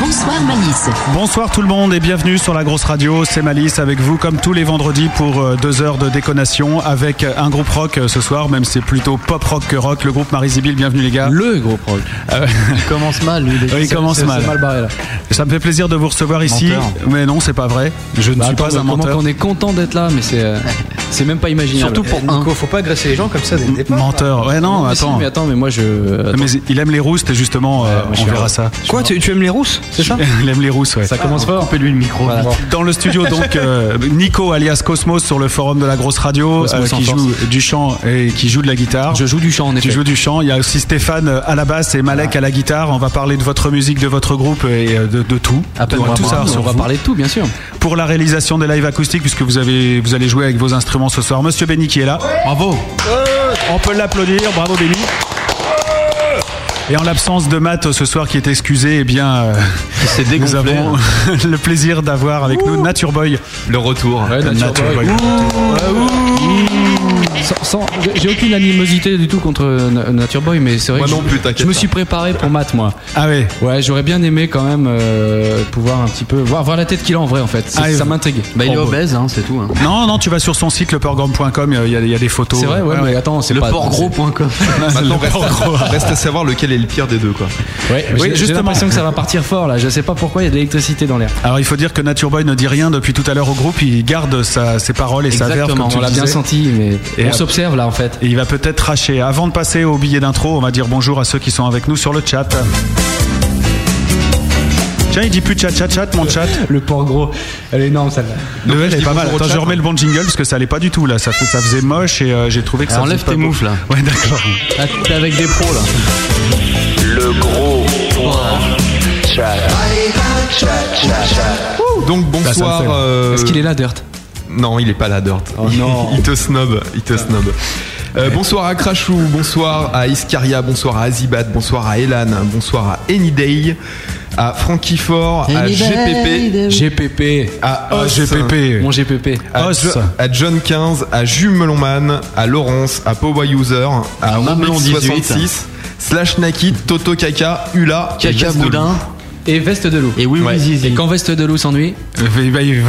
Bonsoir Malice. Bonsoir tout le monde et bienvenue sur la grosse radio, c'est Malice avec vous comme tous les vendredis pour euh, deux heures de déconnation avec un groupe rock euh, ce soir, même si c'est plutôt pop rock que rock, le groupe Marie-Zibyl, bienvenue les gars. Le gros prog. Il commence mal, lui. Ah. Oui, il C'est- commence c'est- mal. C'est mal barré, là. Ça me fait plaisir de vous recevoir ici, Menteur. mais non c'est pas vrai, je ne Bah, suis attends, pas un comment menteur. qu'on est content d'être là, mais c'est euh, c'est même pas imaginable. Surtout pour un. Nico, faut pas agresser les gens comme ça dès le départ. Menteur, ouais non, Mais si, attends. mais attends, mais moi je. attends. Mais il aime les roustes et justement euh, moi, je on suis verra un- ça. Quoi, tu, tu aimes les rousses, c'est ça Il aime les rousses, ouais. ça commence fort. Coupez-lui le micro. Dans le studio, donc, euh, Nico alias Cosmos sur le forum de la grosse radio, euh, Cosmos en qui joue du chant et qui joue de la guitare. Je joue du chant en Tu effet. joues du chant. Il y a aussi Stéphane euh, à la basse et Malek à la guitare. On va parler de votre musique, de votre groupe et euh, de, de tout. À peine on on va va tout savoir parler- sur on va vous. parler de tout, bien sûr. Pour la réalisation des lives acoustiques, puisque vous, avez, vous allez jouer avec vos instruments ce soir, Monsieur Benny qui est là. Euh, Bravo. On peut l'applaudir. Bravo Benny. Et en l'absence de Matt ce soir qui est excusé, eh bien, euh, C'est nous dégonflé. hein. avons le plaisir d'avoir avec nous Nature Boy. Le retour. Euh, Nature Boy. Sans- sans- j'ai- J'ai aucune animosité du tout contre euh, Na- Nature Boy, mais c'est vrai Moi que non je- plus, t'inquiète je me pas. suis préparé pour Matt, moi. Ah ouais. Ouais, j'aurais bien aimé quand même euh, pouvoir un petit peu voir, voir la tête qu'il a en vrai en fait. C'est- Ah, et- ça m'intrigue. Bah, il est obèse. hein, c'est tout. Non, non, tu vas sur son site, leporgam.com, il y, a- il y a des photos. Ah C'est vrai, ouais, mais attends, c'est Le pas portgros.com. Maintenant, reste, à, reste à savoir lequel est le pire des deux, quoi. Ouais, Oui, j'ai- j'ai justement. l'impression que ça va partir fort là. Je sais pas pourquoi il y a de l'électricité dans l'air. Alors il faut dire que Nature Boy ne dit rien depuis tout à l'heure au groupe, il garde sa- ses paroles et sa verve comme tu on l'a disais. bien senti, mais Et on à- s'observe là en fait. Et il va peut-être racher. Avant de passer au billet d'intro, on va dire bonjour à ceux qui sont avec nous sur le chat. Tiens, il dit plus chat chat chat mon chat. Le port gros, elle est énorme celle-là. Le L je est dis pas mal. bonjour au Attends, chat, je remets le bon jingle parce que ça allait pas du tout là. Ça, fait- ça faisait moche et euh, j'ai trouvé que Ah, ça. Enlève faisait pas tes beau. moufles, là. Ouais, d'accord. T'es avec des pros là. Donc, Bah, ça bonsoir. le fait. euh, Est-ce qu'il est là, Dirt Non, il est pas là, Dirt. Il- non. il te snob. Il te snob. Euh, bonsoir à Crashou, bonsoir à Iscaria, bonsoir à Azibat, bonsoir à Elan, bonsoir à Anyday, à Frankie Fort, Ah, à GPP, GPP, à Ah, Os, GPP. mon GPP. à, Os. Jo- à John 15, à Jumelonman, à Laurence, à Powa User, à Mamelon 66, Slash Nakit, Toto Kaka, Ula, Caca Gastelou. boudin Et veste de loup. et oui, Ouais. oui, zizi. Et quand veste de loup s'ennuie, Il, va- il va-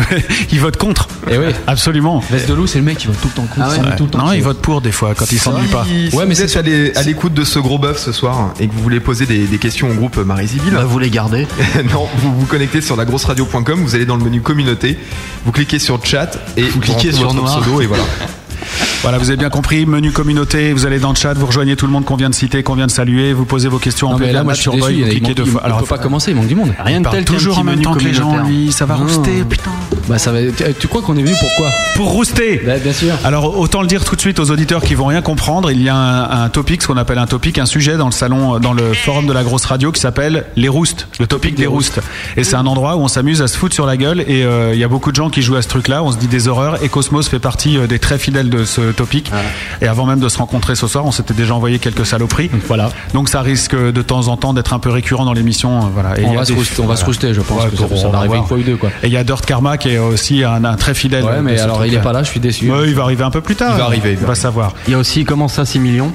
il vote contre. Eh oui. Absolument. veste de loup c'est le mec qui va tout le temps contre. Ah ouais. s'ennuie tout le temps Non, il dessus. vote pour des fois quand il s'ennuie pas. Si Ouais, mais vous c'est êtes à l'é- à l'écoute de ce gros bœuf ce soir et que vous voulez poser des, des questions au groupe Marie Zibyl, Bah, Ah vous les gardez. non, vous vous connectez sur lagrosseradio.com, vous allez dans le menu communauté, vous cliquez sur chat et vous, cliquez rentrez sur votre pseudo et noir. voilà. Voilà, vous avez bien compris, menu communauté, vous allez dans le chat, vous rejoignez tout le monde qu'on vient de citer, qu'on vient de saluer, vous posez vos questions en Non, plein mais là, air, moi je suis déçu. Boy, Il vous y a- il cliquez manque- deux il fois. faut Alors, pas commencer, il manque du monde. Rien il de parle tel qu'un toujours petit en même menu temps que les gens, communautaire. lui, ça va rouster, putain. Bah ça va. tu- Tu crois qu'on est venu pourquoi Pour rouster Bah, Bien sûr. alors autant le dire tout de suite aux auditeurs qui vont rien comprendre, il y a un, un topic, ce qu'on appelle un topic, un sujet dans le salon, dans le forum de la grosse radio qui s'appelle les roustes, le topic des roustes. Et c'est un endroit où on s'amuse à se foutre sur la gueule et euh, il y a beaucoup de gens qui jouent à ce truc-là, on se dit des horreurs et Cosmos fait partie euh, des très fidèles de ce topic. Ah. Et avant même de se rencontrer ce soir, on s'était déjà envoyé quelques saloperies. Voilà. Donc ça risque de temps en temps d'être un peu récurrent dans l'émission, euh, voilà. Et il On y a va, se des- rouster, on va se voilà. rouster, je pense. Ouais, que ça, pour- ça on va va arriver voir. une fois ou deux, quoi. Et il y a Dirt Karma qui est aussi un, un très fidèle. Ouais, de mais ce alors il est truc-là. pas là, je suis déçu. Ouais, il va arriver un peu plus tard. Il va arriver, il On va va arriver. savoir. Il y a aussi comment ça 6 millions.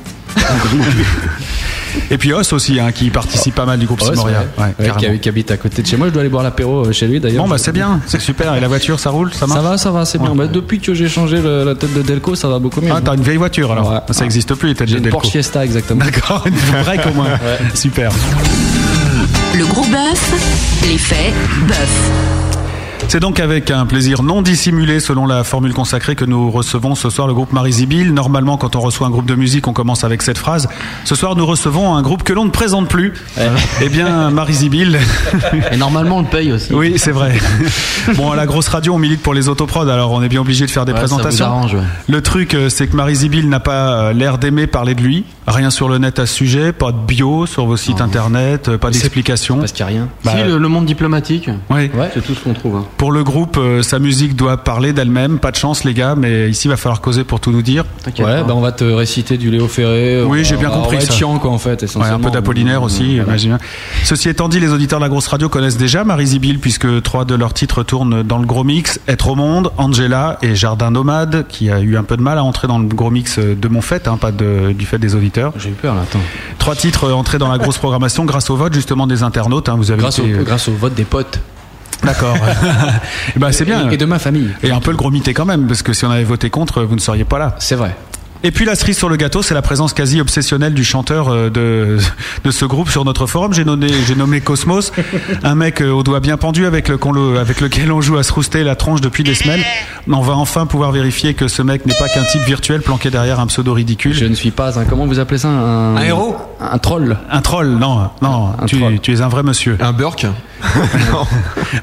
Et puis Os aussi, hein, qui participe pas mal du groupe Ouais, c'est Simoria. vrai. Ouais, qui- carrément. qui, habite à côté de chez moi. Je dois aller boire l'apéro euh, chez lui d'ailleurs. Bon, bah c'est bien, c'est super. Et la voiture, ça roule, ça marche Ça va, ça va, c'est bien. Bah, depuis que j'ai changé le- la tête de Delco, ça va beaucoup mieux. Ah, t'as une vieille voiture alors. Ouais. Ça existe plus, t'as j'ai déjà une des Porsche Fiesta exactement. D'accord, une vraie au moins. Super. Le gros bœuf, l'effet bœuf. C'est donc avec un plaisir non dissimulé, selon la formule consacrée, que nous recevons ce soir le groupe Marie-Zibyl. Normalement, quand on reçoit un groupe de musique, on commence avec cette phrase. Ce soir, nous recevons un groupe que l'on ne présente plus. Eh bien, Marie-Zibyl. Et normalement, on le paye aussi. Oui, c'est vrai. Bon, à la grosse radio, on milite pour les autoprods, alors on est bien obligé de faire des Ouais, ça présentations. hein, vous arrange, ouais. Le truc, euh, c'est que Marie Zibil n'a pas euh, l'air d'aimer parler de lui. Rien sur le net à ce sujet, pas de bio sur vos sites internet, euh, pas d'explication. Parce qu'il n'y a rien. Bah, si, le, le monde diplomatique, ouais. Ouais. c'est tout ce qu'on trouve. hein. Pour le groupe, euh, sa musique doit parler d'elle-même. Pas de chance, les gars, mais ici, va falloir causer pour tout nous dire. T'inquiète Ouais, pas. bah on va te réciter du Léo Ferré. Oui, On j'ai va- bien on va compris être ça. chiant, quoi, en fait, Ouais, essentiellement. Mmh. un peu d'Apollinaire aussi, Voilà. imagine bien. euh, Ceci étant dit, les auditeurs de la grosse radio connaissent déjà Marie Zibil, puisque trois de leurs titres tournent dans le gros mix Être au monde, Angela et Jardin nomade, qui a eu un peu de mal à entrer dans le gros mix de mon fait, hein, pas de- du fait des auditeurs. J'ai eu peur, là, attends. Trois titres euh, entrés dans la grosse programmation grâce au vote justement des internautes. hein, vous avez Grâce au, été- grâce au vote des potes. D'accord. Eh ben, c'est bien. Et, et de ma famille. Et un peu le gros mité quand même, parce que si on avait voté contre, vous ne seriez pas là. C'est vrai. Et puis la cerise sur le gâteau, c'est la présence quasi obsessionnelle du chanteur euh, de, de ce groupe sur notre forum. J'ai nommé, j'ai nommé Cosmos, un mec euh, au doigt bien pendu avec, le, qu'on le- avec lequel on joue à se rouster la tronche depuis des semaines. On va enfin pouvoir vérifier que ce mec n'est pas qu'un type virtuel planqué derrière un pseudo ridicule. Je ne suis pas un. Comment vous appelez ça Un, Un héros Un troll. Un troll, non, non, Un tu, troll. tu es un vrai monsieur. Un Burke Non.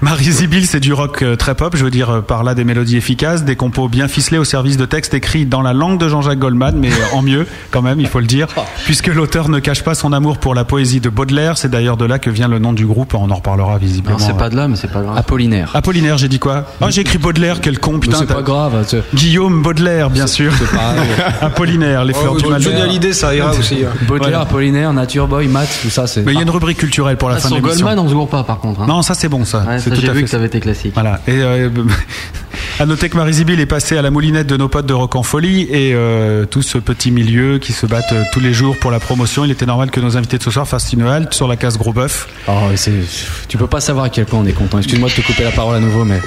Marie Zibil, c'est du rock euh, très pop, je veux dire euh, par là des mélodies efficaces, des compos bien ficelés au service de textes écrits dans la langue de Jean-Jacques Goldman, mais euh, en mieux quand même, il faut le dire, puisque l'auteur ne cache pas son amour pour la poésie de Baudelaire, c'est d'ailleurs de là que vient le nom du groupe, on en reparlera visiblement. euh. Non, c'est pas de là, mais c'est pas Ah. grave. Apollinaire. Apollinaire, j'ai dit quoi Ah, j'ai écrit Baudelaire, quel con, Mais putain. c'est t'as- pas grave. c'est- Guillaume Baudelaire, bien sûr. Apollinaire, Oh, les fleurs du mal. Johnny Hallyday, ça ira aussi. Baudelaire, hein. Voilà. Apollinaire, Nature Boy, Matt, tout ça, c'est. Mais il y a une rubrique culturelle Ah, pour la fin de Sur l'émission. Goldman, on se gourre pas par contre. hein. Non, ça c'est bon, ça. Ouais, c'est ça, tout j'ai à vu fait que ça avait été classique. Voilà. Et euh, à noter que Marie Zibil est passée à la moulinette de nos potes de Rock en Folie et euh, tout ce petit milieu qui se battent euh, tous les jours pour la promotion. Il était normal que nos invités de ce soir fassent une halte sur la case Gros Bœuf. Oh, c'est- tu peux pas savoir à quel point on est content. Excuse-moi de te couper la parole à nouveau, mais.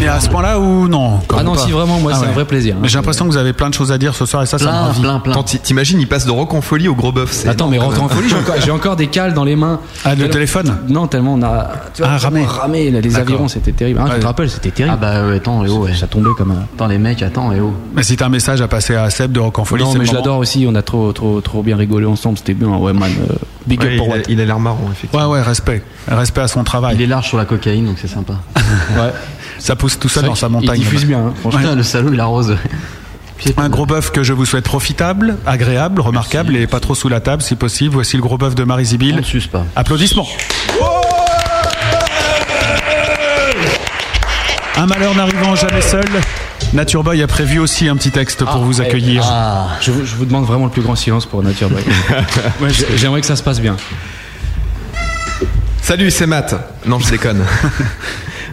Mais à ce point-là ou non quand Ah même non, pas. si vraiment, moi, Ah c'est un ouais. vrai plaisir. hein. Mais j'ai l'impression que vous avez plein de choses à dire ce soir et ça, ça me Plein, ravit. plein, plein. Attends, t'i- T'imagines, il passe de rock en folie au gros bœuf. c'est Attends, mais énorme, rentre quand en folie, même. j'ai encore, j'ai encore des cales dans les mains. Ah, le Tellement- téléphone Non, tellement on a. tu Ah, tellement ramé. ramé. là, les D'accord. avirons, c'était terrible. Hein, Ouais. Tu te rappelles, c'était terrible. Ah bah ouais, attends, et oh, ouais. Ça tombait comme un. Attends, les mecs, attends, et oh. Mais si t'as un message à passer à Seb de Rock en Folie, non, c'est mais le je moment. l'adore aussi. On a trop, trop, trop bien rigolé ensemble. C'était bien. Ouais, man. euh, big Ouais, up pour il, a, Watt. il a l'air marrant, effectivement. Ouais, ouais, respect. Respect à son travail. Il est large sur la cocaïne, donc c'est sympa. Ouais. Ça pousse tout C'est seul vrai dans sa qu'il- montagne. Il diffuse là-bas. bien. hein, franchement. Putain, le salaud, il arrose. Puis, Un gros bœuf que je vous souhaite profitable, agréable, remarquable et pas trop sous la table si possible. Voici le gros bœuf de Marie On Zibil. ne suce pas. Applaudissements. Un malheur n'arrivant jamais seul, Nature Boy a prévu aussi un petit texte Ah, pour eh vous accueillir. Je, vous- je vous demande vraiment le plus grand silence pour Nature Boy. Ouais, j'ai- J'aimerais que ça se passe bien. Salut, c'est Matt. Non, je déconne.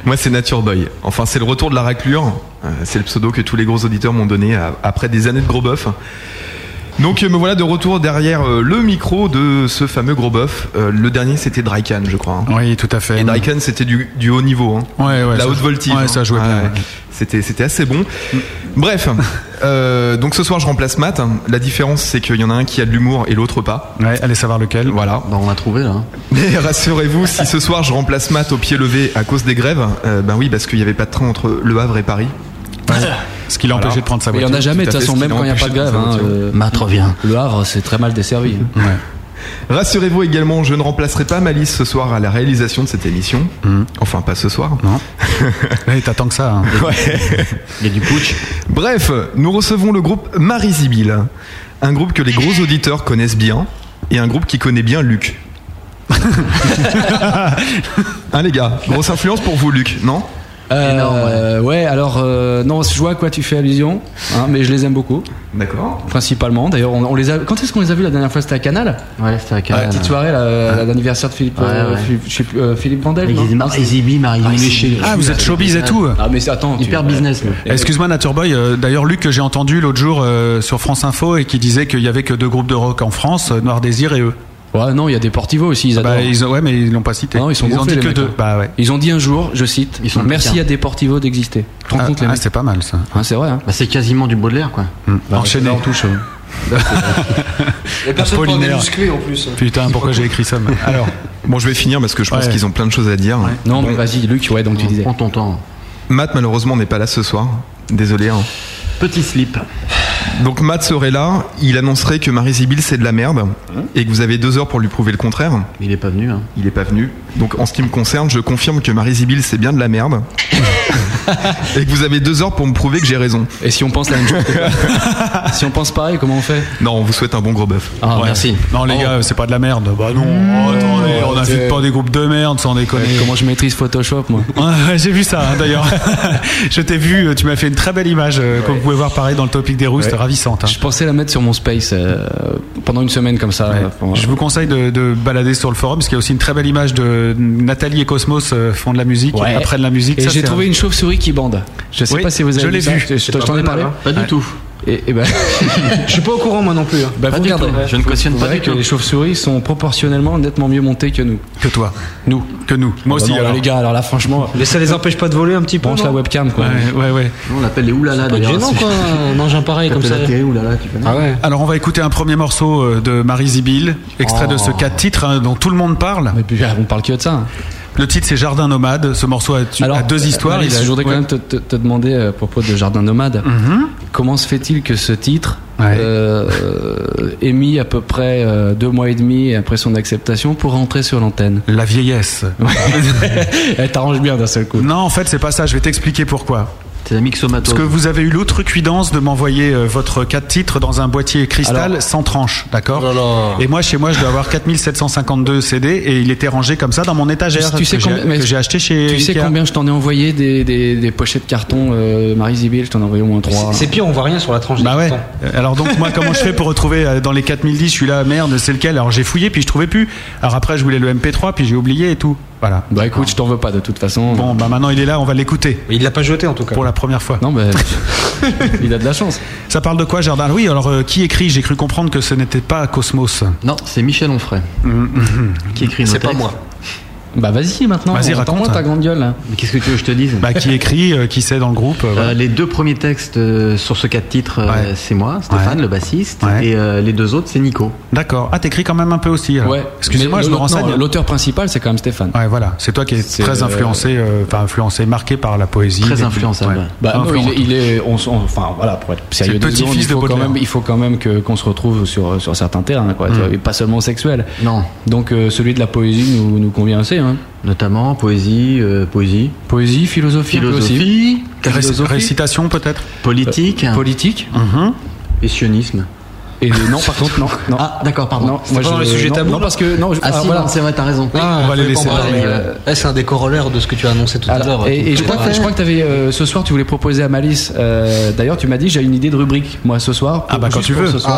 Moi, c'est Nature Boy. Enfin, c'est le retour de la raclure. Euh, C'est le pseudo que tous les gros auditeurs m'ont donné à- après des années de gros bœuf. Donc, euh, me voilà de retour derrière euh, le micro de ce fameux gros bœuf. Euh, le dernier, c'était Drycan, je crois. hein. Oui, tout à fait. Et Drycan, c'était du, du haut niveau. hein. Ouais, ouais, la ça- haute voltige. ouais, hein. ça jouait bien, ouais. Mm. C'était, c'était assez bon. Bref, euh, donc ce soir, je remplace Matt. La différence, c'est qu'il y en a un qui a de l'humour et l'autre pas. Ouais, allez savoir lequel. Voilà. Bah, on l'a trouvé là. Mais rassurez-vous, si ce soir je remplace Matt au pied levé à cause des grèves, euh, ben oui, parce qu'il n'y avait pas de train entre Le Havre et Paris. Ce qui l'a empêché de prendre sa Mais il y voiture. en a jamais, de tout à toute fait, façon, ce même qui l'a quand il n'y a empêché pas de grève. de faire hein, voiture. euh, Matt revient. le Havre, c'est très mal desservi. Ouais. Rassurez-vous également, je ne remplacerai pas Malice ce soir à la réalisation de cette émission. Enfin, pas ce soir. Hmm. Non. Ouais, T'attends que Ah, ça. hein. Il y a du putsch. Bref, nous recevons le groupe Marie Zibyl, un groupe que les gros auditeurs connaissent bien, et un groupe qui connaît bien Luc. hein les gars, grosse influence pour vous Luc, non Euh, ouais, alors, euh, non, je vois à quoi tu fais allusion, hein, mais je les aime beaucoup, D'accord. principalement. D'ailleurs, on, on les a. Quand est-ce qu'on les a vus la dernière fois C'était à Canal Ouais, c'était à La Canal. petite soirée, là, à l'anniversaire de Philippe, Ouais, euh, ouais. Philippe, je sais plus, euh, Philippe Vandel. non Il Non, c'est- Marie, Marie, Ah, il est c'est- chez- Ah, vous êtes showbiz et tout. Ah, mais c'est- attends. tu- Hyper business, lui. Et- Excuse-moi, Nature Boy. euh, D'ailleurs, Luc, que j'ai entendu l'autre jour euh, sur France Info et qui disait qu'il y avait que deux groupes de rock en France, euh, Noir Désir et eux. Ouais, non, il y a des portivos aussi, ils adorent. Bah, ils ont- ouais, mais ils l'ont pas cité. Non, ils sont ont gonflés, dit les que mecs, deux. hein. Bah ouais. Ils ont dit un jour, je cite, Ils sont merci pires. à des portivos d'exister. Tu te rends Ah, compte, les ah, mecs c'est pas mal ça. Hein, C'est vrai, hein Bah, c'est quasiment du Baudelaire, quoi. Enchaîné. Là, on touche. euh, Et personne pour Apollinaire. musclé en plus. Putain, pourquoi j'ai écrit ça mais- Alors, Bon, je vais finir parce que je pense Ouais. qu'ils ont plein de choses à dire. Non, mais vas-y, Luc, ouais, donc tu disais. Prends ton temps. Matt, malheureusement, n'est pas là ce soir. Désolé. hein. Petit slip. Donc Matt serait là, il annoncerait que Marie Sibyl c'est de la merde et que vous avez deux heures pour lui prouver le contraire. Mais il est pas venu. Hein. Il n'est pas venu. Donc en ce qui me concerne, je confirme que Marie Sibyl c'est bien de la merde et que vous avez deux heures pour me prouver que j'ai raison. Et si on pense la même chose que- Si on pense pareil, comment on fait Non, on vous souhaite un bon gros bœuf. Ah, ouais. merci. Non, les Oh. Mmh, gars, c'est pas de la merde. Bah non, oh, attendez, on c'est- n'invite pas des groupes de merde sans déconner. Comment je maîtrise Photoshop, moi Ouais, j'ai vu ça hein, d'ailleurs. je t'ai vu, tu m'as fait une très belle image euh, que vous pouvez voir pareil dans le topic des roustes, Ouais. ravissante. hein. Je pensais la mettre sur mon space euh, pendant une semaine comme ça. Ouais. euh, pour- Je vous conseille de, de balader sur le forum parce qu'il y a aussi une très belle image de Nathalie et Cosmos euh, font de la musique, Ouais. apprennent la musique. Et Ça, j'ai c'est trouvé un- une chauve-souris qui bande. Je sais Oui, pas si vous avez je l'ai ça. vu. Je, je- je t'en ai parlé. Pas hein. du tout. Et, et ben, Je suis pas au courant moi non plus. hein. bah, Pas vous du regardez. tout. Je ne cautionne Vous pas verrez du que tout. les chauves-souris sont proportionnellement nettement mieux montées que nous. que toi, Nous. que nous. Moi aussi. Bah non, alors. les gars, alors là, franchement, Mais ça les empêche pas de voler un petit peu. branche la non webcam, quoi. Ouais, ouais, ouais. On l'appelle les oulala Pas d'ailleurs. gênant quoi, un engin pareil comme ça. T'es oulala, tu connais. Ah ouais. Alors on va écouter un premier morceau euh, de Marie Zibil, extrait de Oh. ce quatre titres hein, dont tout le monde parle. Mais puis, ah, on parle que de ça. hein. Le titre c'est Jardin nomade. Ce morceau a, tu- a deux histoires. Alex, Il a- euh, je voudrais quand ouais. Mhm. même te, te- te demander euh, à propos de Jardin Nomade. Comment se fait-il que ce titre Ouais. euh, ait mis à peu près euh, deux mois et demi après son acceptation pour rentrer sur l'antenne La vieillesse. Elle t'arrange bien d'un seul coup. Non, en fait, c'est pas ça. Je vais t'expliquer pourquoi. T'es la mixomatose. Parce que vous avez eu l'outrecuidance de m'envoyer euh, votre 4 titres dans un boîtier cristal Alors- Oh sans tranche, d'accord Et moi, chez moi, je dois avoir 4752 CD et il était rangé comme ça dans mon étagère Tu sais que combien- j'ai- mais- que j'ai acheté chez Tu sais Ikea. combien je t'en ai envoyé des, des, des pochettes carton euh, Marie Zibil Je t'en ai envoyé au moins trois. C'est pire, on voit rien sur la tranche. des bah ouais. cartons. Euh, Alors donc moi comment je fais pour retrouver euh, dans les 4010 je suis là merde c'est lequel alors j'ai fouillé puis je trouvais plus alors après je voulais le MP3 puis j'ai oublié et tout voilà Bah écoute, je t'en veux pas de toute façon. bon bah maintenant il est là on va l'écouter Mais Il l'a pas jeté en tout cas. pour la première fois Non, bah, il a de la chance. ça parle de quoi Jardin oui alors euh, qui écrit j'ai cru comprendre que ce n'était pas Cosmos Non, c'est Michel Onfray Mm, qui écrit. nos C'est pas textes. moi. Bah vas-y maintenant. Vas-y, raconte raconte. moi ta grande gueule. hein. là. Mais qu'est-ce que tu veux que je te dise bah qui écrit euh, qui sait dans le groupe euh, voilà. Euh, les deux premiers textes euh, sur ce cas de titre, euh, Ouais. c'est moi, Stéphane, Ouais. le bassiste, Ouais. et euh, les deux autres, c'est Nico. D'accord. Ah, t'écris quand même un peu aussi. alors. Ouais. Excusez-moi, Mais je me l'auteur- non, renseigne. L'auteur principal, c'est quand même Stéphane. Ouais, voilà. C'est toi qui es C'est, très euh, influencé, euh, enfin influencé, marqué par la poésie. Très Et- influençable. ouais. Bah, non, Influent. il est, il est- on s- on- enfin voilà, pour être C'est sérieux, le deux petit-fils secondes, il de faut quand Baudelaire. même, il faut quand même que qu'on se retrouve sur sur certains terrains, quoi, tu vois, et pas seulement sexuel. Non. Donc euh, celui de la poésie nous, nous convient assez. Hein. Notamment poésie, euh, poésie, Poésie, philosophie, un peu aussi. philosophie, Réc- philosophie. récitation peut-être. politique politique. Mhm. et sionisme. Et les- non, par contre, non. non. Ah, d'accord, pardon. non, C'est moi pas je dans le sujet non, tabou, Non, là parce que non, je, Ah, alors, si, voilà. non, c'est vrai, t'as raison. Ah, On va les laisser complètement parler, pareil, euh, eh, c'est un des corollaires de ce que tu as annoncé tout à l'heure. Alors, et, et je crois que je crois que t'avais euh, ce soir tu voulais proposer à Malice. euh, D'ailleurs, tu m'as dit j'ai une idée de rubrique moi ce soir. Ah, bah, juste quand tu pour veux. Ce soir.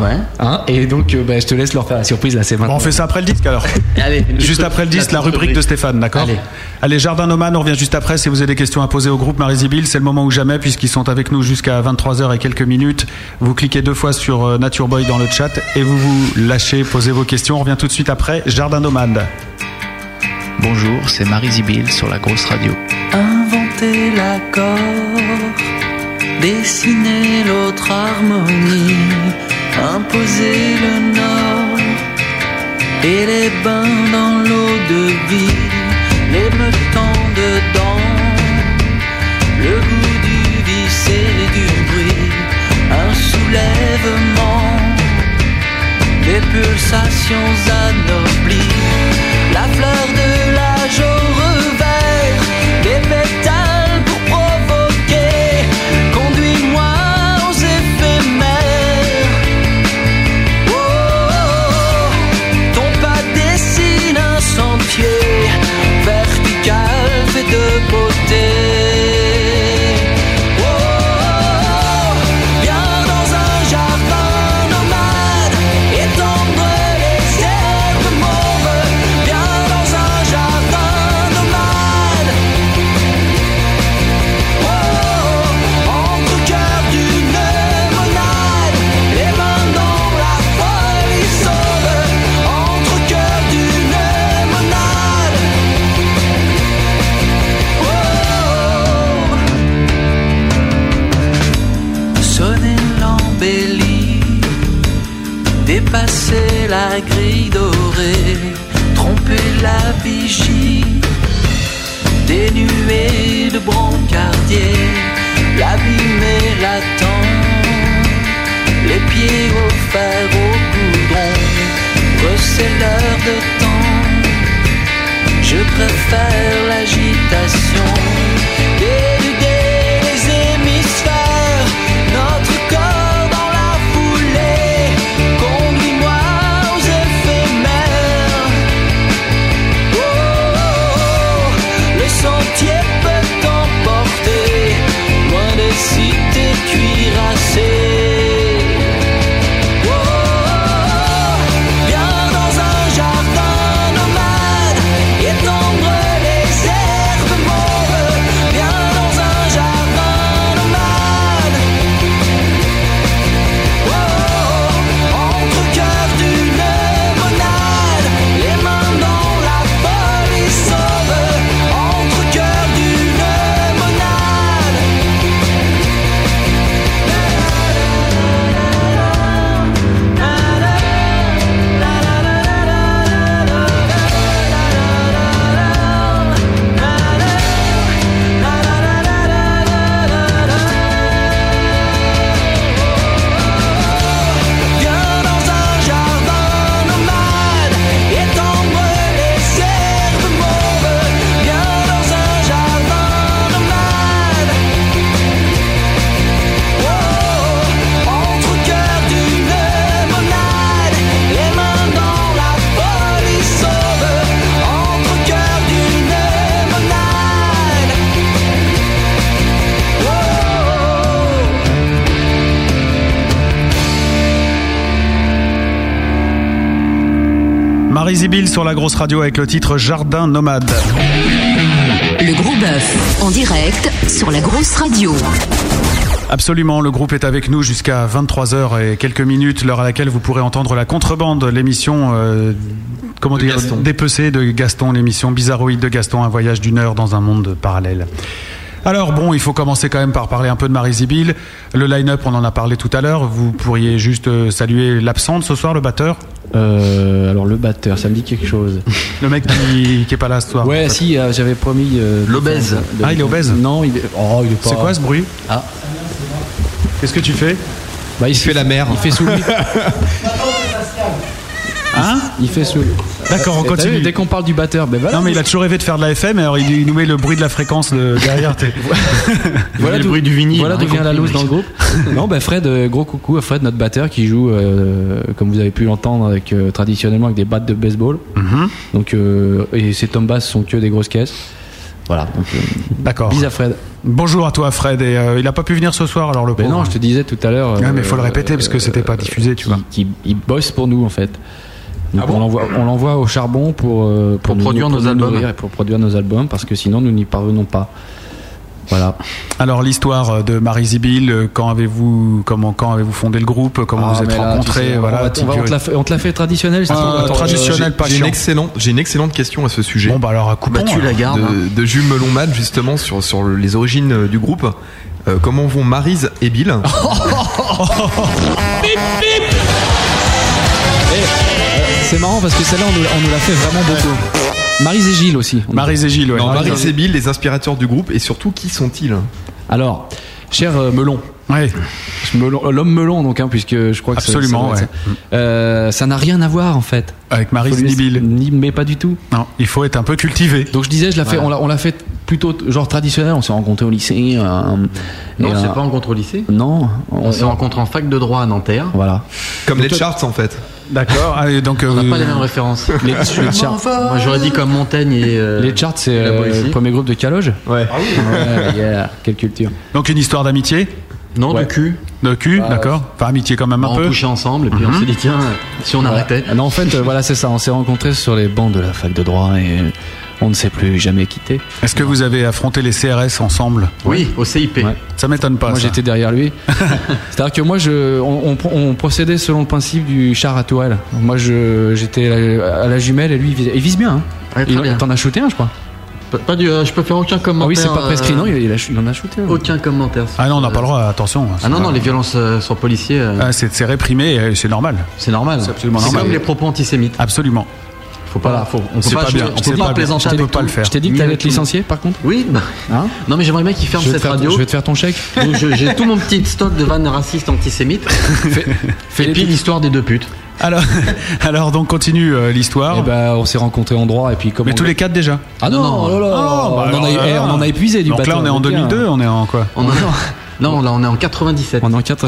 Ah, Ouais. Hein, et donc euh, bah, je te laisse leur faire la surprise là. C'est Bon, maintenant. on fait ça après le disque alors. Allez, une juste petite- après le disque, la, petite rubrique de Stéphane, d'accord Allez. Allez, Jardin Nomade, on revient juste après. Si vous avez des questions à poser au groupe Marie-Zibyl, c'est le moment ou jamais, puisqu'ils sont avec nous jusqu'à 23h et quelques minutes. Vous cliquez deux fois sur euh, Nature Boy dans le chat et vous vous lâchez, posez vos questions. On revient tout de suite après Jardin Nomade. Bonjour, c'est Marie Zibil sur la grosse radio. Inventer l'accord, dessiner l'autre harmonie, imposer le nord et les bains dans l'eau de vie, les meutons dedans, le goût du vice et du bruit, un soulèvement des pulsations anoblies. La fleur de l'âge au revers, des pétales pour provoquer. Conduis-moi aux éphémères. Oh, oh, oh. ton pas dessine un sentier vertical fait de beauté. Oh, oh, oh. Viens dans un jardin nomade, étendre les herbes Oh, Oh. de brancardier, l'abîme et l'attend, les pieds au fer, au goudron, c'est l'heure de temps, je préfère l'agitation. Déléguer les hémisphères, notre corps dans la foulée, conduis-moi aux éphémères. Oh, oh, oh, le sentier peut t'emporter, loin des cités cuirassées. Oh, oh, oh, viens dans un jardin nomade, étendre les herbes mauves. Viens dans un jardin nomade. Oh, oh, oh, entre cœur d'une monade, les mains dans la folie sauve. Entre cœur d'une Viens dans un jardin nomade étendre les herbes mauves. Viens dans un jardin nomade. Oh, entre cœur d'une monade, les mains dans la folie sauve. Entre cœur d'une monade. Oh. Marie Zibil sur la grosse radio avec le titre Jardin nomade. Le gros bœuf, en direct sur la grosse radio. Absolument, le groupe est avec nous jusqu'à 23h et quelques minutes, l'heure à laquelle vous pourrez entendre la contrebande, l'émission euh, comment dire, dépecée de Gaston, l'émission bizarroïde de Gaston, un voyage d'une heure dans un monde parallèle. Alors bon, il faut commencer quand même par parler un peu de Marie Zibil. Le line-up, on en a parlé tout à l'heure. Vous pourriez juste euh, saluer l'absente ce soir, le batteur. Euh, alors le batteur, ça me dit quelque chose. Le mec qui, qui est pas là ce soir. Ouais, si, euh, j'avais promis. euh, L'obèse. de- Ah, il est obèse Non, il est. Oh, il est pas. C'est quoi ce bruit Ah. Qu'est-ce que tu fais Bah, il, fait la mer. Il fait sous lui. Hein Il fait sous D'accord, on Eh, t'as continue. vu, dès qu'on parle du batteur, ben voilà. Non mais il a toujours rêvé de faire de la FM, alors il, il nous met le bruit de la fréquence de- derrière. t'es- Voilà le d'où- bruit du vinyle. Voilà d'où vient Rien la loose compris. dans le groupe. non, bah Fred, euh, gros coucou à Fred, notre batteur qui joue, euh, comme vous avez pu l'entendre, avec, euh, traditionnellement avec des battes de baseball. Mhm. Donc, euh, et ses tombes basses sont que des grosses caisses. Voilà. Donc, euh, D'accord. bis à Fred. Bonjour à toi Fred, et euh, il a pas pu venir ce soir alors le Mais pauvre. non, je te disais tout à l'heure. euh, Ouais, Oh. Ah, mais faut le répéter, parce que c'était pas diffusé, tu vois. Ah Qui, il bosse pour nous en fait. Donc, on l'envoie- on l'envoie au charbon pour, euh, Pour produire nos albums. nourrir et pour produire nos albums parce que sinon nous n'y parvenons pas. Voilà. Alors l'histoire de Marie Zibil, euh, quand avez-vous comment quand avez-vous fondé le groupe, comment Ah, vous êtes mais là, tu rencontrés, sais, voilà. on, va- petite on va- on te durée. l'a fait, on te l'a fait traditionnel. c'est Ah, tout. Attends, traditionnel, euh, pas J'ai chiant. une, excellente- j'ai une excellente question à ce sujet. Bon bah alors à coupon. Mathieu alors. Lagarde. de, hein. de Jules Melon Man justement sur, sur les origines euh, du groupe. Euh, comment vont Marise et Bill Oh, euh, C'est marrant parce que celle-là on nous, on nous l'a fait vraiment beaucoup. Marise et Gilles aussi. On Marie et Gilles, ouais. Non, Marise et Bill, les inspirateurs du groupe, et surtout qui sont-ils Alors, cher euh, Melon, Ah, Ouais. je- Melon- euh, l'homme Melon donc, hein, puisque je crois que ça- Absolument, ça, doit être ça. Euh, ça n'a rien à voir en fait. Avec Marie Faut lui- et Bill. ni- mais pas du tout. Non, il faut être un peu cultivé. Donc je disais, je l'a fait, on l'a- on l'a fait plutôt t- genre traditionnel. On s'est rencontrés au lycée. euh, et, Non, euh, c'est pas rencontre au lycée. Non, On se rencontre en fac de droit à Nanterre. Voilà. Comme les charts en fait. D'accord. Allez, donc On n'a euh, pas les mêmes références. Les, les charts, Moi j'aurais dit comme Montaigne et. euh, les charts, c'est et la euh, Boétie. Ah le premier groupe de Caloge. Ouais. Ouais, yeah, quelle culture. donc une histoire d'amitié, Non, Ouais. de cul. de Bah, cul, d'accord. Enfin amitié quand même un on peu. couchait ensemble et puis Mhm. on s'est dit tiens, si on arrêtait. Non, en fait, euh, voilà, c'est ça. On s'est rencontrés sur les bancs de la fac de droit et euh, on ne s'est plus jamais quittés. Est-ce que vous avez affronté les CRS ensemble Oui, au CIP. Ouais. Ça m'étonne pas. moi, ça. j'étais derrière lui. C'est-à-dire que moi, je, on, on pro- on procédait selon le principe du char à tourelle. Moi, je, j'étais à la- à la jumelle et lui, il vise, il vise bien. hein. Ouais, très Il- bien. T'en as shooté un, je crois. Pas, pas du, euh, je peux faire aucun Ah commentaire. oui, c'est pas euh, prescrit. Non, il, il a- il en a shooté un. Aucun commentaire. Ah non, on n'a pas le droit. Attention. Ah non, non, les violences euh, sur policiers, euh, Ah, c'est c'est réprimé, et c'est normal. c'est normal. c'est absolument normal. comme les propos antisémites. Absolument. Faut pas, Voilà. faut, on peut C'est pas, pas je- bien, je c'est peux pas pas bien. plaisanter On peut avec pas tout. le faire. Je t'ai dit que Ni t'allais être avec tout. licencié par contre Oui, bah, Hein non mais j'aimerais bien qu'il ferme je vais, te cette faire radio. ton, je vais te faire ton chèque. Donc, je- j'ai tout mon petit stock de vannes racistes antisémites. et les puis petites. l'histoire des deux putes. Alors, alors donc continue euh, Ah. l'histoire. Et bah, on s'est rencontrés en droit et puis comme Mais on tous l'a- les quatre déjà. Ah non, Non, oh là là, Ah, bah on, en alors, a, eh, alors. on en a épuisé du Donc là, bateau, on est en bien. 2002, on est en quoi On en- non, là on est en 97. On est en 4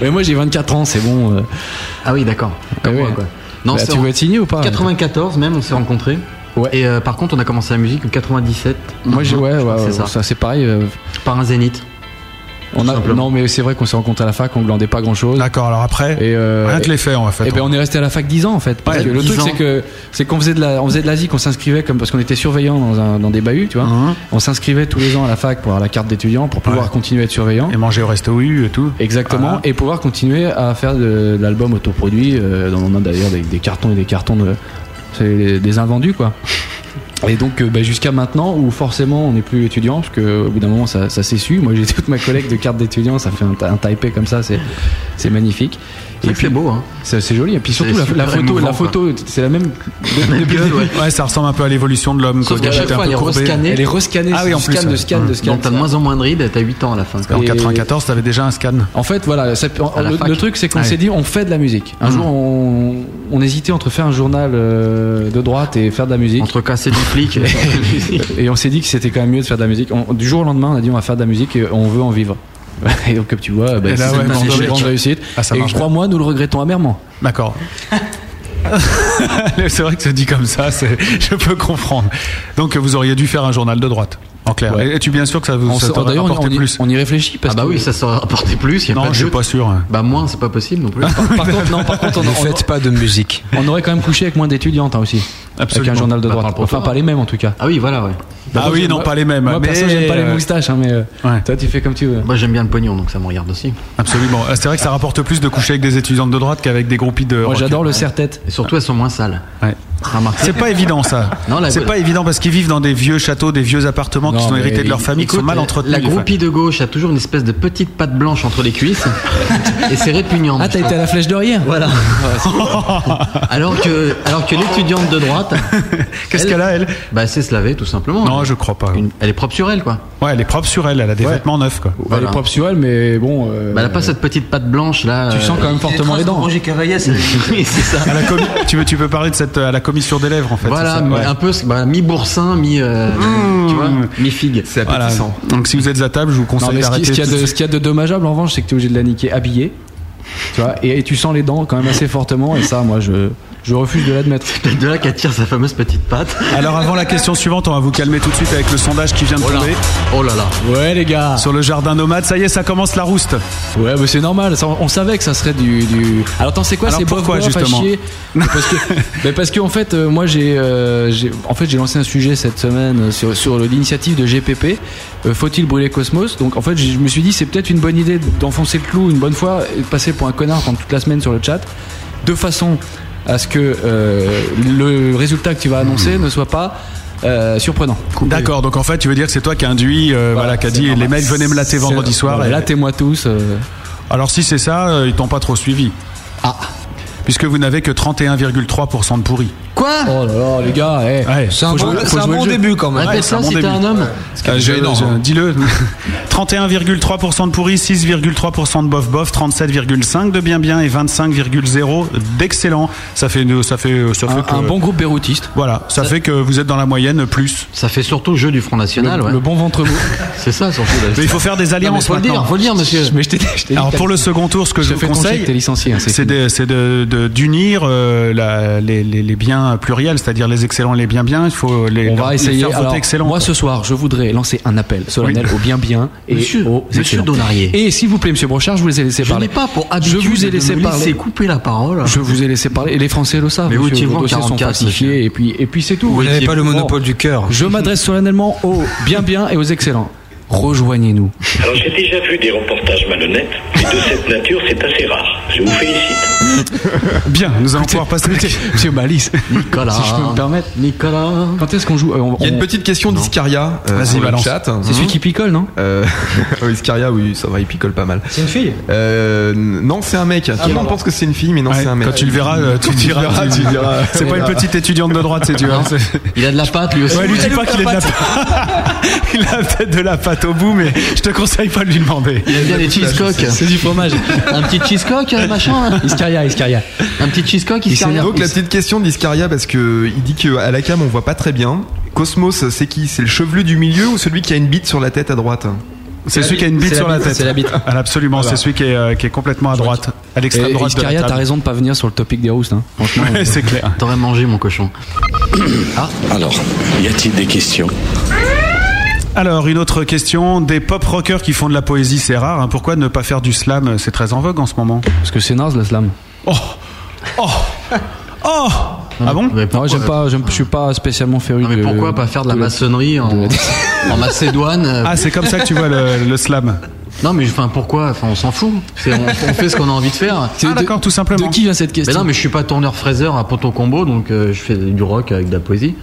Mais moi j'ai 24 ans, c'est bon. euh. Ah oui, d'accord. Comme Eh moi, ouais. quoi. Non, Bah, c'est tu en veux être signé ou pas 94 même, on s'est rencontrés. Ouais. Et euh, par contre, on a commencé la musique en 97. Moi j'ai ouais, Je ouais, crois que ouais, c'est ça. c'est pareil. euh, Par un zénith. On a, simplement. non mais c'est vrai qu'on s'est rencontrés à la fac, on glandait pas grand chose. D'accord. Alors après, Et, euh, rien que les faits, on va faire. et ben on est resté à la fac 10 ans en fait. Parce Ouais, que le 10 truc ans. c'est que c'est qu'on faisait de la, on faisait de l'Asie, qu'on s'inscrivait comme parce qu'on était surveillant dans, un- dans des bahuts, tu vois. Mhm. On s'inscrivait tous les ans à la fac pour avoir la carte d'étudiant pour pouvoir Ouais. continuer à être surveillant. Et manger au resto U et tout. Exactement, Ah. et pouvoir continuer à faire de, de l'album autoproduit. Euh, on en a d'ailleurs des, des cartons et des cartons de. C'est des- des invendus quoi. Et donc euh, bah, jusqu'à maintenant où forcément on n'est plus étudiant parce que au bout d'un moment ça, ça s'essuie. Moi j'ai toute ma collecte de cartes d'étudiants, ça fait un, ta- un typé comme ça, c'est c'est magnifique. C'est vrai que puis, c'est beau, hein. c'est c'est joli. Et puis surtout C'est la, super la photo, émouvant, la photo, c'est la même. Ouais, ça ressemble un peu à l'évolution de l'homme. Sauf quoi. qu'à J'étais un chaque fois, peu elle est courbé. rescannée. Elle est rescannée, Ah oui, c'est en plus, du scan ouais. de scan de scan. Donc t'as de moins en moins de rides et t'as 8 ans à la fin. quoi. En Et- 94, t'avais déjà un scan. En fait, voilà, ça- on- la le, fac. le truc c'est qu'on Ouais. s'est dit on fait de la musique. Un jour, on, on hésitait entre faire un journal euh, de droite et faire de la musique. Entre casser du flic et Et on s'est dit que c'était quand même mieux de faire de la musique. On- du jour au lendemain, on a dit on va faire de la musique et on veut en vivre. Et donc, comme tu vois, bah, Et là, c'est ouais, une bon, grande- dommage. grande réussite. Ah, ça et marche. crois-moi, nous le regrettons amèrement. D'accord. c'est vrai que c'est dit comme ça, c'est- je peux comprendre. Donc vous auriez dû faire un journal de droite, en clair. Ouais. Et tu bien sûr que ça vous On ça se- t'aurait D'ailleurs, on, apporté y- plus on y réfléchit parce Ah bah que- oui, ça s'aurait rapporté plus. Y a pas Non, de je suis doute. pas sûr. hein. Bah moins, c'est pas possible non plus. Par contre, non, par contre, on, Ne on- faites pas de musique. on aurait quand même couché avec moins d'étudiantes hein, aussi. Absolument. Avec un journal de Bah, droite. parle pour enfin, toi. pas les mêmes en tout cas. Ah oui, voilà, ouais. Ah oui, non, Bah, Moi- pas les mêmes. Moi, mais- perso, j'aime pas les moustaches, hein, mais euh, Ouais. toi, tu fais comme tu veux. Moi j'aime bien le pognon, donc ça me regarde aussi. Absolument. Ah, C'est vrai que ça rapporte plus de coucher avec des étudiantes de droite qu'avec des groupies de. Moi, rock. j'adore le serre-tête. Et surtout, elles sont moins sales. Ouais. Remarque. C'est pas évident ça. Non, la- C'est pas évident parce qu'ils vivent dans des vieux châteaux, des vieux appartements Non, qui sont mais hérités de leur famille, qui sont Écoute, mal entretenus. La les femmes. groupie de gauche a toujours une espèce de petite patte blanche entre les cuisses et c'est répugnant. Ah, t'as été à la flèche d'Orient Voilà. alors que, alors que l'étudiante de droite, Qu'est-ce qu'elle a elle bah, c'est se laver tout simplement. Non, Elle- je crois pas. une- Elle est propre sur elle, quoi. Ouais, elle est propre sur elle. Elle a des Ouais. vêtements neufs quoi. Elle Voilà. est propre sur elle, mais bon. euh, Bah, elle a pas cette petite patte blanche là. euh, Tu sens quand même fortement les dents. Roger Cavaillé, c'est Oui, c'est ça. À la commi- tu veux, tu peux parler de cette euh, à la commissure des lèvres en fait. Voilà, c'est ça Ouais. un peu ce- bah, mi-boursin, mi-. euh, Mmh. Tu vois Mi-figue. C'est Voilà. appétissant. Donc si vous êtes à table, je vous Non, conseille mais ce qui- d'arrêter. ce qu'il y, a tout de de- suite. ce qu'il y a de dommageable en revanche, c'est que t'es obligé de la niquer habillée. Tu vois, et, et tu sens les dents quand même assez fortement, et ça, moi, je, je refuse de l'admettre. Peut-être de là qu'attire sa fameuse petite patte. Alors avant la question suivante, on va vous calmer tout de suite avec le sondage qui vient de Oh là, tomber oh là là. Ouais, les gars sur le jardin nomade. Ça y est, ça commence la rouste. Ouais, mais c'est normal, ça, on- on savait que ça serait du. du- Alors, attends, c'est quoi Alors, C'est pourquoi, justement Parce que, mais parce que, en fait, euh, moi, j'ai euh, j'ai- en fait, j'ai lancé un sujet cette semaine euh, sur, sur le- l'initiative de GPP euh, Faut-il brûler Cosmos Donc, en fait, je me suis dit, c'est peut-être une bonne idée d'enfoncer le clou une bonne fois et de passer pour un connard pendant toute la semaine sur le chat, de façon à ce que euh, le résultat que tu vas annoncer ne soit pas euh, surprenant. Mhm. D'accord. Donc en fait, tu veux dire que c'est toi qui a induit, euh, voilà, qui a c'est dit les normal. mecs venez me latter C'est- vendredi soir. voilà, Et- Lattez-moi tous. euh, Alors si c'est ça, euh, ils t'ont pas trop suivi. Ah. Puisque vous n'avez que 31,3% de pourri. Quoi Oh là là, les gars, eh. Ouais. C'est un Faut bon, jouer- c'est faut un jouer bon le jeu. début quand même. Ouais, Répète c'est un ça bon si t'es début. un homme. Euh, je- énorme. je- Dis-le. 31,3% de pourri, 6,3% de bof bof, 37,5 de bien bien et 25,0 d'excellent. Ça fait une- ça fait euh, ça fait Un, que- un bon groupe béroutiste. Voilà, ça, fait que vous êtes dans la moyenne plus. Ça fait surtout jeu du Front National, ouais. Le bon ventre mou. C'est ça surtout. là. Mais il faut faire des Non, mais alliances faut le dire, maintenant. faut le dire, monsieur. Mais je t'ai je t'ai dit. Alors t'as- pour le second tour, ce que Je je te vous fais ton conseille, chèque, t'es licencié, hein, c'est c'est fini. de- c'est de- de- d'unir euh, la- les, les- les biens pluriels, c'est-à-dire les excellents, les bien bien. Il faut les, On leur- va les essayer. faire voter Alors, excellent. moi, quoi. ce soir, je voudrais lancer un appel solennel au bien bien et Monsieur- au monsieur Donnarié. Et s'il vous plaît, Monsieur Brochard, je vous ai laissé Je parler. n'ai pas pour Je habitude vous ai de laissé me laisser parler. couper la parole. Je vous ai laissé parler. Et les Français le savent. Mais monsieur, où étiez-vous vos en dossiers sont 44, falsifiés. monsieur Et puis, et puis c'est tout. Vous n'avez pas le Bon. monopole du cœur. Je m'adresse solennellement aux bien bien et aux excellents. Rejoignez-nous. Alors j'ai déjà vu des reportages malhonnêtes, mais de cette nature, c'est assez rare. Je vous félicite. Bien, nous allons pouvoir passer. Monsieur Malice, Nicolas. si je peux me permettre. Nicolas. Quand est-ce qu'on joue Euh, on- Il y a une on- petite question d'Iscaria euh, Vas-y, sur le balance. chat. C'est Hmm celui qui picole, non Euh, Iscaria, oui, ça va, il picole pas mal. C'est une fille Euh, non, c'est un mec. Tout le monde pense que c'est une fille, mais non, Ouais, c'est un mec. quand tu le verras, euh, tu Quand le tu le diras. verras, tu- tu le diras. C'est pas une petite étudiante de droite, c'est tu vois. c'est- Il a de la pâte lui aussi. Ouais, lui dis pas qu'il est de la pâte. Il a peut-être de la pâte au bout, mais je te conseille pas de lui demander. Il aime bien les cheesecocks. C'est du fromage. Un petit cheesecock, euh, machin. hein. Iscaria, Iscaria. Un petit cheesecock, il s'énerve. Donc la petite question d'Iscaria parce que il dit que à la cam on voit pas très bien. Cosmos, c'est qui C'est le chevelu du milieu ou celui qui a une bite sur la tête à droite C'est celui qui a une bite c'est sur la la bite, tête. c'est la bite. Ah, Absolument, c'est celui qui est, euh, qui est complètement à droite, à l'extrême Et droite. de la Iscaria, t'as table. raison de pas venir sur le topic des roustes. Hein. Franchement, Ouais, c'est clair. T'aurais mangé mon cochon. Alors, y a-t-il des questions Alors, une autre question. Des pop rockers qui font de la poésie, c'est rare. hein. Pourquoi ne pas faire du slam C'est très en vogue en ce moment. parce que c'est naze le slam. Oh Oh Oh Ah bon Mais Non, pourquoi- j'aime pas, j'aime- je suis pas spécialement féru Non, mais de- pourquoi pas faire de la de maçonnerie en, en Macédoine euh, Ah, c'est comme ça que tu vois le, le slam. Ah, Non, mais enfin, pourquoi Enfin, on s'en fout. C'est- On, on fait ce qu'on a envie de faire. C'est Ah, de- d'accord, tout simplement. De qui vient cette Mais question non, mais je suis pas tourneur fraiseur à Ponton Combo, donc euh, je fais du rock avec de la poésie.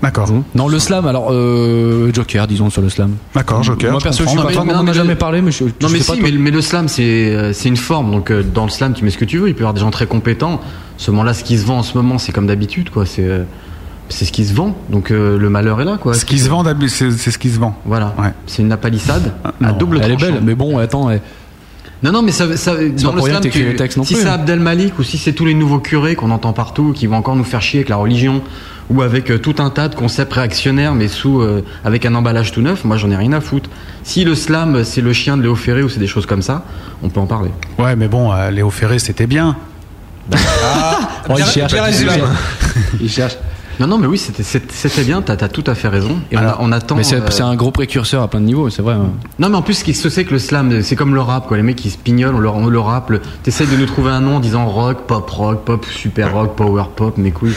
D'accord. Non, le slam, alors euh, Joker, disons sur le slam. D'accord, Joker. Moi perso, je comprends. suis Non, pas mais- fan, mais on non, en a mais jamais je- parlé, mais je, je Non, mais sais pas si, toi. mais, le- mais le slam, c'est euh, c'est une forme. Donc, euh, dans le slam, tu mets ce que tu veux. Il peut y avoir des gens très compétents. Ce moment-là, ce qui se vend en ce moment, c'est comme d'habitude, quoi. C'est euh, c'est ce qui se vend. Donc, euh, le malheur est là, quoi. Ce qui se vend, d'hab- c'est c'est ce qui se vend. Voilà. Ouais. C'est une napalissade à double Elle est tranchant. belle, mais bon, attends. elle- Non, non, mais ça, ça dans pas le pour rien slam, que t'écris tu- les textes non si plus, c'est hein. Abdel Malik ou si c'est tous les nouveaux curés qu'on entend partout, qui vont encore nous faire chier avec la religion ou avec euh, tout un tas de concepts réactionnaires, mais sous euh, avec un emballage tout neuf, moi j'en ai rien à foutre. Si le slam c'est le chien de Léo Ferré ou c'est des choses comme ça, on peut en parler. Ouais, mais bon, euh, Léo Ferré, c'était bien. Oh, il cherche. Pas du slam. Il cherche. Non, non, mais oui, c'était- c'était c'était bien, t'as as tout à fait raison. Et on a- on, attend. Mais c'est euh, c'est un gros précurseur à plein de niveaux, c'est vrai. hein. Non mais en plus ce qui se sait que le slam euh, c'est comme le rap quoi les mecs qui se pignolent on leur on le rap le- t'essayes de nous trouver un nom en disant rock pop rock pop super rock power pop mes couilles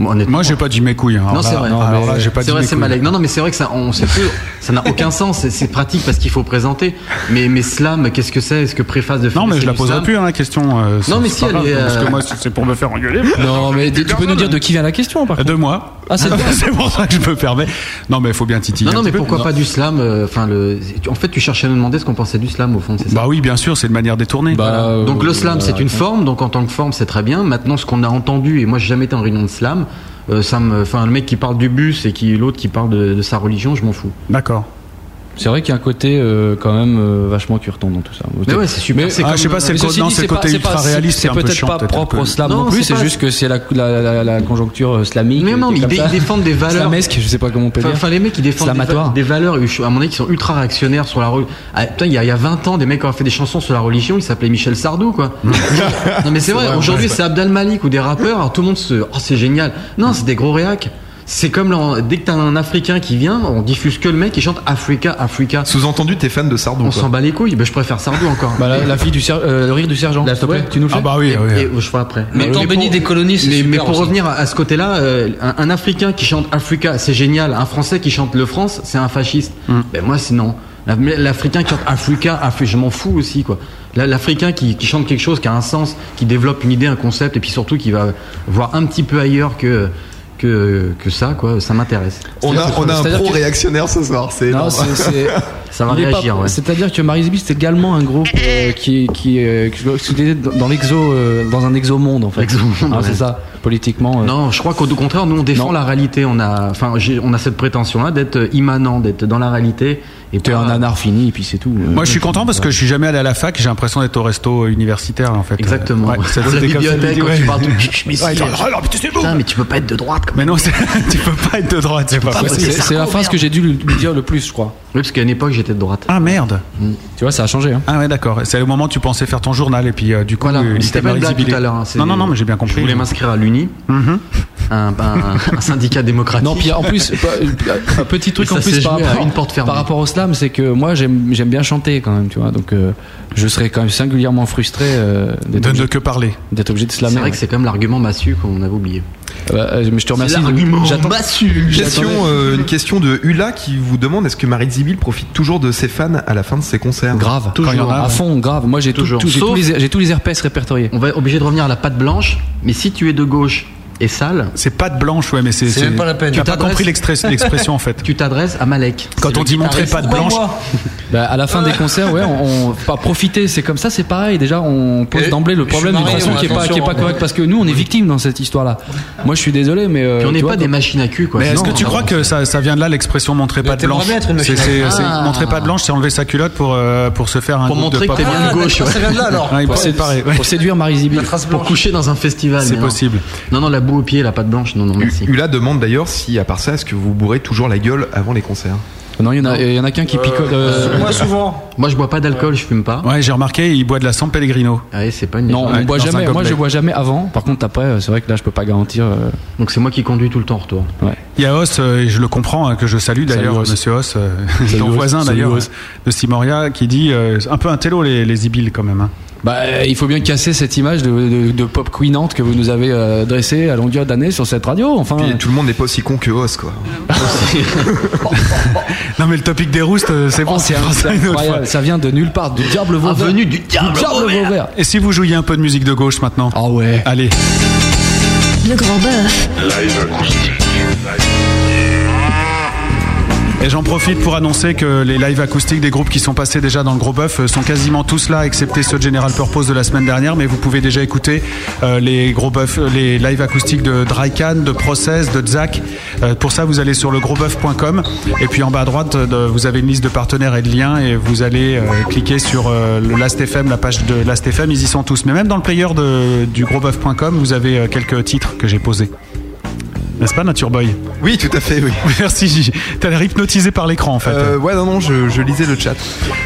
Moi, honnêtement- Moi, j'ai pas dit mes couilles. hein. non Alors c'est là- vrai Alors là, j'ai pas dit c'est vrai mes c'est couilles. malègue non non mais c'est vrai que ça on sait plus ça n'a aucun sens c'est- c'est pratique parce qu'il faut présenter mais mais slam qu'est-ce que c'est est-ce que préface de Non, mais c'est je la du poserai slam plus, hein, la question. euh, c'est- c'est mais si, pas elle grave, est, Parce que euh, moi, c'est c'est pour me faire engueuler. Bah, Non, mais tu peux nous dire de qui vient la question, par contre De moi. Ah, c'est de toi. c'est pour ça que je me permets. Non, mais il faut bien titiller. non non un mais petit peu. pourquoi pas du slam euh, enfin le en fait tu cherchais à nous demander ce qu'on pensait du slam au fond c'est ça Bah oui, bien sûr, c'est une manière détournée. Bah, euh, Donc le slam, bah, c'est une forme. Donc en tant que forme, c'est très bien. Maintenant, ce qu'on a entendu, et moi, j'ai jamais été en réunion de slam. euh, ça me, enfin, le mec qui parle du bus et qui l'autre qui parle de, de sa religion, je m'en fous. D'accord. C'est vrai qu'il y a un côté euh, quand même euh, vachement curton dans tout ça. Mais ouais, c'est super. Mais- c'est Ah, comme- je sais pas, c'est le Mais ceci côté, non, dit, c'est le pas- côté pas- ultra réaliste. C'est un peu peut-être chiant, pas peut-être un propre peu. au slam Non, non plus, c'est c'est pas- juste que c'est la, la, la, la conjoncture euh, slamique. Mais non, euh, mais qui est ils, comme dé- ça. ils défendent des valeurs. Slamesque, je sais pas comment on peut Enfin, dire. enfin, les mecs, ils défendent des, va- Slamatoire. des valeurs, à mon avis, qui sont ultra réactionnaires sur la religion. il y, a- il y a 20 ans, des mecs qui ont fait des chansons sur la religion, ils s'appelaient Michel Sardou, quoi. non, mais c'est vrai, aujourd'hui, c'est Abdel Malik ou des rappeurs, alors tout le monde se. Oh, c'est génial. Non, c'est des gros réacs. C'est comme là, dès que t'as un Africain qui vient, on diffuse que le mec qui chante Africa, Africa. Sous-entendu, t'es fan de Sardou. On quoi. s'en bat les couilles. Ben, je préfère Sardou encore. Bah, la, la fille du sergent, le rire du sergent, La- s'il te plaît, ouais. tu nous le fais Ah bah oui, Et- oui. et- je ferai après. Mais Mais le temps pour- béni des colonies, c'est Mais, super mais pour aussi. revenir à, à ce côté-là, euh, un, un Africain qui chante Africa, c'est génial. Un Français qui chante le France, c'est un fasciste. Mm. Ben moi, c'est non. La- mais L'Africain qui chante Africa, Afri- je m'en fous aussi quoi. La- L'Africain qui, qui chante quelque chose qui a un sens, qui développe une idée, un concept, et puis surtout qui va voir un petit peu ailleurs que que, que ça quoi. Ça m'intéresse. On a, on a un C'est-à-dire pro que- réactionnaire ce soir. C'est Non, énorme. c'est- c'est- Ça va il est pas- réagir, ouais. Eh. C'est-à-dire que Marie Zibis, c'est également un groupe euh, qui, qui, euh, qui- qui est dans dans l'exo, euh, dans un exo-monde en fait. Exo-monde, Ah, ouais. C'est ça, politiquement. euh. Non, je crois qu'au contraire, nous on défend Non. la réalité. On a, enfin, j'ai- on a cette prétention-là d'être euh, immanent, d'être dans la réalité. Et T'es pas- un anard fini, et puis c'est tout. euh. Moi, je suis content parce que je suis jamais allé à la fac. J'ai l'impression d'être au resto universitaire, en fait. Exactement. Ouais, c'est la c'était comme ça, bibliothèque dit, quand ouais. tu parles tout. Chut, mais si, Ouais, euh, genre, oh, putain, c'est beau. putain, mais tu peux pas être de droite comme Mais non, c'est- tu peux pas être de droite, c'est pas Ah, bah, Ouais, possible. c'est c'est la phrase que j'ai dû lui lui dire le plus, je crois. Oui, parce qu'à une époque j'étais de droite. Ah merde. Tu vois, ça a changé. Hein. Ah ouais, d'accord. C'est le moment où tu pensais faire ton journal et puis euh, du coup, Voilà, euh, c'était t'as pas une blague risibilé. tout à l'heure. hein, c'est- Non, non, non, mais j'ai bien Je compris. Mhm. voulais m'inscrire à l'UNI, un, un- un syndicat démocratique. Non, puis en plus, pas- euh, un petit truc Et ça en s'est plus par joué à rapport, une porte fermée. par rapport au slam, c'est que moi j'aime j'aime bien chanter quand même, tu vois. Donc euh, je serais quand même singulièrement frustré euh, d'être De ne obligé, que parler. d'être obligé de c'est slammer. vrai que c'est quand même l'argument massu qu'on avait oublié. Bah, euh, mais je te Oh, remercie. de- J'attends. bascule. Question, euh, une question de Hula qui vous demande est-ce que Marie Zibil profite toujours de ses fans à la fin de ses concerts Grave. Toujours. Quand il y en a, à fond, grave. Moi, j'ai tout- Toujours. tout- j'ai Sauf- tous, les- j'ai tous les herpès répertoriés. On va être obligé de revenir à la pâte blanche, mais si tu es de gauche et sale, C'est pas de blanche, ouais, mais c'est. C'est même pas la peine. Tu Tu as pas t'adresses- compris l'express- l'expression en fait. tu t'adresses à Malek. Quand on dit montrer pas de blanche, Bah, à la fin Ah. des concerts, ouais, on, on- pas profiter, c'est comme ça, c'est pareil. Déjà, on pose Et d'emblée le je problème suis d'une marié, façon ouais, qui est pas, attention, qui est pas hein. correcte parce que nous, on est victime dans cette histoire-là. Moi, je suis désolé, mais euh, Puis on n'est tu vois, pas des quand- machines à cul, quoi. mais est-ce Non, que tu non. crois que ça, ça vient de là l'expression montrer pas de t'aimerais blanche bien être une C'est- machine à c'est- cul. c'est- Montrer pas de blanche, c'est enlever sa culotte pour, euh, pour se faire un Pour groupe montrer de que Ah, pop. t'es bien de gauche, Ça ouais. vient de là alors. Ah, il peut pour, sé- séparer, ouais. pour séduire Marie Zibi. La trace Pour blanche. coucher dans un festival. C'est mais non. possible. Non, non, la boue au pied, la pâte blanche, non, non, U- merci. Hula demande d'ailleurs si, à part ça, est-ce que vous bourrez toujours la gueule avant les concerts Non, il y en a, il y en a qu'un qui picole. euh, Moi souvent. Moi, je bois pas d'alcool, je fume pas. Ouais, j'ai remarqué, il boit de la San Pellegrino. Ouais, c'est pas une. non, Ouais, on boit dans un jamais. Moi, gobelet. je bois jamais avant. Par contre, après, euh, c'est vrai que là, je peux pas garantir. euh, Donc c'est moi qui conduis tout le temps en retour. ouais. Il y a Os, euh, et je le comprends, hein, que je salue d'ailleurs, Os. monsieur Os, euh, Salut, ton Os. voisin Salut, d'ailleurs, euh, Os. de Simoria, qui dit euh, un peu un télo les, les Ibiles quand même. hein. Bah, euh, il faut bien casser cette image de, de- de pop queenante que vous nous avez euh, dressée à longueur d'année sur cette radio. Enfin, Puis tout le monde n'est pas aussi con que Os, quoi. Non mais le topic des roustes, euh, c'est bon, Oh, c'est c'est incroyable. Ça vient de nulle part, du diable vauvert. Venu du diable. vauvert. Et si vous jouiez un peu de musique de gauche maintenant Oh. Ah ouais. Allez, Le grand bœuf. et j'en profite pour annoncer que les lives acoustiques des groupes qui sont passés déjà dans le gros bœuf euh, sont quasiment tous là, excepté ceux de General Purpose de la semaine dernière, mais vous pouvez déjà écouter euh, les gros bœufs, euh, les lives acoustiques de Drycan, de Process, de Zach. Euh, pour ça, vous allez sur le grosbœuf.com et puis en bas à droite, euh, de- vous avez une liste de partenaires et de liens et vous allez euh, cliquer sur euh, le Last FM, la page de Last FM, ils y sont tous. Mais même dans le player de, du grosbœuf.com, vous avez euh, quelques titres que j'ai posés. N'est-ce pas, Nature Boy Oui, tout à fait, oui. Merci Gigi. T'as l'air hypnotisé par l'écran en fait. Euh, ouais, non, non, je, je lisais le chat.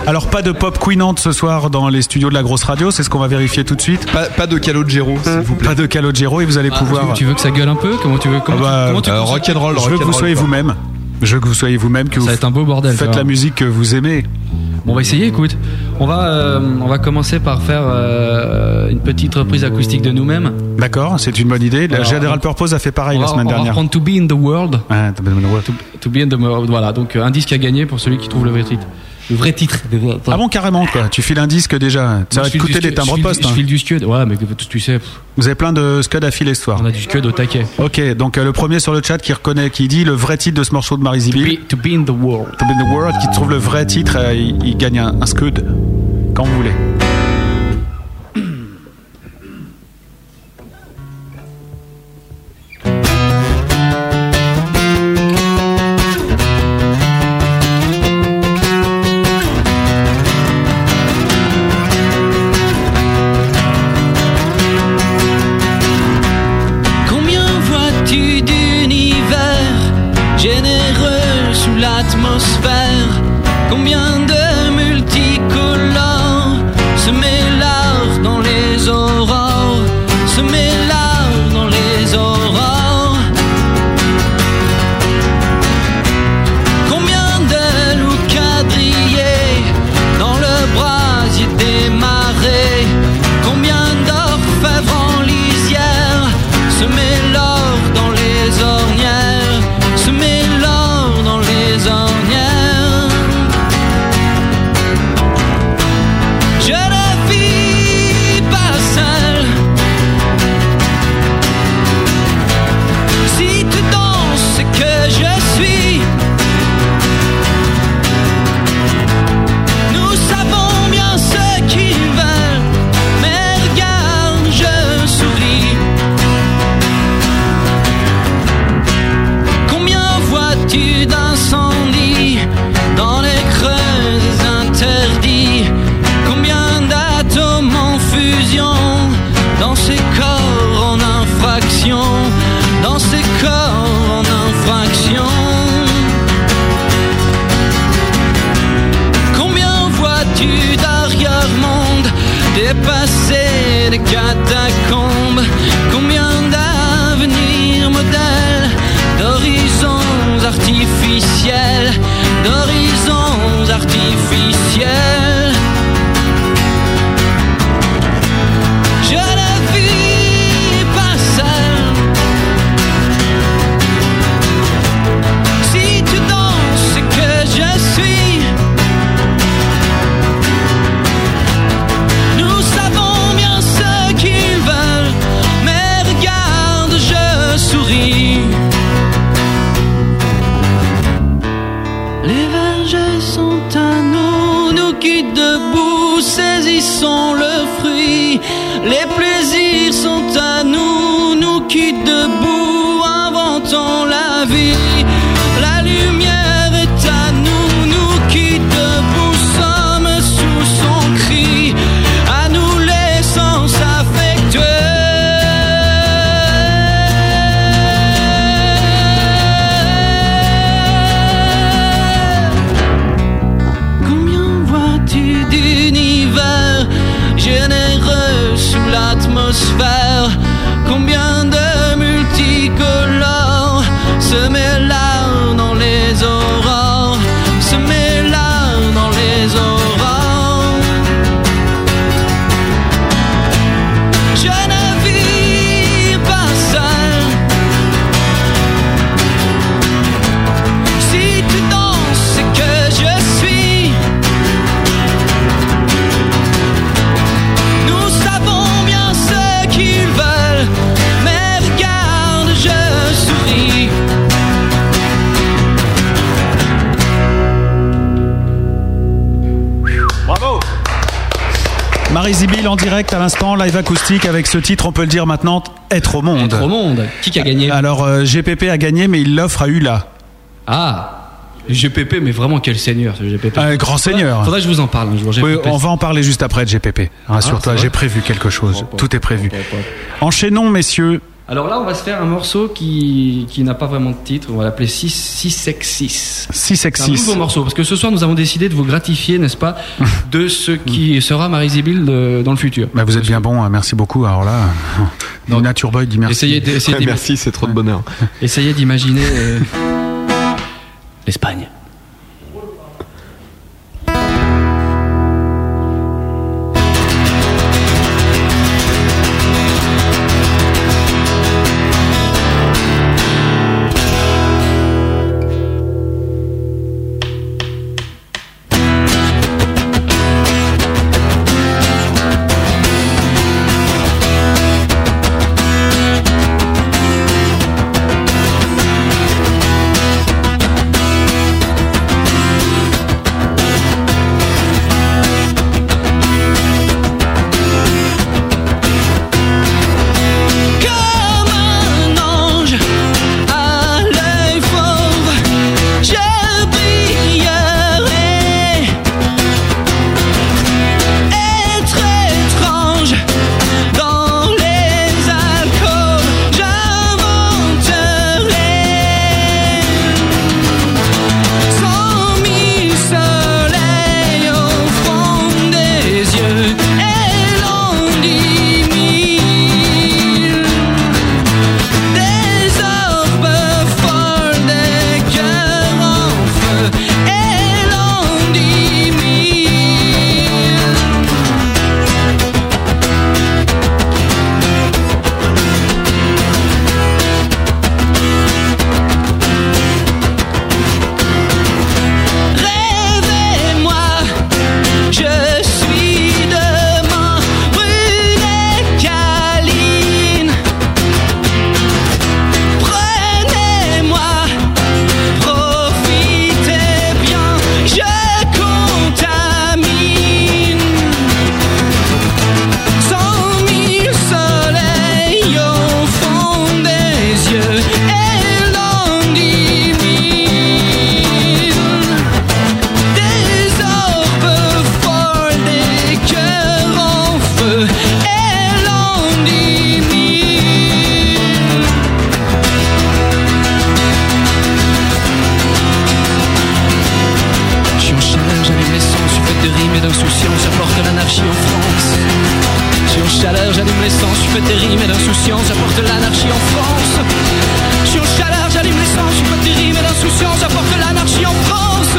Alors pas de pop queenante ce soir dans les studios de la grosse radio, c'est ce qu'on va vérifier tout de suite. Pas, pas de Calogero, s'il vous plaît. Pas de Calogero et vous allez pouvoir. Ah, Tu veux que ça gueule un peu Comment tu veux comment Ah bah, tu, comment tu euh, penses- rock'n'roll, je veux que vous rock'n'roll, soyez quoi. vous-même. Je veux que vous soyez vous-même, que Ça vous va être un beau bordel. ça hein. faites va. la musique que vous aimez. Bon, on va essayer, écoute. On va, euh, on va commencer par faire euh, une petite reprise acoustique de nous-mêmes. D'accord, c'est une bonne idée. La Alors, General Purpose a fait pareil on la va, semaine on va dernière. reprendre To Be in the World. Ouais, t'as bien- ouais. To Be in the World, voilà. Donc euh, un disque à gagner pour celui qui trouve le vrai titre. Le vrai titre. Ah bon carrément quoi, tu files un disque déjà, ça Moi, je va te file du coûter Scud- des timbres je file- poste. Je hein. file du scud, ouais, mais tu, tu sais, pff, Vous avez plein de scud à filer ce soir. on a du scud au taquet. Ok, donc euh, le premier sur le chat qui reconnaît, qui dit le vrai titre de ce morceau de Marie To Zibi. be, to be in the World. Top in the World qui trouve le vrai titre, euh, il, il gagne un, un scud quand vous voulez. Combien vois-tu d'univers généreux sous l'atmosphère Combien de multicolores se mélangent dans les aurores Se mélangent dans les aurores Combien de loups quadrillés dans le brasier des marais Combien d'orfèvres en lisière semés l'or dans les ornières Semés l'or dans les ornières Je ne vis pas seul Si tu danses, c'est que je suis Nous savons bien ce qu'ils veulent, mais regarde, je souris. Combien vois-tu d'incendies dans les creux des interdits Combien d'atomes en fusion dans ces corps en infraction Dans ces corps en infraction Combien vois-tu d'arrière-monde dépasser les catacombes Combien d'avenirs modèles, d'horizons artificiels, d'horizons artificiels Je ne vis pas seul nuit debout, saisissons le fruit. Les plaisirs sont à nous, nous qui debout inventons la vie. La lumière est à nous, nous qui debout sommes sous son cri. À nous laissant s'affectuer. Combien vois-tu d'univers généreux sous l'atmosphère Combien de multicolores se mêlent dans les aurores Se mêlent dans les aurores Je ne vis pas seul Si tu danses, c'est que je suis. Nous savons bien ce qu'ils veulent, mais regarde, je souris. Marie Zibil en direct à l'instant, live acoustique avec ce titre, on peut le dire maintenant, Être au monde. Être au monde. Ah. Qui a gagné Alors euh, GPP a gagné, mais il l'offre à Ula. Ah le GPP, mais vraiment quel seigneur ce GPP. Un grand Ah. seigneur. Faudrait que je vous en parle un jour. Oui, GPP. on va en parler juste après de GPP. Ah, c'est Rassure-toi, vrai j'ai prévu quelque chose. Tout est prévu. Enchaînons, messieurs. Alors là, on va se faire un morceau qui, qui n'a pas vraiment de titre. On va l'appeler 6 6 6 x C'est un 6. nouveau morceau parce que ce soir nous avons décidé de vous gratifier, n'est-ce pas, de ce qui sera Marie-Zibyl dans le futur. Bah, vous êtes bien bon, hein, merci beaucoup. Alors là, euh, Nature Boy dit merci. Essayez d'im- essayez Ouais, d'im- merci, c'est trop de bonheur. essayez d'imaginer euh, l'Espagne. Comme un ange à l'œil fauve, je brillerai. Être étrange dans les alcôves, j'inventerai. Cent mille soleils au fond des yeux et l'on dit mille Des orbes folles, des cœurs en feu et l'on dit mille Rêvez-moi, je suis demain brune et câline. Prenez-moi, profitez bien, je contamine. Cent mille soleils au fond des yeux et l'on dit mille. Des orbes folles, des cœurs en feu, et l'on dit mille. Je suis en chaleur, j'allume l'essence, suis faite de rimes et d'insouciance, j'apporte l'anarchie en France. Je suis en chaleur, j'allume l'essence, suis faite de rimes et d'insouciance, j'apporte l'anarchie en France. Je suis en chaleur, j'allume l'essence, suis faite de rimes et d'insouciance, j'apporte l'anarchie en France.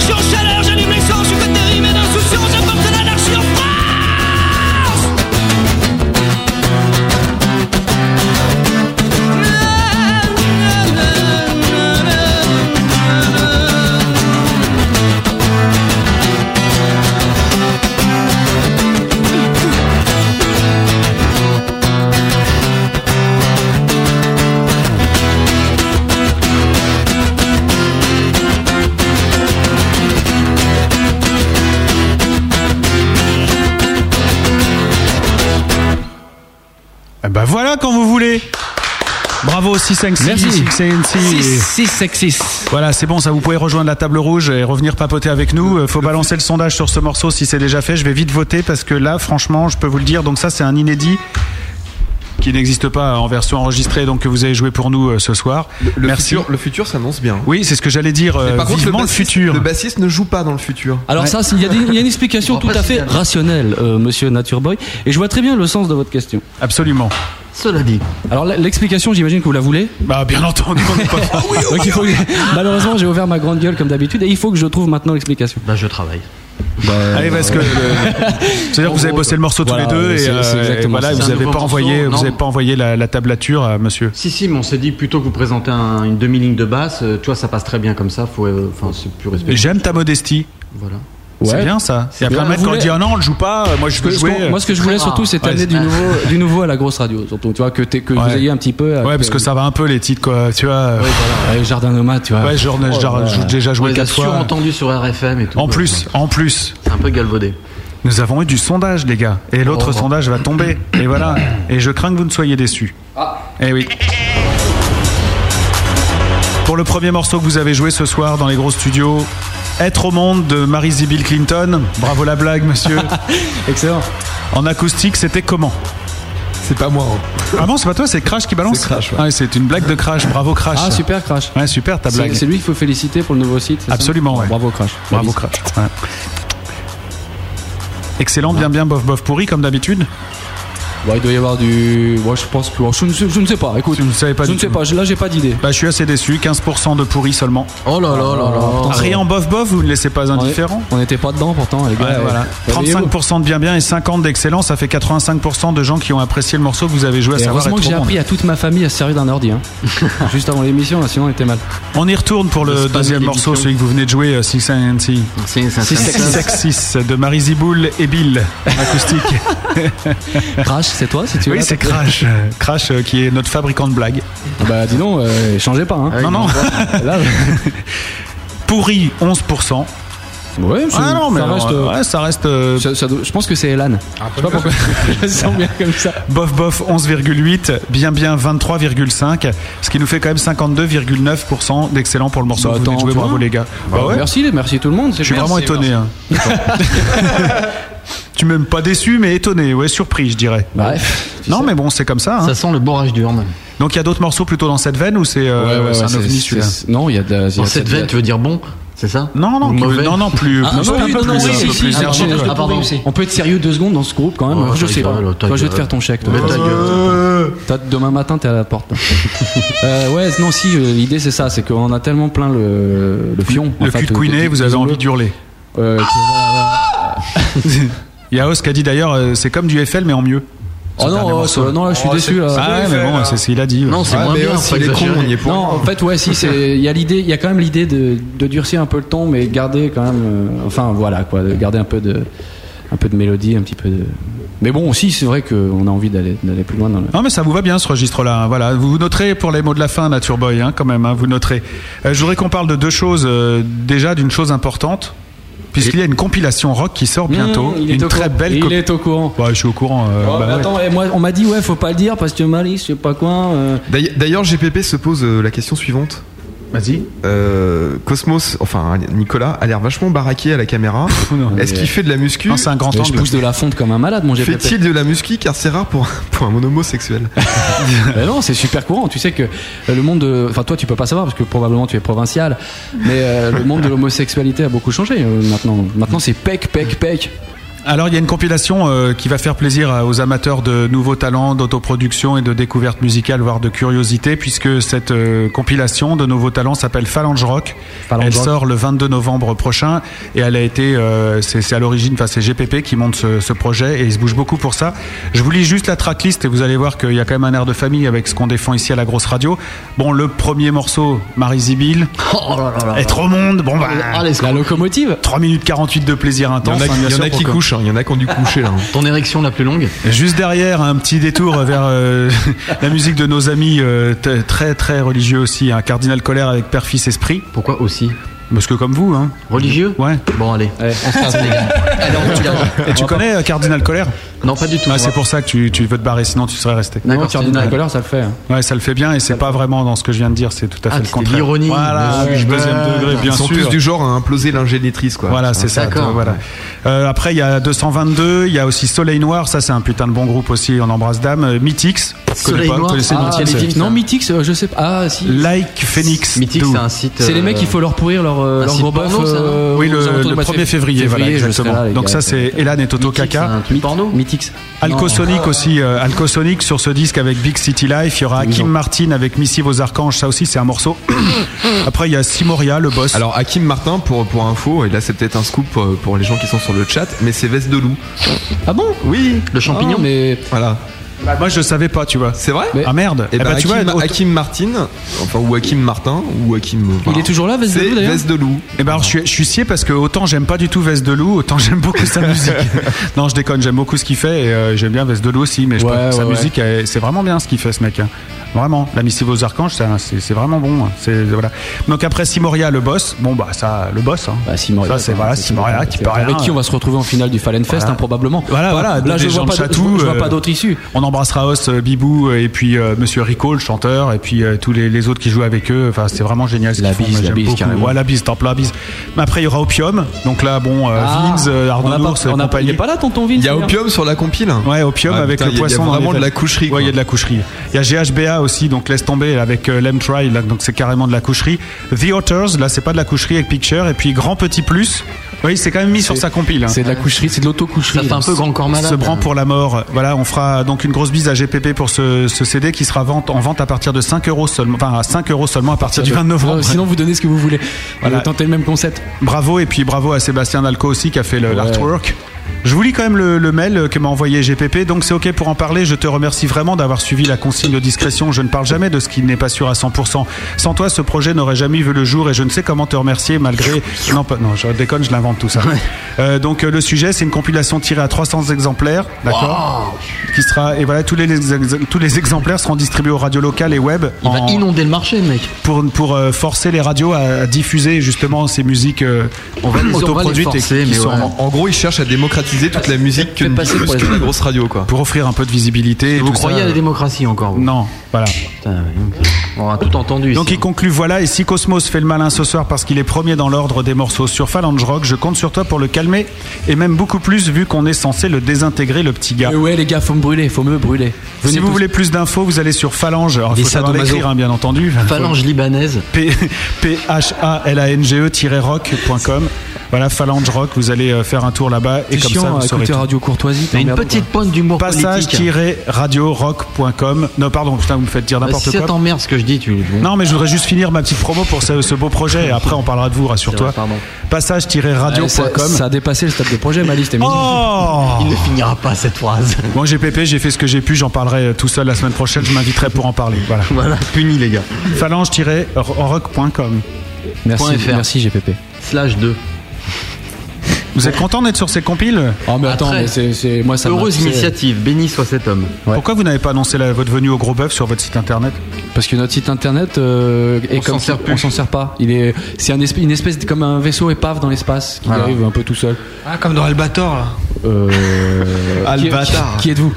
Je suis en chaleur, j'allume l'essence, suis faite de rimes et d'insouciance, j'apporte l'anarchie en France. Eh ben voilà quand vous voulez. Bravo 656 Merci. 656. 6, 5, 6. Voilà, c'est bon, ça vous pouvez rejoindre la table rouge et revenir papoter avec nous. Euh, Faut balancer le sondage sur ce morceau si c'est déjà fait. Je vais vite voter parce que là, franchement, je peux vous le dire. Donc ça, c'est un inédit qui n'existe pas en version enregistrée, donc que vous avez joué pour nous euh, ce soir. Le Merci. futur, le futur s'annonce bien. Oui, c'est ce que j'allais dire. euh, Mais par contre, le vivement le, bassiste, futur. le bassiste ne joue pas dans le futur. Alors ça, c'est- il y, a des- il y a une explication tout à fait rationnelle, euh, monsieur Nature Boy, et je vois très bien le sens de votre question. Absolument. Cela dit, Alors la- l'explication, j'imagine que vous la voulez. Bah bien entendu. on n'est pas- Donc, il faut que- Malheureusement, j'ai ouvert ma grande gueule comme d'habitude, et il faut que je trouve maintenant l'explication. bah, je travaille. Allez, parce que c'est-à-dire que vous avez bossé le morceau tous Voilà, les deux et, c'est- euh, c'est et exactement voilà, ça. vous C'est un n'avez nouveau pas morceau, envoyé, non. vous avez pas envoyé la, la tablature à Monsieur. Si, si, mais on s'est dit plutôt que vous présentez un- une demi-ligne de basse, euh, tu vois, ça passe très bien comme ça, faut, euh, enfin, c'est plus respectueux. J'aime ta modestie. Voilà. C'est Ouais. bien ça. Il y a plein de bien. mecs qui ont dit ah non, on le joue pas. euh, Moi, je peux Ce jouer. qu'on- moi, ce que je voulais surtout, c'est Ouais, amener du c'est- nouveau, du nouveau à la grosse radio, surtout. Tu vois que, t'es- que vous Ouais. ayez un petit peu. Ouais, parce que ça va un peu les titres, quoi. Tu vois. euh, Ouais, Jardin nomade, tu vois. Ouais, genre, genre, j'ai déjà On joué les a quatre fois. surentendus sur RFM et tout. En quoi. plus, en plus, C'est un peu galvaudé. nous avons eu du sondage, les gars. Et l'autre Oh. sondage va tomber. Et voilà. Et je crains que vous ne soyez déçus. Eh oui. Pour le premier morceau que vous avez joué ce soir dans les gros studios, Être au monde de Mary Zibyl Clinton. Bravo la blague, monsieur. Excellent. en acoustique, c'était comment C'est pas moi. hein. Ah non, c'est pas toi, c'est Crash qui balance C'est Crash, ouais. Ah, c'est une blague de Crash. Bravo Crash. Ah, super, Crash. Ouais, super ta blague. C'est c'est lui qu'il faut féliciter pour le nouveau site. c'est ça Absolument, ouais. Bravo, Crash. Bravo Félicite. Crash. Ouais. Excellent, bien bien, bof bof pourri comme d'habitude. Ouais, il doit y avoir du. Ouais, je pense que. oh, Je, ne sais- je ne sais pas, écoute. Tu ne savais pas je du ne sais tout. pas, je- là j'ai pas d'idée. Bah, je suis assez déçu, 15% de pourri seulement. Oh là là là là. Rien en bof bof, vous ne laissez pas indifférent. On n'était pas dedans pourtant, les gars. Ouais, voilà. Réveillez-vous. 35% de bien bien et 50% d'excellent, ça fait 85% de gens qui ont apprécié le morceau que vous avez joué à Et savoir heureusement être que j'ai au monde. appris à toute ma famille à se servir d'un ordi. hein. Juste avant l'émission, là, sinon on était mal. On y retourne pour le spam deuxième de morceau, l'émission. celui que vous venez de jouer, euh, Six and Six. C'est c'est- Six- c'est- Six- c'est- Six Six de Marie Ziboul et Bill, acoustique. Crash, c'est toi si tu veux. oui, c'est Crash. euh, Crash euh, qui est notre fabricant de blagues. Bah dis donc, euh, changez pas. Hein. non, non. Là, Pourri, 11%. ouais, c'est- Ah non, mais ça alors, reste. euh, ouais, ça reste euh, ça- ça doit- je pense que c'est Elan. je sais pas pourquoi. je le sens bien comme ça. Bof bof 11,8, bien bien 23,5, ce qui nous fait quand même 52,9% d'excellent pour le morceau Bah, que vous venez de attends, jouer. tu vois. Bravo les gars. Bah ouais, Merci, les- merci tout le monde. je suis vraiment étonné. hein. tu m'aimes pas déçu, mais étonné, ouais, surpris, je dirais. Bah, Bref. non, mais bon, c'est comme ça. hein. Ça sent le bourrage d'urne. Donc il y a d'autres morceaux plutôt dans cette veine ou c'est euh, c'est un ovni celui-là Non, il y a de la. il y a Dans de cette la- veine, tu veux dire bon C'est ça Non, non, Ou plus- mauvais non, non, plus. Ah, plus- non, un oui, peu Ah, non, non, plus, oui, un si, peu si, plus si, énergique, si, si, quoi. si. On peut être sérieux deux secondes dans ce groupe quand même. Oh, je ta sais pas. gueule, ta Toi, euh, je vais te gueule. faire ton chèque. toi. Mais ta gueule. Toi, demain matin, t'es à la porte. Euh, ouais, non, si. euh, L'idée, c'est ça, c'est qu'on en a tellement plein le, le fion. euh, Le enfin, cul de que- Queené, que- vous avez disons-le, envie d'hurler. euh, que- Yaos qui a dit d'ailleurs, euh, c'est comme du FL mais en mieux. Oh non, dernier oh, morceau. ça- non, là, je suis déçu. Là. Ah ouais, mais bon, c'est ce qu'il a dit. ouais. Non, c'est Ouais, moins mais bien. oh, faut s'il est con, exagérer. on y est pour. Non, en fait, ouais, si, c'est il y a l'idée, il y a quand même l'idée de, de durcir un peu le ton, mais garder quand même, euh, enfin voilà quoi, de garder un peu de, un peu de mélodie, un petit peu de. Mais bon, aussi, c'est vrai qu'on a envie d'aller d'aller plus loin dans le. Non mais ça vous va bien ce registre-là. hein. Voilà, vous vous noterez pour les mots de la fin, Nature Boy, hein, quand même. hein, vous noterez. Euh, je voudrais qu'on parle de deux choses. euh, déjà d'une chose importante, puisqu'il y a une compilation rock qui sort bientôt. Mmh, il est une au très courant. belle. Il compilation. est au courant. je suis au courant. euh, Oh, bah mais ouais. attends, et moi, on m'a dit ouais, faut pas le dire parce que Malice, je sais pas quoi. euh, D'ailleurs- D'ailleurs, GPP se pose euh, la question suivante. Vas-y. Euh, Cosmos, enfin Nicolas, a l'air vachement baraqué à la caméra. Non. Est-ce qu'il fait de la muscu Non, c'est un grand mais je angle. pousse de la fonte comme un malade, mon GPT. Fait-il de la muscu car c'est rare pour, pour un monomosexuel Ben non, c'est super courant. Tu sais que euh, le monde de. Enfin, toi, tu peux pas savoir parce que probablement tu es provincial. Mais euh, le monde de l'homosexualité a beaucoup changé euh, maintenant. Maintenant, c'est pec, pec, pec. Alors il y a une compilation euh, qui va faire plaisir à- aux amateurs de nouveaux talents, d'autoproduction et de découvertes musicales, voire de curiosité, puisque cette euh, compilation de nouveaux talents s'appelle Phalange Rock. Phalange elle Rock. sort le 22 novembre prochain et elle a été, euh, c'est c'est à l'origine, enfin c'est GPP qui monte ce, ce projet et il se bouge beaucoup pour ça. Je vous lis juste la tracklist et vous allez voir qu'il y a quand même un air de famille avec ce qu'on défend ici à la grosse radio. Bon, le premier morceau, Marie Zibyl, Oh là là là. Être au monde, bon bah... Ah, les La locomotive 3 minutes 48 de plaisir Il y intense. en a, hein, qui- bien il y en sûr, a qui pour- couchent, hein, il y en a qui ont dû coucher là. hein. Ton érection la plus longue Juste derrière, un petit détour vers euh, la musique de hein. nos amis euh, t- très très religieux aussi, un Cardinal Colère avec Père Fils Esprit. Pourquoi aussi Parce que comme vous, hein. Religieux Ouais. Bon, allez. Ouais. On se calme, les gars. Allez, on continue. Et tu connais euh, Cardinal Colère Non, pas du tout. Ah, c'est pour ça que tu, tu veux te barrer, sinon tu serais resté. Non, D'accord, Cardinal c'est- Colère, ça le fait. hein. Ouais, ça le fait bien et c'est pas vraiment dans ce que je viens de dire, c'est tout à fait Ah, le c'était de contraire. l'ironie. Voilà, Bien oui, sûr. deuxième degré, bien Ils sont sûr. tous du genre à imploser l'ingénitrice, quoi. Voilà, c'est ça. D'accord. toi, Voilà. Euh, après, il y a 222, il y a aussi Soleil Noir, ça c'est un putain de bon groupe aussi, on embrasse Dame. Euh, Mythix, vous connaissez Soleil pas, vous Noir, connaissez ah, Mythix, c'est les euh, Mythix, Non, ça. Mythix, euh, je sais pas. Ah, si. Like Phoenix. Mythique, Do. c'est un site. C'est les euh, mecs, il faut leur pourrir leur, euh, un leur site gros bœuf. porno, ça, non euh, Oui, aux le, alentours le du mois de 1er février, voilà, je serai exactement. là, les Donc gars. hein. ça c'est Elan et Toto Mythique, euh, c'est Kaka. un truc porno. Mythix. Alcosonic aussi, euh, Alcosonic sur ce disque avec Big City Life. Il y aura Kim Martin avec Missy Vos Archanges, ça aussi c'est un morceau. Après il y a Simoria, le boss. Alors Hakim Martin pour pour info et là c'est peut-être un scoop euh, pour les gens qui sont sur le chat mais c'est veste de loup. Ah bon Oui, Le champignon. Ah, mais voilà. Bah, moi je savais pas, tu vois. C'est vrai Mais- Ah merde. Et Eh ben, bah, tu vois, Hakim, autant- Hakim Martin enfin ou Hakim Martin ou Hakim euh, il voilà. Ah. est toujours là, Veste de C'est Loup, d'ailleurs veste de loup. Eh ben alors, je suis, je suis scié parce que autant j'aime pas du tout Veste de Loup, autant j'aime beaucoup sa musique. non, je déconne, j'aime beaucoup ce qu'il fait et euh, j'aime bien Veste de Loup aussi, mais je Ouais, trouve que sa ouais, musique, elle- c'est vraiment bien ce qu'il fait ce mec. hein. Vraiment, la missive aux archanges, ça, c'est c'est vraiment bon. hein. C'est voilà. Donc après Simoria, le boss. Bon bah ça, le boss. Hein. Bah, Simoria, ça c'est voilà Simoria qui peut rien. Avec qui on va se retrouver en finale du Fallen Fest, Voilà. hein, probablement. Voilà, voilà, Là, des je gens vois de pas d'autre- je Chatou, vois- je vois euh, pas d'autre issue. On embrassera Os, euh, Bibou euh, et puis euh, Monsieur Rico, le chanteur, et puis euh, tous les, les autres qui jouent avec eux. Enfin, c'est vraiment génial. Ce La qu'ils font, bise, moi, la j'aime bise, beaucoup. carrément. Ouais, la bise, temple, la bise. Mais après, il y aura Opium. Donc là, bon, euh, Ah, Vince, euh, Arnaud on a pas- Nours, on a pas- compagnie. Il est pas là, tonton Vince Il y a d'ailleurs. opium sur la compile. Ouais, Opium Ah, avec putain, le il y a- il y a poisson. dans vraiment les de la veines. coucherie, Ouais, quoi. il y a de la coucherie. Il y a GHBA aussi, donc laisse tomber avec euh, Lem Trial, là, donc c'est carrément de la coucherie. The Otters, là, c'est pas de la coucherie avec Picture. Et puis Grand Petit Plus. Oui, c'est quand même mis sur sa compile. hein. C'est de la coucherie, c'est de l'auto-coucherie. Ça fait un peu grand corps malade. Se branle pour la mort. Voilà, on fera donc une grosse bise à GPP pour ce, ce CD qui sera vente, en vente à partir de 5 euros seulement, enfin à 5 euros seulement à partir du 20 novembre. Non, Sinon, vous donnez ce que vous voulez. Voilà. Euh, Tentez le même concept. Bravo et puis bravo à Sébastien Dalco aussi qui a fait le- l'artwork. Je vous lis quand même le, le mail que m'a envoyé GPP, donc c'est ok pour en parler. Je te remercie vraiment d'avoir suivi la consigne de discrétion. Je ne parle jamais de ce qui n'est pas sûr à 100%. Sans toi, ce projet n'aurait jamais vu le jour et je ne sais comment te remercier malgré. Non, pas- non, je déconne, je l'invente tout ça. Euh, donc euh, le sujet, c'est une compilation tirée à 300 exemplaires, d'accord Qui sera et voilà tous les, les ex- tous les exemplaires seront distribués aux radios locales et web. Il va en- inonder le marché, mec. pour, pour euh, forcer les radios à diffuser justement ces musiques euh, On va les- on va les autoproduites et forcer, qui mais sont ouais. en- En gros, il cherche à démocratiser toute la musique que faites ne passer diffuse pour les que la autres. grosse radio quoi. pour offrir un peu de visibilité. et Vous tout ça. croyez à la démocratie encore vous Non, voilà. Putain, ouais. On a tout entendu. Donc ici. hein. il conclut voilà, et si Cosmos fait le malin ce soir parce qu'il est premier dans l'ordre des morceaux sur Phalange Rock, je compte sur toi pour le calmer, et même beaucoup plus vu qu'on est censé le désintégrer, le petit Eh gars. Mais Euh, ouais, les gars, faut me brûler, faut me brûler. Venez si vous tous. voulez plus d'infos, vous allez sur Phalange, alors il Des faut savoir sadomaso. l'écrire hein, bien entendu, Phalange libanaise. P- E, P-H-A-L-A-N-G-E-rock.com. Voilà, Phalange Rock, vous allez euh, faire un tour là-bas, et C'est comme chiant ça, à vous saurez écouter tout. Radio Courtoisie. une t'emmerdes, petite pointe d'humour politique. passage-radiorock.com. Non, pardon, putain, vous me faites dire Bah, n'importe si ça quoi. t'emmerde ce que je dis, tu. Non, mais je voudrais juste finir ma petite promo pour ce, ce beau projet. Et après, on parlera de vous, rassure-toi. C'est vrai, pardon. quoi. Ouais, ça, Passage-radio.com. ça a dépassé le stade de projet, ma liste est mignonne. Oh Il ne finira pas cette phrase. Bon, GPP, j'ai fait ce que j'ai pu. J'en parlerai euh, tout seul la semaine prochaine. Je m'inviterai pour en parler. Voilà. voilà, puni les gars. Phalange-rock.com. Merci, .fr. merci GPP. Slash 2. Vous êtes content d'être sur ces compiles Oh, mais attends, Après, mais c'est- c'est moi Ah, ça Heureuse m'a- Ah, c'est- initiative, béni soit cet homme. Ouais. Pourquoi vous n'avez pas annoncé la- votre venue au Gros Bœuf sur votre site internet Parce que notre site internet euh, est On comme s'en sert si- plus. on s'en sert pas. Il est c'est un espèce, une espèce de- comme un vaisseau épave dans l'espace qui Voilà. arrive un peu tout seul. Ah, comme dans Albator, là. Euh, Albatar. Qui, qui êtes-vous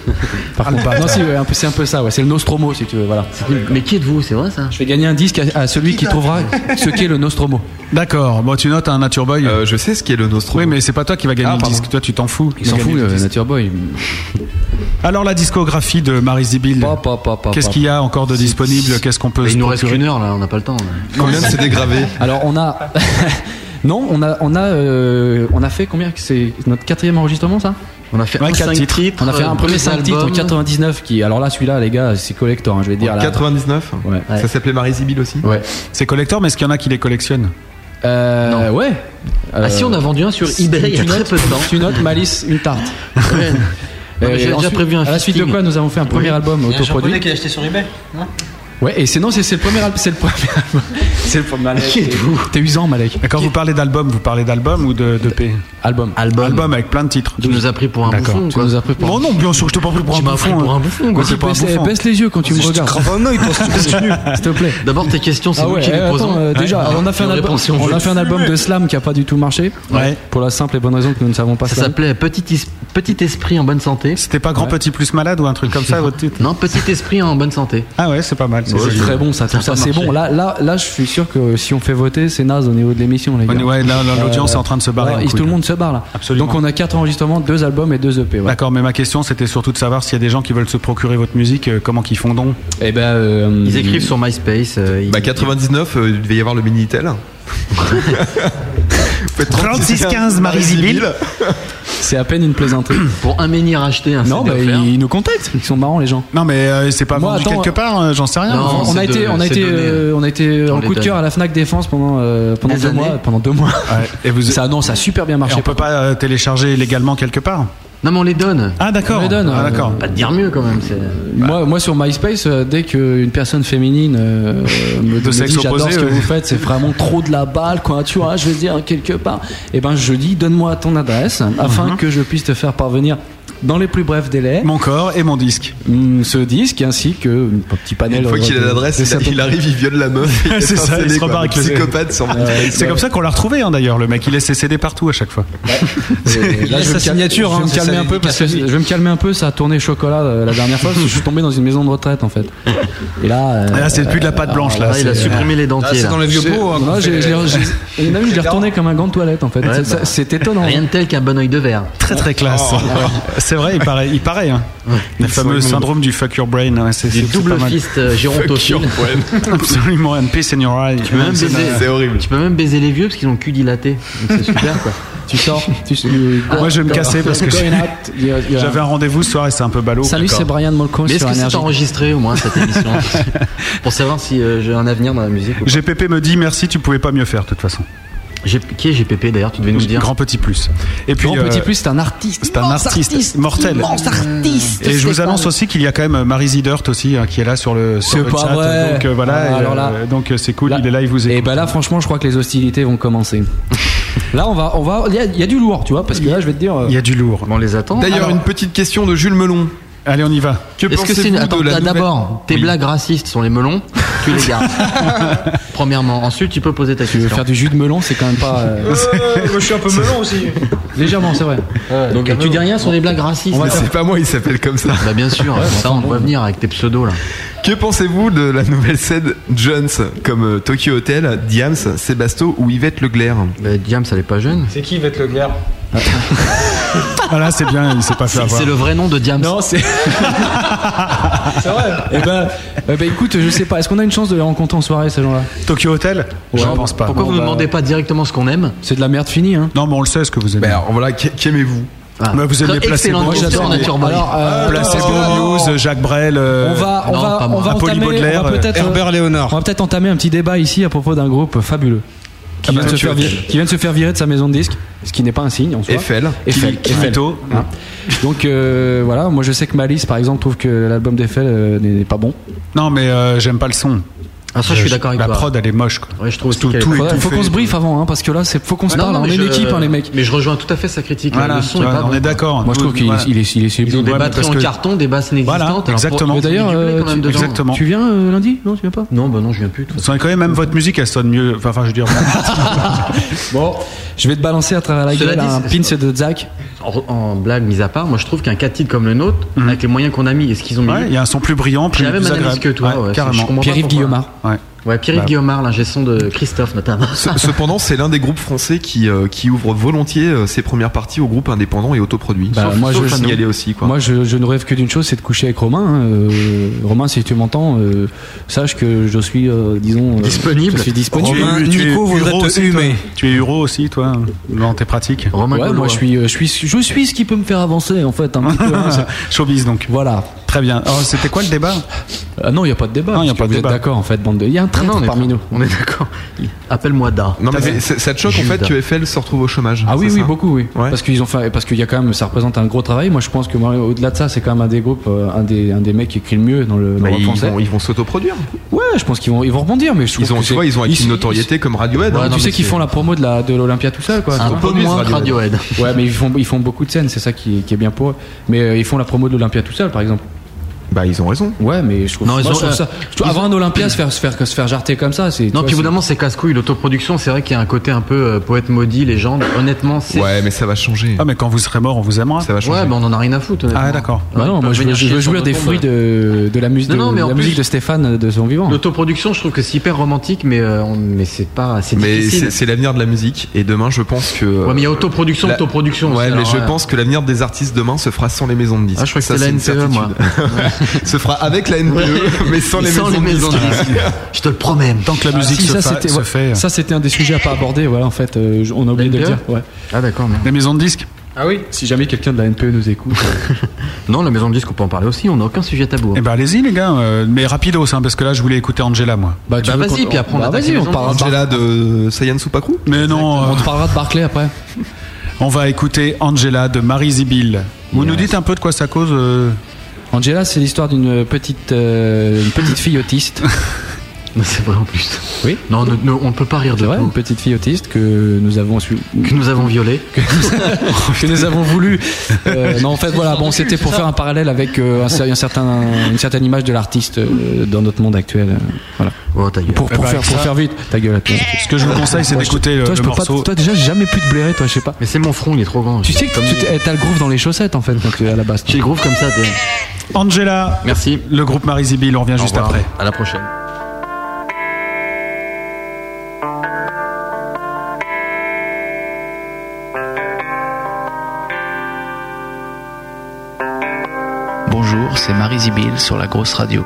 Par contre, non, si, ouais, un peu- c'est un peu ça. Ouais, c'est le Nostromo si tu veux. Voilà. Mais qui êtes-vous C'est vrai ça Je vais gagner un disque à, à celui qui trouvera ce qu'est le Nostromo. D'accord. Bon, tu notes un Nature Boy. Euh, je sais ce qui est le Nostromo. oui, mais c'est pas toi qui va gagner Ah, le pardon. disque. Toi, tu t'en fous. Il s'en Va fout, gagner le le disque. euh, Nature Boy. Alors, la discographie de Marie Zibil. Pa, pa, pa, pa, Qu'est-ce pa. qu'il y a encore de disponible Qu'est-ce qu'on peut Bah, Il se nous reste procurer qu'une heure là, on n'a pas le temps. là. Combien de CD gravés Alors on a non, on a on a euh, on a fait combien C'est notre quatrième enregistrement ça On a fait Ouais, un quatre 5 titres. titres. On a fait un euh, premier deux 5 titres en albums. 99 qui alors là celui-là les gars c'est collector hein, je vais dire là. 99 Ouais. Ça s'appelait Marie Zibil aussi Ouais. C'est collector, mais est-ce qu'il y en a qui les collectionnent Euh, Non. ouais. Ah si, on a vendu un sur eBay il y a très peu de temps. Tu notes Malice une tarte. Ouais. Non, mais Euh, J'avais déjà ensuite- prévu un À la suite de shooting. quoi nous avons fait un premier album Il y a un japonais autoproduit. qui a acheté sur eBay. non Ouais, et sinon, c'est c'est le premier album. C'est le premier album. C'est le premier Malek, t'es- T'es usant, Malek. Et quand vous parlez d'album, vous parlez d'album ou de, de P Album. Album. Album avec plein de titres. Tu nous as pris pour un D'accord. bouffon, Tu quoi. nous as pris pour Bon, non, bien sûr, je te prends plus pour un Tu m'as pris bouffon. pour hein. un bouffon, Moi, quoi. c'est pas un Baisse, bouffon. baisse les yeux quand tu me regardes. Grave, non, il pense tout dessus. S'il te plaît. D'abord, tes questions, c'est Ah nous ouais, qui les eh, posons. attends, euh, déjà, Ouais. on a fait, Et un, on album, répond si on on veut. a fait un album de slam qui a pas du tout marché. Ouais. Pour la simple et bonne raison que nous ne savons pas Ça slam. s'appelait petit, Is- petit Esprit en bonne santé. C'était pas Grand Petit Plus Malade ou un truc comme ça, votre titre Non, Petit Esprit en bonne santé. Ah ouais, c'est pas mal. c'est C'est joli. très bon, ça, Ça a tout ça. pas C'est marché. bon. Là, là, là, je suis sûr que si on fait voter, c'est naze au niveau de l'émission, les On gars. est- ouais, là, là, l'audience Euh, est en train de se barrer. Alors, en il- couille, tout le là. monde se barre là. Absolument. Donc on a quatre enregistrements, deux albums et deux EP. ouais. D'accord, mais ma question c'était surtout de savoir s'il y a des gens qui veulent se procurer votre musique, euh, comment qu'ils font donc Et ben, euh, Ils écrivent sur MySpace. euh, ils- Bah 99, euh, il devait y avoir le Minitel. Faites 36, 36, Marie-Sibylle. C'est à peine une plaisanterie. Pour un menhir acheté, un non, CD bah, offert. ils nous contactent. Ils sont marrants les gens. Non, mais euh, c'est pas Moi, vendu attends, quelque euh, part, euh, j'en sais rien. Non, Enfin, on, a c'est été, de- on a c'est été, donné. euh, on a été On en les coup de donne. cœur à la Fnac Défense pendant euh, pendant Des deux années. mois. Pendant deux mois. ouais. Et vous, Ça non, ça a super bien et marché. on peut pas euh, télécharger légalement quelque part Non, mais on les donne. Ah d'accord. On les donne, Ah, euh, d'accord. Pas de dire mieux quand même. c'est- Moi, moi sur MySpace, euh, dès qu'une personne féminine euh, me, me sexe dit j'adore opposé, ce que ouais. vous faites, c'est vraiment trop de la balle, quoi, tu vois, je veux dire quelque part. Et ben je dis donne-moi ton adresse afin que je puisse te faire parvenir dans les plus brefs délais Mon corps et mon disque. mm, ce disque ainsi que euh, un petit panel. Une fois qu'il a de- l'adresse, de il, sapins. il arrive, il viole la meuf. il est C'est ça, il installé, se quoi. repart avec le- psychopathe sur Bah, MySpace. C'est comme ça qu'on l'a retrouvé hein, d'ailleurs. Le mec, il laisse ses CD partout à chaque fois. Et Il laisse je vais sa me cal- signature, Je vais hein, me c'est calmer sa un peu parce que je dédicace. vais me calmer un peu. Ça a tourné chocolat euh, la dernière fois. parce que je suis tombé dans une maison de retraite en fait. Et là. euh, Ah, là, c'est plus de la pâte blanche Bah, là. Ah, il a c'est- supprimé les Ah, dentiers. c'est là. dans les vieux pots. hein, qu'on Non, j'ai- fait- je l'ai- j'ai- il y en a eu, je l'ai retourné comme un gant de toilette en fait. Ouais, C'est- bah. C'est étonnant. Rien de tel qu'un bon oeil de verre. euh, Très très classe. Oh, C'est vrai, il paraît. Il paraît hein. Le fameux syndrome du fuck your brain. ouais, c'est Du c'est- c'est double pas mal. fist euh, Cure, gérontophile. ouais. Absolument, and peace in your eye. Tu peux même C'est baiser- c'est horrible. Tu peux même baiser les vieux parce qu'ils ont le cul dilaté. Donc C'est super quoi. hein. Tu sors. tu- Moi, je vais me casser parce que Going j'ai- out, il y a- il y a- j'avais un rendez-vous ce soir et c'est un peu ballot. Salut, c'est Brian Molko Mais est-ce sur que c'est Énergie. enregistré au moins cette émission Pour savoir si euh, j'ai un avenir dans la musique ou pas. GPP me dit merci, tu pouvais pas mieux faire de toute façon. J'ai- Qui est GPP d'ailleurs Tu devais nous le dire. Grand petit plus. Et puis Grand euh, Petit Plus, c'est un artiste. c'est un artiste, mortel. artiste. Et je vous annonce aussi qu'il y a quand même euh, Marie Zidert aussi hein, qui est là sur le, sur C'est le pas chat. vrai. Donc euh, voilà, Ah, et, alors là. euh, donc euh, c'est cool, Là. il est là, il vous écoute. Et bah là, franchement, je crois que les hostilités vont commencer. Là, on va, on va, il y, a- il y a du lourd, tu vois, parce que là, je vais te dire. euh, il y a du lourd. On les attend. D'ailleurs, une petite question de Jules Melon. Allez, on y va. Que Est-ce que pensez-vous c'est une... de Attends, la t'as nouvelle- d'abord, tes Oui. blagues racistes sont les melons, tu les gardes. Premièrement. Ensuite, tu peux poser ta Tu veux question. faire du jus de melon, c'est quand même pas. euh, Euh, moi, je suis un peu melon aussi. Légèrement, c'est vrai. Donc, tu dis rien sur des blagues racistes. Mais c'est pas moi, il s'appelle comme ça. Bah, bien sûr, ça, on doit venir avec tes pseudos là. Que pensez-vous de la nouvelle scène Jones comme euh, Tokyo Hotel, Diams, Sébasto ou Yvette Leglaire Bah, Diams, elle est pas jeune. C'est qui Yvette Le Guerre Ah là, c'est bien, il s'est pas fait C'est avoir. c'est le vrai nom de Diams. Non, c'est. C'est vrai. Eh ben, eh ben, écoute, je sais pas. Est-ce qu'on a une chance de les rencontrer en soirée, ces gens-là Tokyo Hotel Je Genre, pense pas. Pourquoi Non, vous ne bah- demandez pas directement ce qu'on aime C'est de la merde finie, hein. Non, mais on le sait ce que vous aimez. Ben alors, voilà, qu'est- qu'aimez-vous Ah. Mais vous aimez Très Placebo. excellente Moi, question, j'adore les- Nature Boy. Alors, euh, Ah, Placebo News, Jacques Brel. euh, on va, on non, va, pas on moi. va Apolline entamer, Baudelaire, euh, on va peut-être, euh, Herbert on Léonard. va peut-être entamer un petit débat ici à propos d'un groupe fabuleux qui, Ah bah, vient de se tu faire veux- virer, qui vient de se faire virer de sa maison de disques, ce qui n'est pas un signe en soi. Eiffel. Eiffel. Qui- Eiffel. Kimito. Hein. Donc euh, voilà, moi je sais que Malice par exemple trouve que l'album d'Eiffel euh, n'est pas bon. Non, mais euh, j'aime pas le son. Ah, ça, je suis d'accord avec La toi. prod, elle est moche. quoi. Ouais, je trouve Tout- aussi qu'elle- tout est- Faudrait- faut fait, qu'on se briefe avant, hein, parce que là c'est faut qu'on se Non, parle. non, on mais est je- une équipe, hein, les mecs. Mais je rejoins tout à fait sa critique. là. Voilà, le son tu est vois, pas on bon. est d'accord. Moi je trouve qu'il Voilà. est, il est, il est sublime. Ils ont des Ouais, batteries parce en que- carton, des basses Voilà, inexistantes. alors pour- exactement. Mais il y a du d'ailleurs, blé quand euh, même tu, dedans. Exactement. tu viens euh, lundi Non, tu viens pas Non, bah non, je viens plus. de toute façon. Sans- quand même, même votre musique, elle sonne mieux. Enfin, enfin, je veux dire. Bon, je vais te balancer à travers la Cela gueule dit, un c'est- pince de Zach. En, en blague mise à part, moi je trouve qu'un 4 titres comme le nôtre, avec les moyens qu'on a mis et ce qu'ils ont mis, Ouais, il y a un son plus brillant, plus, j'ai la même plus analyse agréable. que toi. Ouais, ouais, je carrément. comprends pas Pierre-Yves pourquoi. Guillemard. Ouais. Ouais, Pierre-Yves Bah. Guillaumard, l'ingé son de Christophe notamment. Ce- Cependant, c'est l'un des groupes français qui, euh, qui ouvre volontiers euh, ses premières parties aux groupes indépendants et autoproduits. Bah, sauf, moi, sauf je- à signaler aussi. Quoi. Moi, je, je ne rêve que d'une chose, c'est de coucher avec Romain. hein. Euh, Romain, si tu m'entends, euh, sache que je suis, euh, disons, euh, Disponible. Je suis disponible. Romain, Nico voudrait Huro te aussi, toi. humer. Tu es Huro aussi, toi, dans tes pratiques. Romain Ouais, Gaulois. moi, je suis, euh, je suis, je suis ce qui peut me faire avancer, en fait. Un petit peu, hein. Ah, Showbiz, donc. Voilà. Très bien. Alors, c'était quoi le débat Ah non, il n'y a pas de débat. Non, il n'y a parce pas que de vous êtes débat. d'accord en fait, bande de. Il y a un traître on est parmi nous. On est d'accord. Appelle-moi Da. Non, mais T'as c'est- raison. c'est- ça te choque en Judas. fait que FL se retrouve au chômage. Ah oui, c'est oui, ça beaucoup, oui. Ouais. Parce qu'ils ont fait, parce qu'il y a quand même, ça représente un gros travail. Moi, je pense que moi, au-delà de ça, c'est quand même un des groupes, euh, un des, un des mecs qui écrit le mieux dans le, dans Bah, le ils, français. vont, ils vont s'autoproduire. Ouais, je pense qu'ils vont, ils vont rebondir, mais je trouve Ils ont, que tu c'est- vois, ils ont acquis ils- une notoriété comme Radiohead. Ouais, hein, tu non, sais mais qu'ils c'est- font la promo de la de l'Olympia tout seul, quoi. Un tu vois. peu produit, ce moins que Radiohead. Radiohead. Ouais, mais ils font, ils font beaucoup de scènes, c'est ça qui, qui est bien pour eux. Mais euh, ils font la promo de l'Olympia tout seul, par exemple. Bah, ils ont raison. Ouais, mais je trouve, Non, ils moi, ont- je trouve euh, ça. je trouve- ils avant un Olympia, se faire, se faire, se faire jarter comme ça, c'est. tu vois, Non, puis c'est- évidemment, c'est casse-couille. L'autoproduction, c'est vrai qu'il y a un côté un peu euh, poète maudit, légende. Honnêtement, c'est. Ouais, mais ça va changer. Ah, mais quand vous serez mort, on vous aimera. Ça va changer. Ouais, bah, on en a rien à foutre. honnêtement. Ah, d'accord. Bah non, Ils moi peuvent je veux, venir je chier veux sur jouir nos des tombes. fruits de, de la, mus- Non, non, de, mais en la plus- musique de Stéphane de son vivant. L'autoproduction, je trouve que c'est hyper romantique, mais, euh, on- mais c'est pas. C'est Mais difficile. c'est c'est l'avenir de la musique. Et demain, je pense que. Ouais, mais il y a autoproduction, la- autoproduction. aussi, Ouais, mais alors, euh, je pense que l'avenir des artistes demain se fera sans les maisons de disques. Ah, je crois que Ça, c'était la c'est une NPE, moi. certitude. se fera avec la NPE, mais sans les Sans maisons les de disques. maisons de disques. Je te le promets. Tant que la musique Ah, Si, se, ça fa- c'était se ouais, fait. ça, c'était un des sujets à pas aborder, voilà en fait, euh, je- on a oublié de le NPE? dire. Ouais. Ah, d'accord. mais- Les euh, maisons de disques Ah oui Si jamais quelqu'un de la NPE nous écoute, euh, Non, la maison de disques, on peut en parler aussi. On n'a aucun sujet tabou. hein. Eh ben, allez-y, les gars. euh, mais rapidos, hein, parce que là, je voulais écouter Angela, moi. bah, tu bah, veux vas-y, qu'on- puis après, on bah, attaque vas-y, les on gens. parlera de Bar- Angela de Sayan Soupacrou Mais non, euh, on parlera de Barclay après. on va écouter Angela de Marie Zibil. Vous nous dites un peu de quoi ça cause euh, Angela, c'est l'histoire d'une petite, euh, une petite fille autiste. Non, C'est vrai en plus. Oui. Non, ne- ne- on ne peut pas rire C'est de vrai, tout. une petite fille autiste que nous avons su- Que nous avons violé. que nous avons voulu. euh, non, en fait, voilà, bon, c'était pour faire un parallèle avec euh, un, cer- un certain, une certaine image de l'artiste euh, dans notre monde actuel. euh, voilà. Oh, ta gueule. Pour, pour bah, faire, avec pour ça- faire vite, ta gueule à toi. Ce que je vous conseille, c'est Moi, je- d'écouter le, toi, le je peux pas- morceau. toi, déjà, j'ai jamais pu te blairer, toi, je sais pas. Mais c'est mon front, il est trop grand. Tu sais que tu t'es- t'as le groove dans les chaussettes, en fait, quand tu es à la base. J'ai le groove comme ça. t'es- Angela, Merci. le groupe Marie Zibil, on revient juste Au revoir. après. À la prochaine. Bonjour, c'est Marie Zibil sur la grosse radio.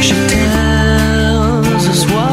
Je t'aime ce soir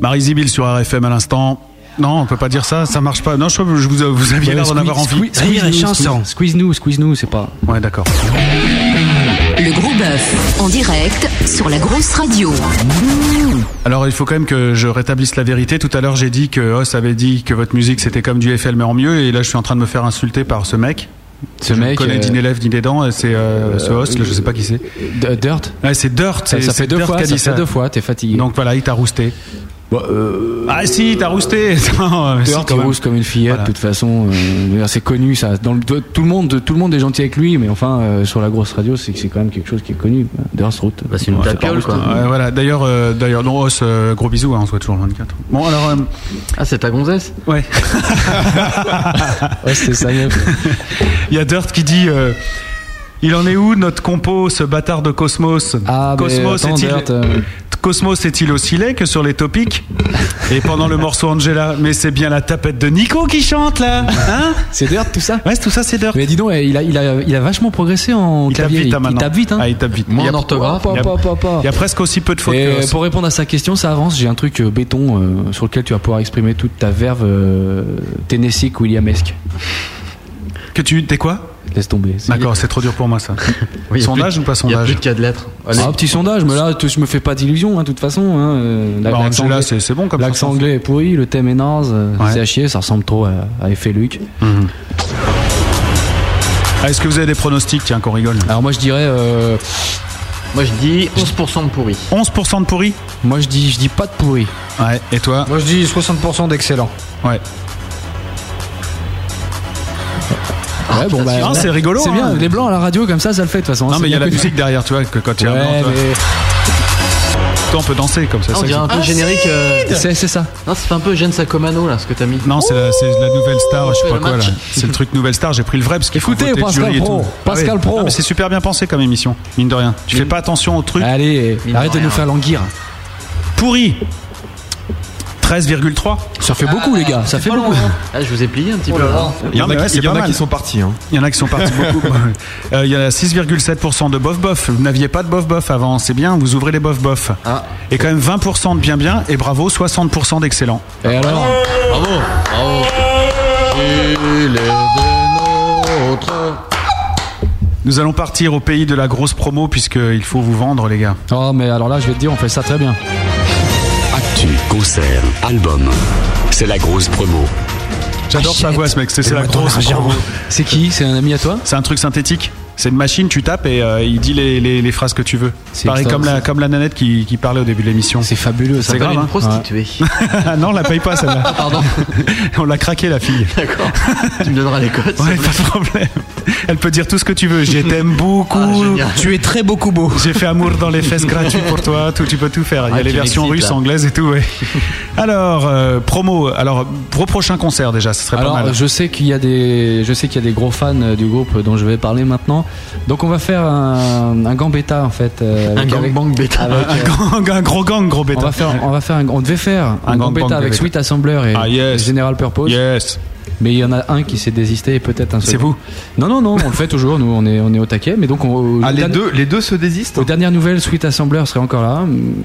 Marie Zibil sur RFM à l'instant. Non, on peut pas dire ça, ça marche pas. Non, je crois que je vous, vous aviez Ouais, l'air d'en squeeze- avoir envie. squeeze- squeeze nous, squeeze- Squeeze nous, squeeze nous, c'est pas. Ouais, d'accord. Le gros bœuf en direct sur la grosse radio. Alors il faut quand même que je rétablisse la vérité. Tout à l'heure j'ai dit que Hoss avait dit que votre musique c'était comme du FL mais en mieux et là je suis en train de me faire insulter par ce mec. Ce je mec, connais euh, ni l'élève ni les dents, et c'est euh, ce host, là, je sais pas qui c'est. euh, Dirt Ouais, c'est Dirt, Ça, c'est- ça c'est fait deux Dirt fois, qui a ça dit fait deux fois, t'es fatigué. Donc voilà, il t'a rousté. Ah si, t'as rousté euh, Dirt, il rousse comme une fillette, de toute façon. euh, je veux dire, c'est connu, ça. Dans le, tout, le monde, tout le monde est gentil avec lui, mais enfin, euh, sur la grosse radio, c'est que c'est quand même quelque chose qui est connu. Dirt se route. Bah, c'est une Ouais, tapiole, c'est quoi. pas rousté. Ouais, voilà. D'ailleurs, euh, d'ailleurs, non, Hoss, euh, gros bisous, hein, on se voit toujours le 24. Bon alors. euh, Ah c'est ta gonzesse Ouais. ouais, c'était ça. Il y a Dirt qui dit. euh, il en est où notre compo, ce bâtard de Cosmos Ah, mais Cosmos attends, est-il Dirt, euh. Cosmos est-il aussi laid que sur les topics Et pendant le morceau Angela, mais c'est bien la tapette de Nico qui chante là, hein C'est Dirt tout ça Ouais, tout ça c'est Dirt. Mais dis donc, eh, il a, il a, il a vachement progressé en Il tape clavier. vite, hein, il, il maintenant. tape vite, hein. Ah, il tape vite. Moi Il y en a- orthographe il y a- Pas, pas, pas. Il y a presque aussi peu de fautes Et que pour répondre à sa question, ça avance. J'ai un truc euh, béton euh, sur lequel tu vas pouvoir exprimer toute ta verve euh, Tennessee Williamesque. que tu t'es quoi Laisse tomber. c'est- D'accord, c'est trop dur pour moi ça. Oui, il y a sondage plus- ou pas Il y a plus sondage de 4 lettres. Allez. Ah, un petit sondage, mais là, tu- je me fais pas d'illusions, hein, de toute façon. hein, euh, Bah, l'accent Angela, anglais- c'est c'est bon comme ça. L'accent anglais est pourri, le thème est naze, euh, Ouais. c'est à chier, ça ressemble trop à, à Effet Luc. Ah, Est-ce que vous avez des pronostics Tiens, qu'on rigole. Alors moi je dirais, euh, Moi je dis 11% de pourri. 11% de pourri moi je dis, je dis pas de pourri. Ouais, et toi Moi je dis 60% d'excellent. Ouais. Ouais, bon bah, Non, ouais. c'est rigolo, C'est hein. bien, les blancs à la radio comme ça, ça le fait de toute façon. hein, Non, c'est mais il y a bien la connu. musique derrière, tu vois, que quand il y a un blanc, Ouais, tu vois. mais Toi, on peut danser comme ça. Ah, on ça dirait un peu générique. euh, c'est c'est ça. Non, ça fait un peu Jeanne Sacomano là ce que t'as mis. Non, c'est la, c'est la nouvelle Oh, star, je sais Ouais, pas le quoi match. là. C'est le truc nouvelle star, j'ai pris le vrai parce qu'il faut Écoutez, voter le Pascal jury et Pro, tout. Pascal Ah oui. Pro. Non, mais c'est super bien pensé comme émission, mine de rien. Tu fais pas attention au truc Allez, Mine de arrête de rien. nous faire languir. pourri. 13,3. Ça fait beaucoup les gars, ça fait Pas beaucoup. loin, hein. Ah, je vous ai plié un petit peu. là. Il y en Non, a, mais ouais, qui, il c'est y en pas a mal. qui sont partis. hein. Il y en a qui sont partis beaucoup. Euh, Il y en a 6,7% de bof-bof. Vous n'aviez pas de bof-bof avant, c'est bien, vous ouvrez les bof-bof. Ah. Et quand même 20% de bien-bien et bravo, 60% d'excellent. Et alors Bravo, bravo. Il est de notre. Nous allons partir au pays de la grosse promo puisqu'il faut vous vendre, les gars. Oh mais alors là je vais te dire on fait ça très bien. Actu, concert, album. C'est la grosse promo. J'adore sa voix, ce mec. C'est c'est la grosse promo. Oh, C'est qui C'est un ami à toi C'est un truc synthétique. C'est une machine, tu tapes et euh, il dit les, les- les phrases que tu veux. C'est Pareil extra- comme la, comme la nanette qui, qui parlait au début de l'émission. C'est fabuleux ça. C'est grave, Une hein. prostituée. Ah non, on la paye pas celle-là. Pardon, On l'a craqué la fille. d'accord. tu me donneras les codes. Ouais, pas de problème. Elle peut dire tout ce que tu veux. Je t'aime beaucoup. Ah, génial. Tu es très beaucoup beau. J'ai fait amour dans les fesses gratuit pour toi, tout, tu peux tout faire. Il y a Ah, les tu versions m'excites, russes, là. anglaises et tout, ouais. Alors, euh, promo, alors, pro prochain concert déjà, ce serait pas Alors mal. je sais qu'il y a des je sais qu'il y a des gros fans euh, du groupe dont je vais parler maintenant. Donc on va faire un, un gambetta en fait. euh, Un avec- avec- gangbang bêta. avec, Un, euh, gang- un gros gang, gros on bêta. va faire on va faire un, on devait faire un, gambetta gangbang avec bêta. Sweet Assembler et Ah, yes. General Purpose. Yes. Mais il y en a un qui s'est désisté et peut-être un seul. C'est vous Non non non on le fait toujours nous on est on est au taquet mais donc on, Ah, aux les, derni- deux, les deux se désistent. hein. aux dernières nouvelles Sweet Assembler serait encore là.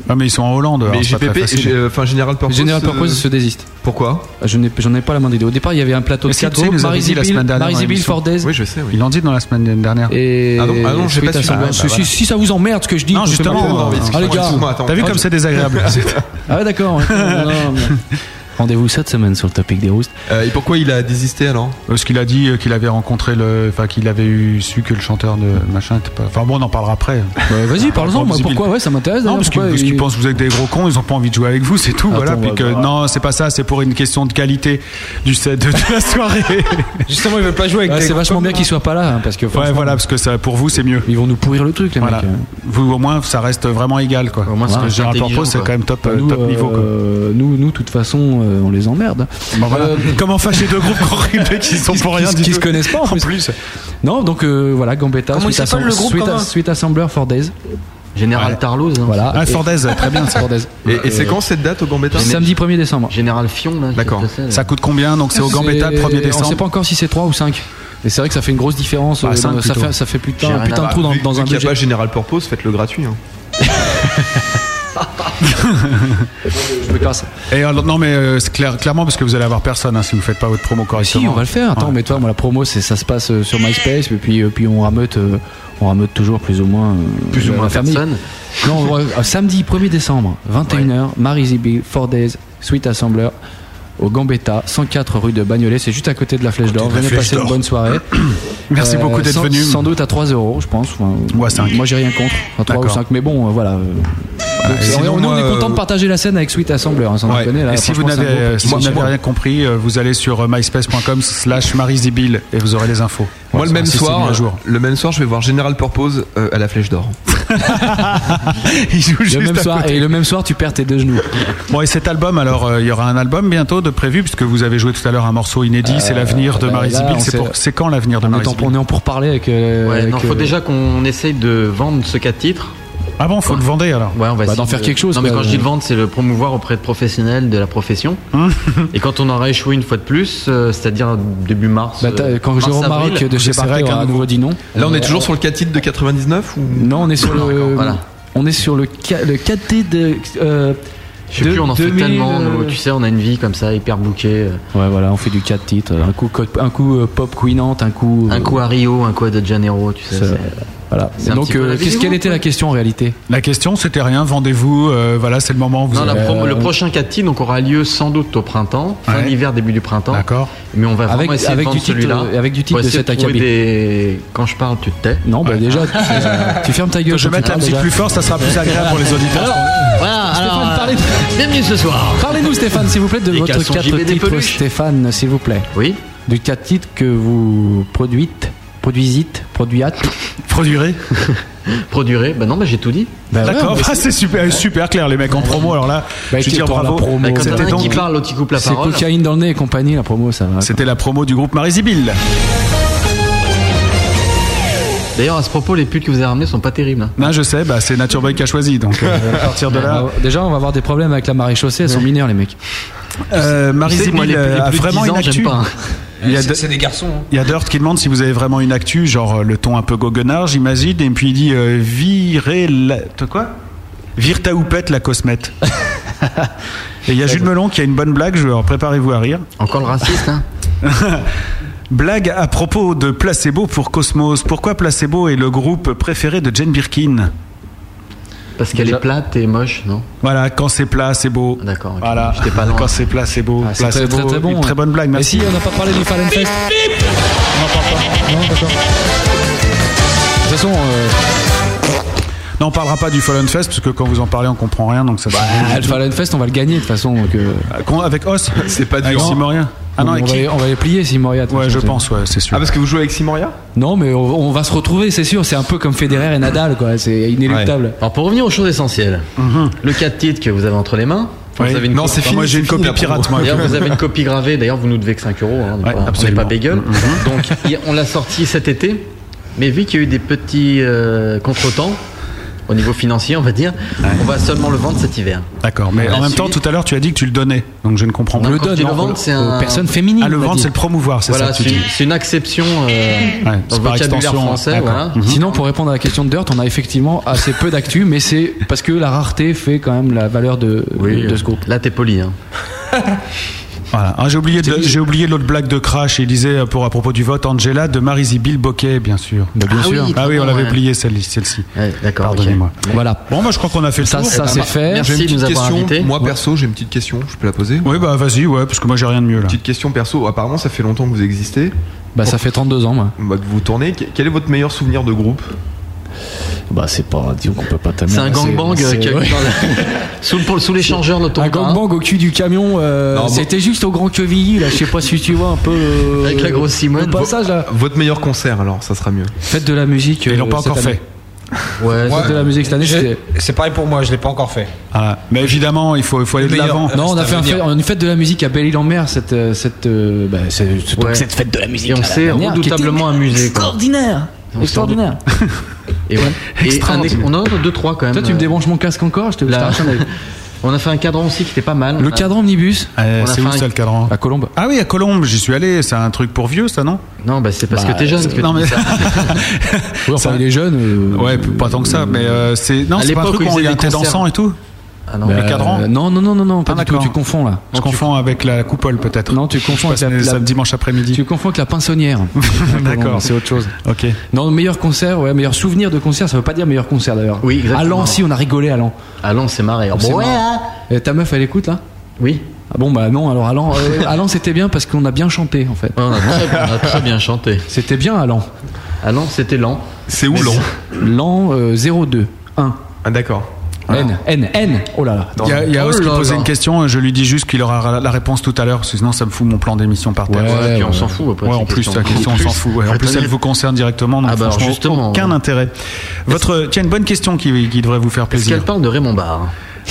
Ah, mais ils sont en Hollande. alors Mais c'est pas très GPP, facile. G- euh, enfin General Purpose. General Purpose euh, se désiste. Pourquoi Ah, Je n'ai- j'en ai, pas la main idée. Au départ, il y avait un plateau Mais de si, 4 tu sais, il nous groupes, avait Marie dit la Zibil, semaine dernière Marie dans Zibil, l'émission. Fordez Oui, je sais, oui. Ils l'ont dit dans la semaine dernière. et Ah non, ah non, j'ai Sweet pas su. Assembler. Ah, bah Si- si, voilà. si ça vous emmerde ce que je dis, Non, je sais pas justement, pourquoi. non, mais Ah les excuse-moi, gars, excuse-moi, attends. T'as vu comme c'est désagréable ah ouais, d'accord. ouais. Non, non, mais- Rendez-vous cette semaine sur le topic des roustes. Euh, Et pourquoi il a désisté alors Parce qu'il a dit euh, qu'il avait rencontré le. Enfin, qu'il avait eu su que le chanteur de machin était pas. Enfin, bon, on en parlera après. Bah, Vas-y, Ah, parle-en. moi, Zibil. Pourquoi Ouais, ça m'intéresse. Non, d'ailleurs, parce qu'ils pourquoi parce qu'ils il- pensent que vous êtes des gros cons, ils ont pas envie de jouer avec vous, c'est tout. voilà. Attends, Puis bah, que, bah. non, c'est pas ça, c'est pour une question de qualité du set de, de la soirée. Justement, il veut pas jouer avec Ah, tes C'est vachement bien copains. qu'il soit pas là, hein, parce que ouais, franchement, voilà, parce que ça, pour vous, c'est mieux. ils vont hein. nous pourrir le truc, les Voilà. mecs. Vous, au moins, ça reste vraiment égal, quoi. Au moins, c'est Parce que intelligent, Gérard Porpos, c'est quoi. quand même top, euh, Bah, Nous, top niveau, quoi. euh, nous, nous, de toute façon, euh, on les emmerde. Bon, voilà. euh, Comment fâcher deux groupes horribles qui sont Qui- pour qui- rien du qui tout. se connaissent pas, en plus. Non, donc euh, voilà, Gambetta, Comment il Sweet s'appelle, Assem- le groupe, Sweet- commun Sweet Assembler, for Days. Général Ouais. Tarlouse. hein. Voilà. Ah, Et- Fordez, très bien. ça. Fordaise. Et, et euh, c'est quand cette date au Gambetta Samedi 1er décembre. Général Fion là. qui D'accord. était là. Ça coûte combien Donc, c'est au Gambetta le 1er On sait pas décembre. encore si c'est 3 ou 5. Et c'est vrai que ça fait une grosse différence. Bah, euh, cinq dans- ça, plutôt. fait, ça fait putain, J'ai rien putain à de trou dans, Vu- dans vu un qu'il n'y a budget. pas General Purpose, faites-le gratuit. hein. Je peux pas ça. Et alors, non, mais euh, c'est clair- clairement parce que vous allez avoir personne hein, si vous faites pas votre promo correctement. Si, on va le faire. Attends, Ouais. mais toi, moi, la promo, c'est ça se passe euh, sur MySpace, et puis, euh, puis on rameute, euh, on rameute toujours plus ou moins. euh, Plus ou la moins famille. personne. Non, on va- euh, samedi 1er décembre, 21h, Marie Bill, 4 Days, Sweet Assembler. Au Gambetta, 104 rue de Bagnolet, c'est juste à côté de la Flèche d'Or. de la Venez Flèche passer une d'Or. bonne soirée. Euh, Merci beaucoup d'être sans- venu. Sans doute à 3 euros, je pense. Enfin, Ou à cinq. Moi, j'ai rien contre. À 3 ou D'accord. 5, mais bon, euh, voilà. euh. Donc, et on- sinon, nous, on est moi, content de euh, partager la scène avec Sweet Assembler, hein, sans Ouais. déconner, là, et si vous franchement, c'est un groupe n'avez euh, qui si vous sont n'avez super. rien compris, euh, vous allez sur euh, myspace.com slash marizibil et vous aurez les infos. Moi, le même, Si c'est mis soir, à jour. le même soir, je vais voir General Purpose euh, à la Flèche d'Or. Il joue Le juste même à soir, côté. et le même soir, tu perds tes deux genoux. Ah Bon, et cet album, alors, euh, il y aura un album bientôt de prévu, puisque vous avez joué tout à l'heure un morceau inédit, c'est l'avenir de bah, Marie là, Zibil. on C'est sait- pour- C'est quand l'avenir de On est Marie en, Zibil on est en pourparler avec. euh, Ouais, avec, non, faut euh, déjà qu'on essaye de vendre ce cas de titre. Ah bon, faut le vendre alors. Ouais, on va Bah, essayer d'en faire de- quelque chose, Non, mais quoi. euh. quand je dis de vendre, c'est le promouvoir auprès de professionnels de la profession. Hein. Et quand on aura échoué une fois de plus, euh, c'est-à-dire début mars. bah, t'as- euh, quand mars, Jérôme avril, Maroc de chez j'essaierai Barthé avec aura un à nouveau dit non. Là, on est toujours sur le cas titre de 99 ou... Non, on est sur le, voilà. on est sur le, ca- le 4D de. euh, Je sais de- plus, on en 2000, fait tellement, nous, euh, tu sais, on a une vie comme ça, hyper bouquée. euh, Ouais, voilà, on fait du 4 titres. Un coup, co- un coup euh, pop queenante, un coup. Un coup à Rio, un coup à De Janeiro, tu sais. C'est- c'est- Voilà. c'est un Donc, petit peu euh, la vie qu'est-ce des quelle groupes, était quoi. la question en réalité La question, c'était rien, vendez-vous, euh, voilà, c'est le moment. Vous Non, la avez- promo- euh, le prochain cas de titre donc, aura lieu sans doute au printemps, fin Ouais. hiver, début du printemps. D'accord. Mais on va Avec- vraiment essayer avec de vendre du titre, celui-là. euh, avec du titre On va de essayer cet trouver acabit. des- Quand je parle, tu te tais. Non, bah déjà, tu, euh, tu fermes ta gueule. Ah, Je vais mettre quand tu la parles, musique déjà. plus fort, ça sera plus agréable pour les auditeurs. Voilà, alors, parlez- euh, bienvenue ce soir. Parlez-nous, Stéphane, s'il vous plaît, de Et votre qu'elles sont 4 JB des titres, peluches. Stéphane, s'il vous plaît. Oui, Du 4 titres que vous produites, produisite, produiate. Produirez. Ah produiré. Bah non, bah j'ai tout dit. Bah, ouais, D'accord, mais Ah, c'est super, super clair, les mecs en promo. Alors là, Bah, je veux dire écoute, la bravo. promo. Bah, quand C'était t'en as un donc- qui parle, l'autre qui coupe la C'est parole. cocaïne dans le nez et compagnie, la promo, ça va. C'était la promo du groupe Marie Zibil. D'ailleurs, à ce propos, les pulls que vous avez ramenés sont pas terribles. hein. Non, je sais, bah, c'est Nature Boy qui a choisi. Donc, euh, à partir de là, Bah, Alors, déjà, on va avoir des problèmes avec la marée chaussée, elles sont mineures, les mecs. euh, Marie Tu sais que moi, Zibil les pulls, les a plus de vraiment 10 une ans, j'aime actu. pas. hein. Il y a C'est- de- C'est des garçons. hein. Il y a Dirt qui demande si vous avez vraiment une actu, genre euh, le ton un peu goguenard, j'imagine, et puis il dit euh, virer la. t'as quoi Vire ta houppette, la cosmette. et il y a Jules Melon qui a une bonne blague, je alors préparez-vous à rire. Encore le raciste, hein. Blague à propos de Placebo pour Cosmos. Pourquoi Placebo est le groupe préféré de Jane Birkin Parce qu'elle est plate et moche, non Voilà, quand c'est plat, c'est beau. Ah, d'accord, ok. Voilà, J'étais pas loin. quand c'est plat, c'est beau. Ah, c'est Plat, très, Bah, c'est très, beau. très bon, Une hein. très bonne blague, Mais merci. si, on n'a pas parlé du Fallen Fest. De toute façon, euh, Non, on parlera pas du Fallen Fest, parce que quand vous en parlez, on comprend rien, donc ça sert à rien. euh, le Fallen Fest, on va le gagner de toute façon. Donc, euh, Con- Avec Os C'est pas Avec dur. Simorien Ah non, on, avec va qui les, on va les plier si Moria. de toute Ouais, je façon, pense, ouais, c'est sûr. Ah, parce que vous jouez avec Simoria c'est- Non, mais on, on va se retrouver, c'est sûr. C'est un peu comme Federer et Nadal, quoi. C'est inéluctable. Alors, pour revenir aux choses essentielles, le cas de titre que vous avez entre les mains, Oui. vous avez une Non, copie- c'est Enfin, fini. moi, j'ai une c'est fini, copie la promo. pirate, moi. D'ailleurs, vous avez une copie gravée. D'ailleurs, vous nous devez que 5 euros. hein, donc Ouais, on- on n'est absolument. pas bégueule. Donc, il- on l'a sorti cet été. Mais vu qu'il y a eu des petits euh, contretemps au niveau financier, on va dire, on va seulement le vendre cet hiver. D'accord, mais en La même temps, suite. tout à l'heure, tu as dit que tu le donnais, donc je ne comprends pas. Le Quand je dis le hein, vendre, aux- c'est aux un- personnes féminines. Ah, le on va vendre, dire. c'est le promouvoir, c'est Voilà, ça que c'est tu une, dis. c'est une acception euh, Mhm. dans c'est le par vocabulaire extension, français. d'accord. Voilà. Sinon, pour répondre à la question de Dirt, on a effectivement assez peu d'actu, mais c'est parce que la rareté fait quand même la valeur de, de, de ce groupe. Là, t'es poli. Hein. Ah, Voilà. Ah, j'ai oublié, de- j'ai oublié l'autre blague de Crash. Il disait euh, pour à propos du vote Angela de Marie Bill Bocquet, bien sûr. Bah, bien Ah sûr. oui, ah oui, on pardon, l'avait ouais. oublié celle-ci. celle-ci. Ouais, D'accord. ok. Pardonnez-moi. Voilà. Bon, bah, je crois qu'on a fait le Ça, tour. ça c'est fait. Merci J'ai une de nous petite avoir question. invités. Moi, perso, j'ai une petite question. Je peux la poser Oui, bah vas-y, ouais, parce que moi j'ai rien de mieux là. Petite question perso. Apparemment, ça fait longtemps que vous existez, Bah, ça fait 32 ans, moi. bah, que vous tournez. Que- Quel est votre meilleur souvenir de groupe Bah, c'est pas. Disons qu'on peut pas C'est un gangbang euh, qui a eu dans la- sous, le- pour- sous l'échangeur de ton Un gangbang au cul du camion, euh, Non, bon. c'était juste au Grand Quevilly, là, je sais pas si tu vois un peu. euh, Avec la grosse Simone. Le passage, là. Votre meilleur concert, alors, ça sera mieux. Faites de la musique. Ils euh, l'ont pas cette encore année. fait. Ouais, Faites de la musique cette année, J'ai- c'était. C'est pareil pour moi, je l'ai pas encore fait. Ah, mais évidemment, il faut, il faut aller de meilleur. l'avant. Non, on a c'est fait à un venir. fait- une fête de la musique à Belle-Île-en-Mer, cette, euh, cette, euh, bah, c'est- c'est- Ouais. cette fête de la musique. Et on la s'est dernière, redoutablement qui était amusé, quoi. Extraordinaire. On s'est Extraordinaire. Et, ouais. Et un ex- on en a deux trois quand même. Toi, tu me Euh, débranches mon casque encore je te- je la- t'arrache un œil. On a fait un cadran aussi qui était pas mal. Le On a- cadran omnibus Euh, On a c'est fait où un- ça le cadran à Colombe. Ah oui, à Colombes, j'y suis allé. C'est un truc pour vieux, ça, non Non, bah c'est parce Bah, que t'es jeune. que Non tu mais dis ça. Oui, enfin, il est jeune. euh, ouais, pas tant que ça. Mais euh, c'est non, À c'est pas un l'époque truc où où ils il y a faisaient un des thé dansant concerts. et tout. Ah Bah, non. Le cadran Euh, Non, non, non, non, non, pas Ah, du tout, d'accord. tu confonds là. Je confonds avec la coupole peut-être. Non, tu confonds Je avec passe la- mes la- sam- dimanche après-midi. Tu confonds avec la pinsonnière. D'accord. C'est autre chose. Ok. Non, meilleur concert, ouais, meilleur souvenir de concert, ça veut pas dire meilleur concert d'ailleurs. Oui, exactement. À Lens, si, on a rigolé à Lens. À Lens, c'est marré. C'est ouais, marrant. hein. Et ta meuf, elle écoute là Oui. Ah bon, bah non, alors à Lens, euh, à Lens, c'était bien parce qu'on a bien chanté en fait. Ouais, on, a très, on a très bien chanté. C'était bien à Lens. À Lens, c'était lent. C'est où l'an L'an euh, 02, 1. Ah, d'accord. N, N, N. Oh là là. Il y a, il y a Oh Oz qui là posait là. une question, euh, je lui dis juste qu'il aura la- la réponse tout à l'heure, parce que sinon ça me fout mon plan d'émission par terre. Ouais, Ouais, puis on ouais. s'en fout. après, Ouais, ces en plus, questions. la question, on s'en fout. ouais. En plus, elle vous concerne directement, donc Ah bah alors, franchement, justement, aucun ouais. intérêt. Votre, tiens, une bonne question qui, qui devrait vous faire Est-ce plaisir. qu'elle parle de Raymond Barre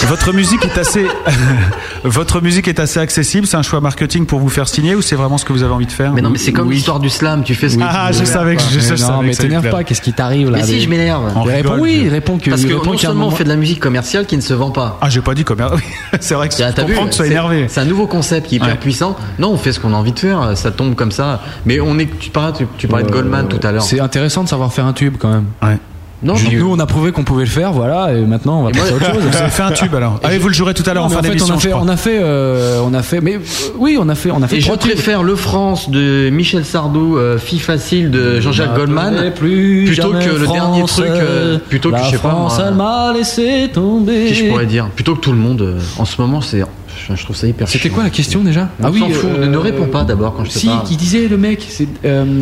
Votre musique est assez, votre musique est assez accessible. C'est un choix marketing pour vous faire signer ou c'est vraiment ce que vous avez envie de faire Mais non, mais c'est comme l'histoire du slam. Tu fais ce que Ah, tu je veux. savais que je, Mais je non, savais mais que ça allait t'énerve plaire. pas, qu'est-ce qui t'arrive là Mais Bah, si, des- je m'énerve. On Il rigole, répond oui, je- il répond que. Parce il que répond non qu'il y a un seulement on moment- fait de la musique commerciale qui ne se vend pas. Ah, j'ai pas dit commerce. c'est vrai que T'as- je Ah, t'as vu, comprends que tu sois c'est- énervé. C'est un nouveau concept qui est hyper Ouais. puissant. Non, on fait ce qu'on a envie de faire, ça tombe comme ça. Mais on est, tu parlais, tu, tu parlais de Euh, Goldman tout à l'heure. C'est intéressant de savoir faire un tube quand même. Ouais. Non, Donc, mais- euh, nous, on a prouvé qu'on pouvait le faire, voilà, et maintenant on va passer à autre chose. Vous avez fait un tube alors. Allez, vous le jouerez tout à l'heure en Non, mais fin en fait, on d'émission. a je fait, crois. on a fait, euh, on a fait, mais euh, oui, on a fait, on a fait. Et je trois tubes. préfère le France de Michel Sardou, euh, Fille facile de Jean-Jacques Goldman, N'appelez Bah, plus plutôt jamais que le France, dernier truc, euh, plutôt que la je sais pas, France, moi, elle m'a laissé tomber. si je pourrais dire, plutôt que tout le monde. euh, En ce moment, c'est, je je trouve ça hyper. C'était chiant. quoi la question déjà Ah euh, On s'en fout, ne- ne réponds pas d'abord quand je te si, parle. qui disait le mec, c'est. euh,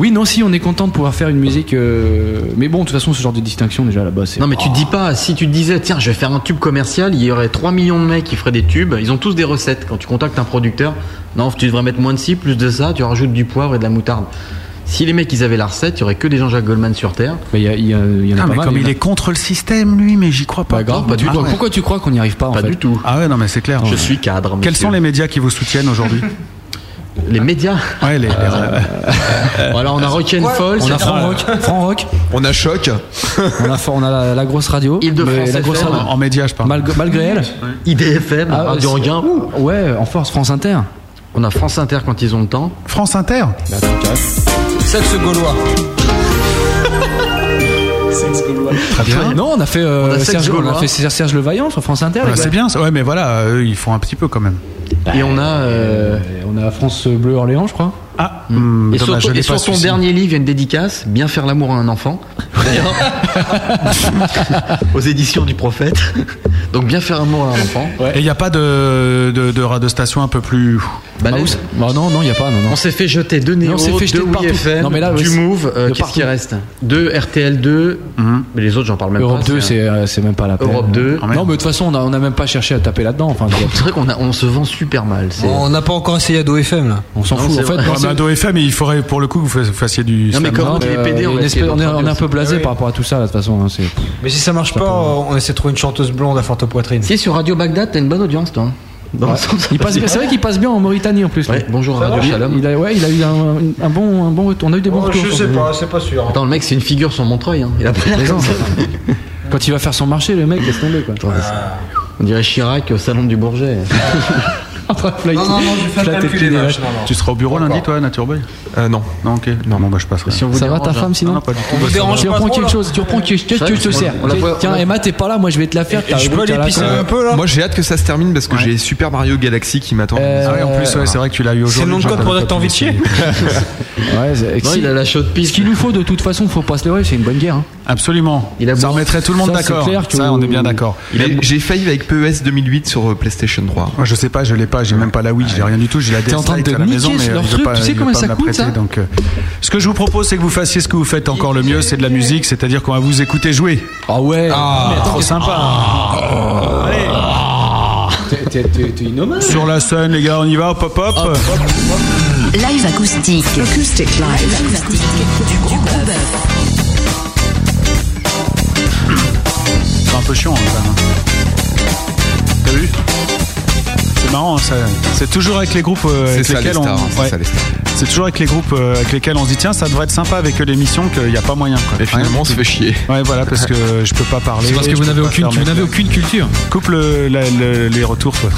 oui, non, si, on est content de pouvoir faire une musique. euh, mais bon, de toute façon, ce genre de distinction, déjà là-bas, c'est. Non mais tu Oh. te dis pas, si tu te disais tiens je vais faire un tube commercial, il y aurait 3 millions de mecs qui feraient des tubes, ils ont tous des recettes. Quand tu contactes un producteur, non tu devrais mettre moins de ci, plus de ça, tu rajoutes du poivre et de la moutarde. Si les mecs ils avaient la recette, il y aurait que des Jean-Jacques Goldman sur Terre. Mais il y, a- il y a- il y en a Ah, pas mais mal, comme il y en il a- est contre le système, lui, mais j'y crois pas. Bah, Pas grave, Ah, pas du tout. ouais. Pourquoi tu crois qu'on n'y arrive pas en Pas fait du tout. Ah ouais, non, mais c'est clair. Je suis cadre. Quels monsieur. sont les médias qui vous soutiennent aujourd'hui les médias Ouais, les. les- Voilà on a Rock and Euh, Fall, On a c'est- Franck Rock, Franck Rock, On a choc. on a, Fran- on a la, la grosse radio, Île-de-France mais la FM. grosse en, radio, en médias, je parle. malg- malgré elle, IDFM, Ah, Radio c'est- Anguin. ouais, en force France Inter. On a France Inter quand ils ont le temps. France Inter. Sexe gaulois. Très bien. Non, on a fait, euh, On a Sex Serge, on a Gaulois. fait Serge Le Vaillant sur France Inter. Voilà, les gars. Ah, c'est bien. ça. Ouais, mais voilà, euh, eux, ils font un petit peu quand même. et on a euh, Euh, on a France Bleu Orléans, je crois. Ah, hum, et sur, dommage, je ton- l'ai et pas sur ton celui-ci. dernier livre, il y a une dédicace, Bien faire l'amour à un enfant. D'ailleurs, aux éditions du prophète. Donc bien faire l'amour à un enfant. Et il n'y a pas de, de, de, ra- de station un peu plus. Bah, Ah, là, où c'est- bah, non, non, il n'y a pas, non, non. on s'est fait jeter de Néo, on s'est fait jeter de de partout. WFM, Non, mais là, du ouais, Move, euh, de qu'est-ce qui partout. reste De RTL2, mais les autres j'en parle même Europe pas. 2, c'est euh, c'est même pas la peine. Europe 2. Ah, merde. Non, mais de toute façon, on a- on n'a même pas cherché à taper là-dedans. Enfin, je- C'est vrai qu'on a- on se vend super mal. c'est- On n'a pas encore essayé Ado FM là. on s'en Non, fout. c'est En fait, vrai. non, Ouais, mais c'est- Ado FM, il faudrait pour le coup que vous fassiez- fassiez du. Non, mais slam. comme- non, les euh, PD, on une va essayer espèce- on est d'en on est un sortir peu aussi. blasé Ah oui. par rapport à tout ça, là, de toute façon. hein, c'est- Mais si ça marche pas, on essaie de trouver une chanteuse blonde à forte poitrine. Si sur Radio Bagdad, t'as une bonne audience toi. hein. Dans le sens- Il passe bien- C'est vrai qu'il passe bien en Mauritanie en plus. lui. Ouais, bonjour à Radio Il- Shalom. Il a, ouais, il a eu un, un bon, un bon retour. On a eu des bons Oh, retours. je sais pas, c'est pas sûr. Attends, le mec, c'est une figure sur Montreuil. Hein. Il a pas l'air comme ça. Quand il va faire son marché, le mec, laisse tomber quoi. On dirait Chirac au salon du Bourget. Non, non, non, je fais Flatter calculer qui les les vaches, non, non. Tu seras au bureau lundi, toi, Nature Boy Euh, non. Non, ok. Non, bon, bah, je passerai. Si on vous Ça va dérange, ta hein. femme Non, sinon non, pas du tout. On Bah, me ça va. dérange Tu pas reprends trop, quelque là. chose, tu reprends quelque chose, vrai tu que te c'est- sers. on l'a pas- on Tiens, l'a- Emma, t'es pas là, moi je vais te la faire. Et t'as je le peux goût, t'as aller la pisser con. un peu là Moi, j'ai hâte que ça se termine parce que Ouais. j'ai Super Mario Galaxy qui m'attend. Euh, Ah ouais, en plus, ouais, c'est vrai que tu l'as eu C'est aujourd'hui. le nom de je code pour t'avais notre pas envie de publié. chier. Ouais, c'est- Non, il a la chaude Ce piste. qu'il nous faut de toute façon, faut pas se leurrer, c'est une bonne guerre. hein. Absolument. Il a Ça bon- remettrait tout le monde Ça, c'est d'accord. clair que- Ça, on est bien d'accord. Mais J'ai failli avec PES 2008 sur euh, PlayStation 3. Moi, Ah, je sais pas, je l'ai pas, j'ai même pas la Wii, j'ai rien du tout, j'ai la DS en train Lite de à la niquer maison, mais leur il veut truc, pas- tu sais il veut combien pas ça me la coûte, prêter, ça donc, euh, ce que je vous propose, c'est que vous fassiez ce que vous faites encore le mieux, c'est de la musique, c'est-à-dire qu'on va vous écouter jouer. Ah ouais, Trop sympa. t'es- t'es t'es- t'es innommable. ah. Sur la scène, les gars, on y va, hop, hop, hop. Live acoustique. Acoustic live. acoustique du gros bœuf. C'est un peu chiant, hein, quand même. T'as vu C'est marrant, hein, ça- c'est toujours avec les groupes euh, C'est avec ça les lesquels stars. hein, on. C'est ouais. ça les stars. C'est toujours avec les groupes euh, avec lesquels on se dit tiens ça devrait être sympa avec eux, l'émission qu'il n'y a pas moyen quoi. Et finalement, on se fait chier. Ouais, ouais, voilà parce que je peux pas parler. je peux pas faire mes- aucune culture. Coupe le- la- le- les retours toi.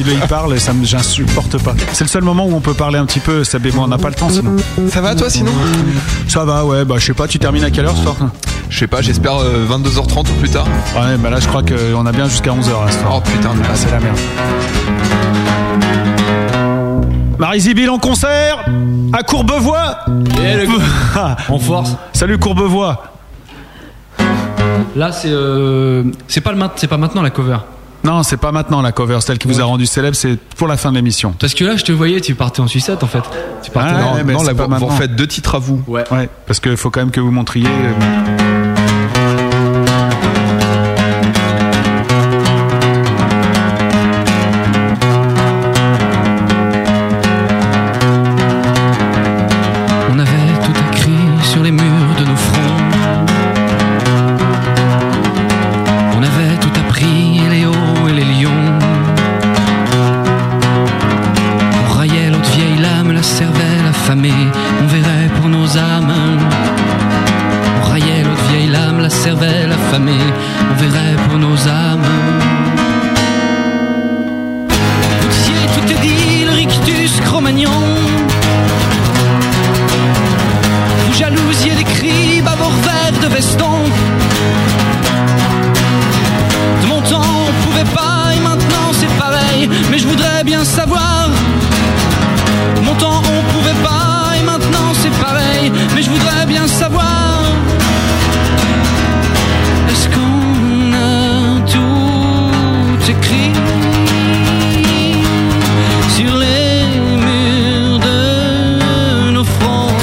il, il parle et ça me j'insupporte pas. C'est le seul moment où on peut parler un petit peu. Ça, mais bon, on n'a pas le temps sinon. Ça va toi sinon Ça va ouais bah je sais pas. Tu termines à quelle heure ce soir Je sais pas, j'espère euh, 22h30 ou plus tard. Ouais, bah là, je crois qu'on a bien jusqu'à 11h à ce soir. Oh putain, on est passé Ah, la merde. Marie Zibil en concert à Courbevoie. en force. Salut Courbevoie. Là, c'est euh, c'est pas le maint- c'est pas maintenant la cover. Non, c'est pas maintenant la cover, celle qui vous a rendu célèbre, c'est pour la fin de l'émission. Parce que là, je te voyais, tu partais en sucette en fait. Tu partais. Ah, en- ouais, mais non, c'est là, pas vous- maintenant. vous en faites deux titres à vous. Ouais. parce qu'il faut quand même que vous montriez. euh, On avait tout écrit sur les murs de nos fronts. On avait tout appris, les hauts et les lions. On raillait l'autre vieille lame, la cervelle affamée. On verrait pour nos âmes. On raillait l'autre vieille lame, la cervelle affamée. On verrait pour nos âmes. Poutier, tout est dit, le rictus cro-magnon. Vous jalousiez des cris à vos revers de veston. De mon temps, on pouvait pas et maintenant c'est pareil. Mais je voudrais bien savoir. De mon temps, on pouvait pas et maintenant c'est pareil. Mais je voudrais bien savoir. Est-ce qu'on a tout écrit sur les murs de nos fronts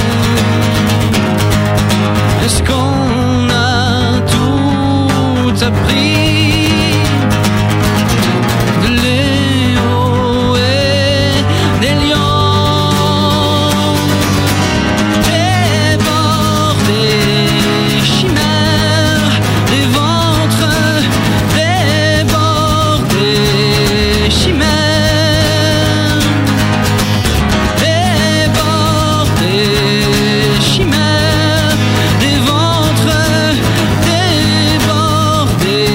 est-ce qu'on a tout appris de Léo et des lions Des bords, des chimères, des ventres, des bords, des chimères des bords, des chimères, des ventres, des bords, des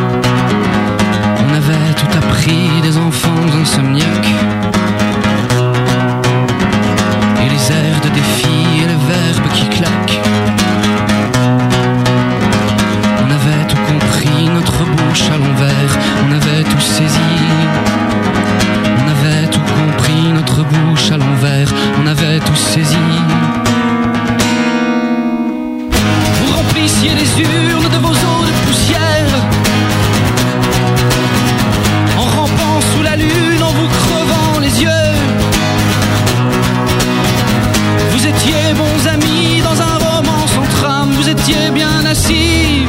chimères. On avait tout appris des enfants insomniaques. Et les airs de défi et le verbe qui claque. On avait tout compris, notre bouche à l'envers, on avait tout saisi. On avait tout compris, notre bouche à l'envers, on avait tout saisi. Vous remplissiez les urnes de vos eaux de poussière. En rampant sous la lune, en vous crevant les yeux. Vous étiez bons amis dans un roman sans trame, vous étiez bien assis.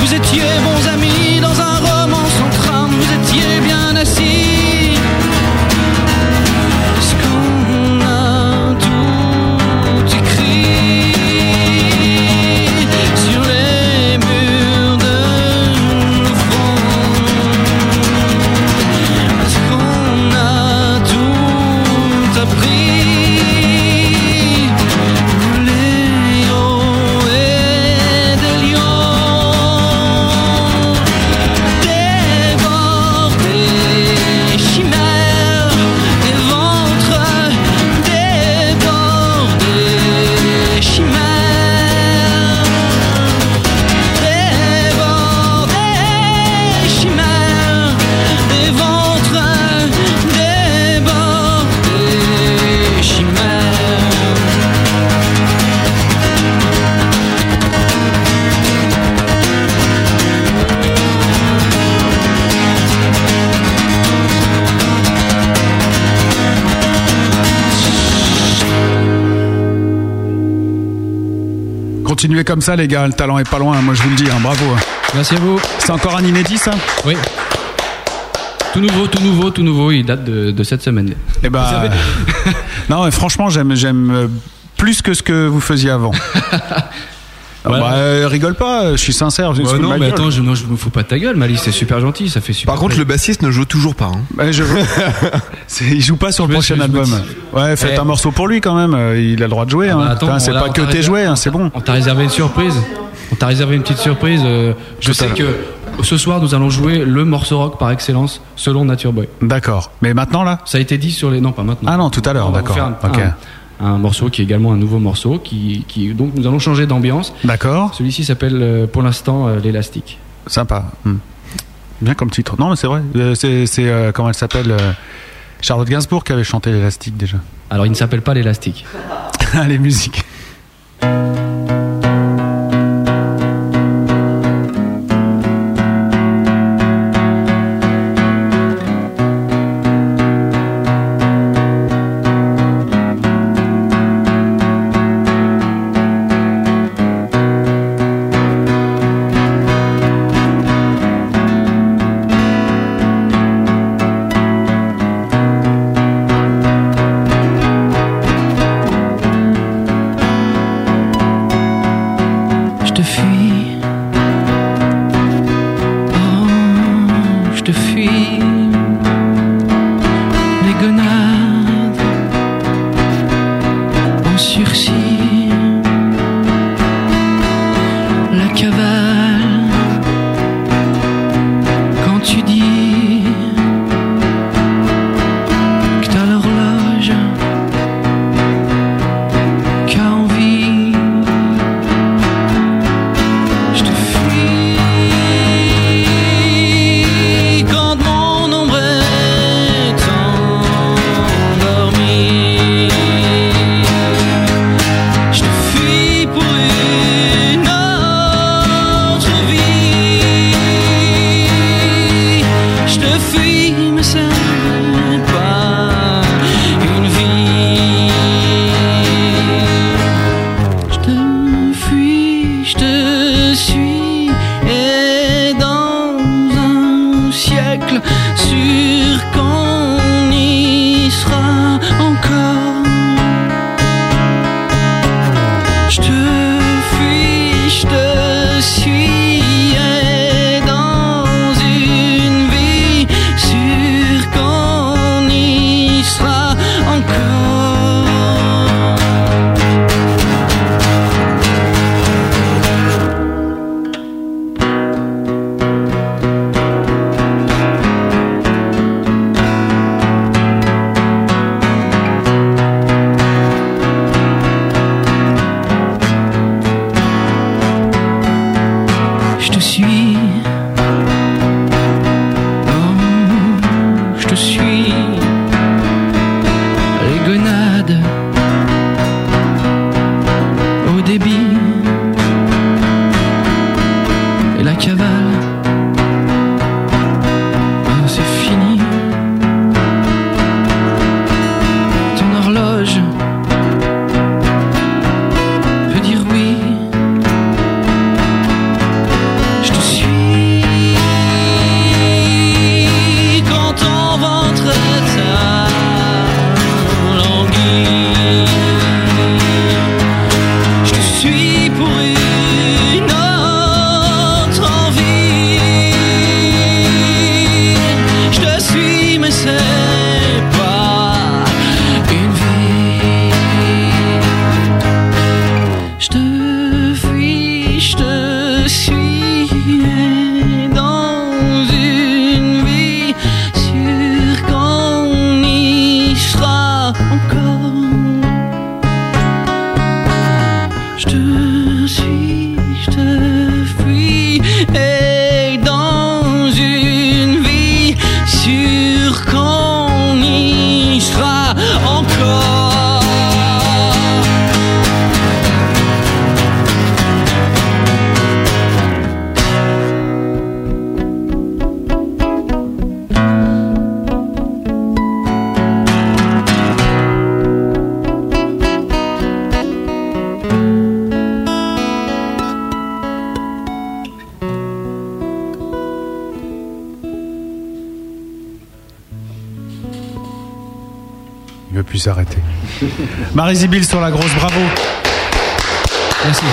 Vous étiez bons amis dans un roman sans trame, vous étiez bien assis. Est-ce qu'on a tout écrit sur les murs de nos fronts Est-ce qu'on a tout appris Les hauts et des lions Des bords, des chimères Des ventres, des bords, des chimères Des bords, des chimères Des ventres, des bords, des chimères Continuez comme ça, les gars, le talent est pas loin, moi je vous le dis, hein, bravo. Merci à vous. C'est encore un inédit, ça Oui. Tout nouveau, tout nouveau, tout nouveau, il date de, de cette semaine. Eh ben, non, mais franchement, j'aime, j'aime euh, plus que ce que vous faisiez avant. Ah, Voilà. bah, euh, rigole pas, je suis sincère. je Ouais, sous Bah non, ma mais gueule. attends, je, non, je me fous pas de ta gueule, Malice, c'est super gentil, ça fait super. Par contre, le bassiste ne joue toujours pas. hein. Ouais, je- C'est- il joue pas sur le prochain album. Ouais, faites Eh. un morceau pour lui quand même. euh, Il a le droit de jouer. hein. bah, attends, Putain, on- c'est là, pas on que t'a t'es réservé- joué, hein, c'est bon. On t'a réservé une surprise. On t'a réservé une petite surprise. euh, je Tout à sais l'heure. que ce soir, nous allons jouer le morceau rock par excellence selon Nature Boy. D'accord. Mais maintenant là Ça a été dit sur les. Non, pas maintenant. Ah non, tout à l'heure, On va vous d'accord. faire un- Ok. Un, un morceau qui est également un nouveau morceau. Qui, qui- donc, nous allons changer d'ambiance. D'accord. Celui-ci s'appelle euh, pour l'instant euh, L'élastique. Sympa. Hmm. Bien comme titre. Non, mais c'est vrai. Euh, C'est, c'est, euh, comment elle s'appelle euh, Charlotte Gainsbourg qui avait chanté l'élastique déjà. Alors, il ne s'appelle pas l'élastique. Allez, musique. Je te fuis. Oh, je te fuis. Les gonades en sursis. La cavale. Quand tu dis que t'as l'horloge. Qu'a envie. Je te fuis quand mon ombre est endormie. Je te fuis pour une autre vie. Je te fuis, mais ce n'est pas une vie. Je te fuis, je te suis, et dans un siècle sûr qu'on y sera encore. Je te fuis, je te suis, et dans une vie sûre qu'on y sera encore. je te suis. Oh, je te suis. Les gonades au débit et la cavale. Ah, C'est fini. Ton horloge peut dire oui. Je te suis quand ton ventre t'alanguit. Je te suis pour une autre envie. Je te suis, mais c'est pas une vie. Je te fuis, je te suis et dans une vie sûre qu'on y sera encore. Je te suis, je te fuis et dans une vie sûre qu'on y sera encore. Il veut plus s'arrêter. Marie Zibil sur la grosse, bravo. Merci.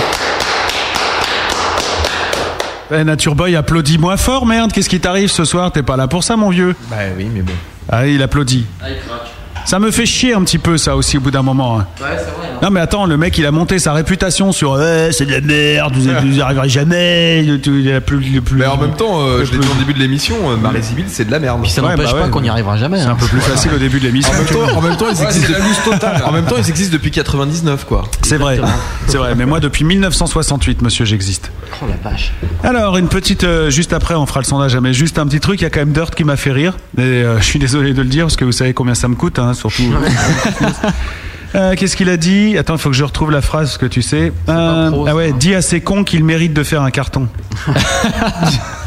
Eh, Nature Boy, applaudis-moi fort, merde. Qu'est-ce qui t'arrive ce soir T'es pas là pour ça, mon vieux Bah oui, mais bon. Ah, il applaudit. Ah, il craque. Ça me fait chier un petit peu ça aussi au bout d'un moment. hein. Non mais attends, le mec il a monté sa réputation sur Eh, c'est de la merde, vous n'y arriverez jamais, le- tout- le plus, le plus. Mais en même temps, euh, je l'ai dit au début de l'émission, euh, Marie Sibyl, c'est de la merde. ça Eh Ouais, n'empêche bah ouais. pas qu'on n'y arrivera jamais, C'est hein. un peu plus facile au début de l'émission. En même temps, en même temps, ils Ouais, existent c'est la loose totale. en même temps, ils existent depuis 99, quoi. C'est vrai, c'est vrai. Mais moi depuis 1968, monsieur, j'existe. Oh la vache. Alors, une petite. euh, juste après, on fera le sondage, hein, mais juste un petit truc. Il y a quand même Dirt qui m'a fait rire. Et euh, je suis désolé de le dire, parce que vous savez combien ça me coûte, hein, surtout. Euh, Qu'est-ce qu'il a dit Attends, il faut que je retrouve la phrase, parce que tu sais. Euh, ah ouais, dis à ces cons qu'il mérite de faire un carton.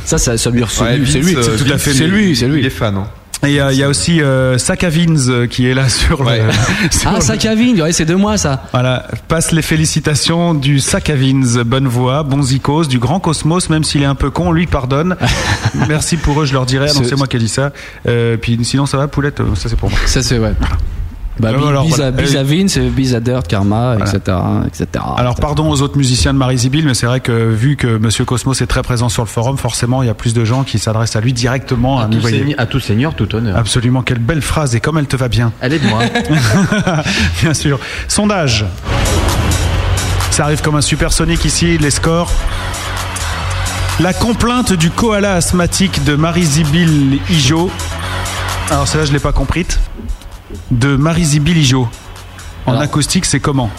Ça, ça, ça lui ressemble. Ouais, c'est Vince, lui, euh, c'est tout à Vince, fait. C'est lui, c'est lui. Il est fan. hein. Et euh, il y a aussi euh, Sakavins euh, qui est là sur le. sur Ah, le- Sakavin, ouais, c'est de moi ça. Voilà, passe les félicitations du Sakavins, bonne voix, bon zikos, du grand cosmos, même s'il est un peu con, lui pardonne. Merci pour eux, je leur dirai. Ah Non, Ce- c'est moi qui ai dit ça. Euh, puis sinon, ça va, Poulette, euh, ça c'est pour moi. Ça, c'est ouais. Bah, Alors, alors, bis, voilà. à, bis à Vince, bis à Dirt, Karma, Voilà. etc., etc. Alors pardon aux autres musiciens de Marie-Zibyl, mais c'est vrai que vu que Monsieur Cosmos est très présent sur le forum, forcément il y a plus de gens qui s'adressent à lui Ah, directement. hein, À vous tout, voyez. seigneur, à tout seigneur, tout honneur. Absolument, quelle belle phrase et comme elle te va bien. Elle est de moi. Ah, bien sûr. Sondage. Ça arrive comme un supersonique ici, les scores. La complainte du koala asthmatique de Marie-Zibyl Ijo. Alors celle-là, je l'ai pas comprite. De Marie-Zibyl Ijo. En Alors. acoustique, c'est comment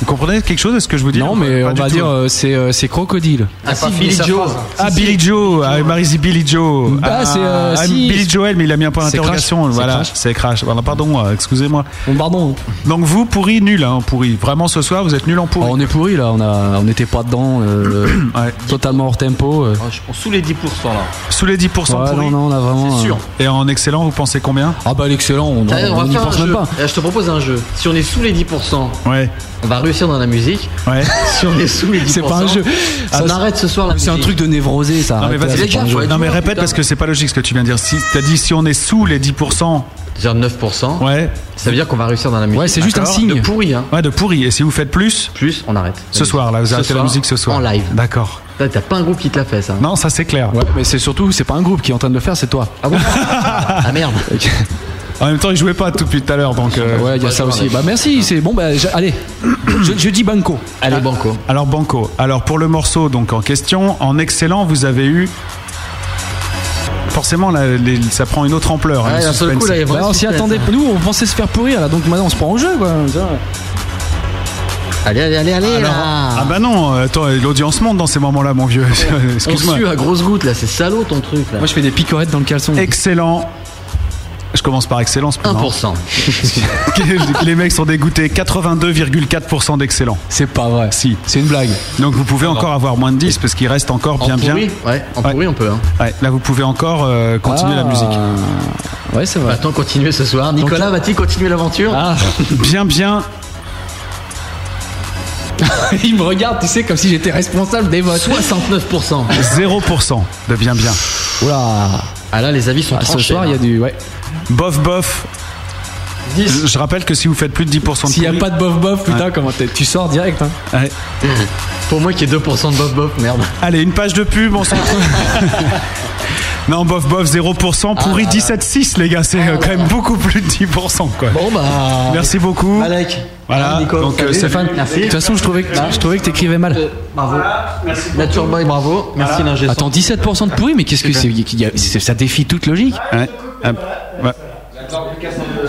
Vous comprenez quelque chose de ce que je vous dis Non, mais Pas on du va tout. dire, euh, c'est euh, c'est Crocodile. Ah si, Billy Joe. Ah, Billy Joe, ah, Marie-Z Billy Joe. Bah, Ah, c'est, euh, ah, si. Billy Joel, mais il a mis un point C'est d'interrogation. Crash. C'est Voilà, Crash. c'est crash. Voilà, pardon, euh, excusez-moi. Bon, pardon. Donc vous, pourri, nul, hein, pourri. Vraiment, ce soir, vous êtes nul en pourri. Oh, on est pourri là, on a, on n'était pas dedans, euh, Ouais. totalement hors tempo. euh. Oh, je- Sous les 10% là. Sous les 10% Ouais, pourri. non, non, on a vraiment. C'est sûr. Et en excellent, vous pensez combien euh, Ah bah l'excellent, on D'ailleurs, on on va n'y faire un pense même jeu. pas. Eh, Je te propose un jeu. Si on est sous les 10%, Ouais, on va réussir dans la musique. ouais. Si on est sous les 10%, C'est pas un jeu. on Ça, arrête ce soir la C'est un musique. truc de névrosé ça. Non mais, arrête, vas-y, là, les c'est pas un gars, jeu. faut être Non, mais joueur, répète putain. parce que c'est pas logique ce que tu viens de dire. Si t'as dit si on est sous les 10%, C'est-à-dire 9%. ouais, Ça veut dire qu'on va réussir dans la musique. Ouais, c'est juste un D'accord. signe. De pourri, hein. ouais, de pourri. Et si vous faites plus, Plus, on arrête. ce soir, là, vous Ce arrêtez la soir, musique ce soir. En live. D'accord. T'as t'as pas un groupe qui te l'a fait, ça. Non, ça c'est clair. Ouais, mais c'est surtout, c'est pas un groupe qui est en train de le faire, c'est toi. Ah bon Bah. Ah merde. En même temps, il jouait pas depuis tout à l'heure, donc. euh, ouais, il y a ça aussi. Bah merci, c'est bon, bah j'a- allez, je, je dis banco. Allez, banco. Alors Banco, alors pour le morceau donc en question, en excellent vous avez eu forcément là, les- ça prend une autre ampleur. hein, Ouais, le d'un seul suspense. coup, là, il y a Bah, vraiment on s'y suspense, attendait, hein. nous on pensait se faire pourrir là, donc maintenant on se prend au jeu quoi. Allez, allez, allez, allez, Alors, là. ah bah non, euh, attends, l'audience monte dans ces moments-là mon vieux. on Excuse-moi. sue à grosses gouttes, là. C'est salaud, ton truc, là. Moi je fais des picorettes dans le caleçon. Excellent. Je commence par excellence. plus, non 1%. les mecs sont dégoûtés. 82,4% d'excellent. C'est pas vrai. Si. C'est une blague. Donc vous pouvez encore avoir moins de 10 parce qu'il reste encore bien en bien. pourri, Ouais, en Ouais. pourri, on peut, hein. Ouais, là vous pouvez encore euh, continuer la Ah. musique. Ouais, c'est vrai. Va-t-on continuer ce soir Nicolas, va-t-il continuer l'aventure Ah, Bien bien il me regarde, tu sais, comme si j'étais responsable des votes. 69%. 0% de bien bien. Oula. Ah là, les avis sont Ah, ce tranchés, hein. soir, il y a là. du. Ouais. Bof bof. Je- Je rappelle que si vous faites plus de 10% de S'il n'y a pourri- pas de bof bof, putain, comment t'es- tu sors direct. Hein. Ouais. Pour moi, qui est 2% de bof bof, merde. Allez, une page de pub, on s'en Non, bof, bof, 0%, Ah pourri 17,6, les gars, c'est euh, quand même beaucoup plus de 10%, quoi. Bon bah. Merci beaucoup. Malek. Voilà, Nico, donc, euh, salut. Stéphane, De Merci. toute façon, je trouvais que je trouvais que t'écrivais mal. Bravo. Nature Boy, bravo. Merci l'ingé son. Attends, 17% de pourri, mais qu'est-ce que c'est qu'il y a- c'est- Ça défie toute logique. Ouais. Hop. Ouais.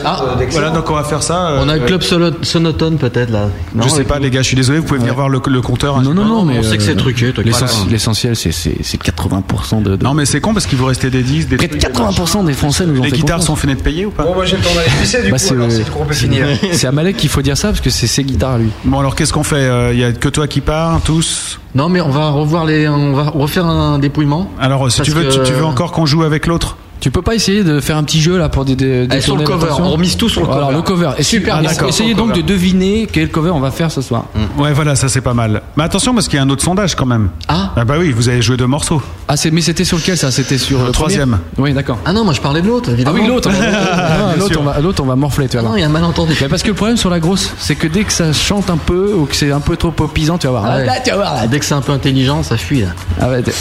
Ah, Voilà, donc on va faire ça. euh, on a le euh, club solo- sonotone peut-être là. Je sais pas, les gars, je suis désolé, vous pouvez venir voir le, le compteur. hein. Non, non, non, mais. euh, on sait que c'est truqué, t'inquiète l'essence- pas. L'essentiel, c'est- c'est c'est 80% de. de- Non, mais c'est con parce qu'il vous restait des 10, des Près de trucs, des 80% des Français nous ont machins. Les fait guitares confiance. sont finies de payer ou pas Bon, moi j'ai le temps d'aller pisser du Bah, coup, c'est- alors c'est le groupe est fini. là. C'est à Malek qu'il faut dire ça parce que c'est ses guitares à lui. Bon, alors qu'est-ce qu'on fait Euh, Il y a que toi qui pars, tous. Non mais on va revoir les, on va refaire un dépouillement. Alors, euh, si Parce tu veux, tu, que- tu veux encore qu'on joue avec l'autre Tu peux pas essayer de faire un petit jeu là pour des. des- Eh, sur détourner le cover, l'attention on remise tout sur le Alors, cover. le cover. Et Super, et- d'accord, Essayez sur le donc cover. Mm. de deviner quel cover on va faire ce soir. Ouais, voilà, ça c'est pas mal. Mais attention, parce qu'il y a un autre sondage quand même. Ah. bah oui, vous avez joué deux morceaux. Ah, c'est- mais c'était sur lequel ça C'était sur le, troisième. premier Oui, d'accord. Ah non, moi je parlais de l'autre, Ah évidemment. oui, l'autre. Ah, Ah, bien L'autre, sûr. on va, l'autre, on va morfler, tu Ah vas non, voir. il y a un malentendu. Mais parce que le problème sur la grosse, c'est que dès que ça chante un peu ou que c'est un peu trop popisant, bah, tu vas voir. Ah ouais. Là, tu vas voir. là. Dès que c'est un peu intelligent, ça fuit là. Ah ouais, t'es-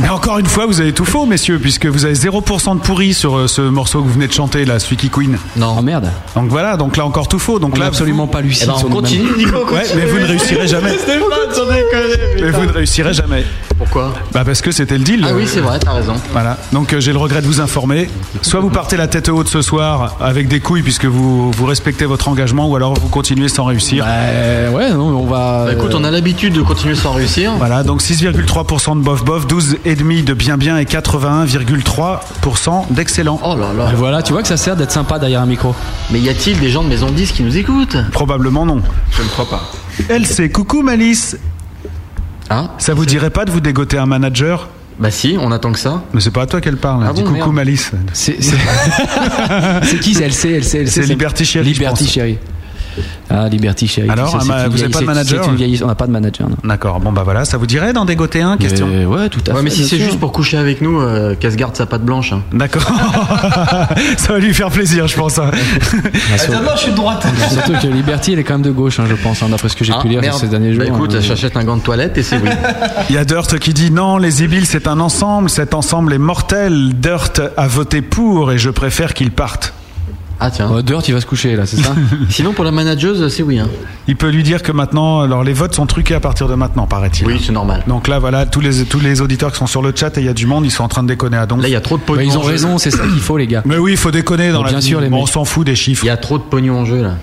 Mais encore une fois, vous avez tout faux, messieurs, puisque vous avez 0% de pourri sur euh, ce morceau que vous venez de chanter, là, celui qui queen. Non. Ah, merde. Donc voilà, donc là encore tout faux. Donc On là, est absolument vous- pas lucide Eh ben, on sur nous-mêmes. continue, Nico, Ouais, continue. mais vous ne réussirez jamais. Mais vous ne réussirez jamais. Pourquoi Bah parce que c'était le deal. Ah oui, c'est vrai, t'as raison. Voilà. Donc euh, j'ai le regret de vous informer. Soit vous partez la tête haute ce soir avec des couilles puisque vous, vous respectez votre engagement, ou alors vous continuez sans réussir. ouais, on va. Bah écoute, on a l'habitude de continuer sans réussir. Voilà, donc 6,3% de bof bof, 12,5% de bien bien et 81,3% d'excellent. Oh là là. euh, Voilà, tu vois que ça sert d'être sympa derrière un micro. Mais y a-t-il des gens de Maison 10 qui nous écoutent Probablement non. Je ne crois pas. LC, coucou Malice. Ah Ça vous dirait pas de vous dégoter un manager Bah si, on attend que ça. Mais c'est pas à toi qu'elle parle. Ah Dis bon, coucou merde. Malice. C'est c'est qui LC, LC, LC C'est Liberty Chérie, je Liberty pense. Chérie. Ah, Liberty Chérie. Alors, Ça, c'est ah, bah, une vous vieille- avez pas de c'est- manager c'est une vieille- On n'a pas de manager, non. D'accord, bon bah voilà, ça vous dirait d'en dégoter un Question. Mais ouais, tout à Ouais, fait. mais Bah, si bien c'est sûr. juste pour coucher avec nous, euh, qu'elle se garde sa patte blanche. hein. D'accord. ça va lui faire plaisir, je pense. hein. Ah, sur- je suis de droite. Surtout que Liberty, elle est quand même de gauche, hein, je pense, hein, d'après ce que j'ai Ah, pu lire merde. ces derniers jours. Bah écoute, hein. j'achète un gant de toilette et c'est oui. Il y a Dirt qui dit non, les Ibiles c'est un ensemble, cet ensemble est mortel. Dirt a voté pour et je préfère qu'il parte. Ah tiens. Oh, Dirt, il va se coucher là, c'est ça Bah, Sinon pour la manageuse, c'est oui. Hein. Il peut lui dire que maintenant, alors les votes sont truqués à partir de maintenant, paraît-il. Oui, c'est normal. Donc là, voilà, tous les, tous les auditeurs qui sont sur le chat et il y a du monde, ils sont en train de déconner à donc. Là, il y a trop de pognon. Bah, Ils ont en jeu. raison, c'est ça qu'il faut, les gars. Mais oui, il faut déconner dans Bon, la bien vie. sûr, les Bon, mecs. on s'en fout des chiffres. Il y a trop de pognon en jeu là.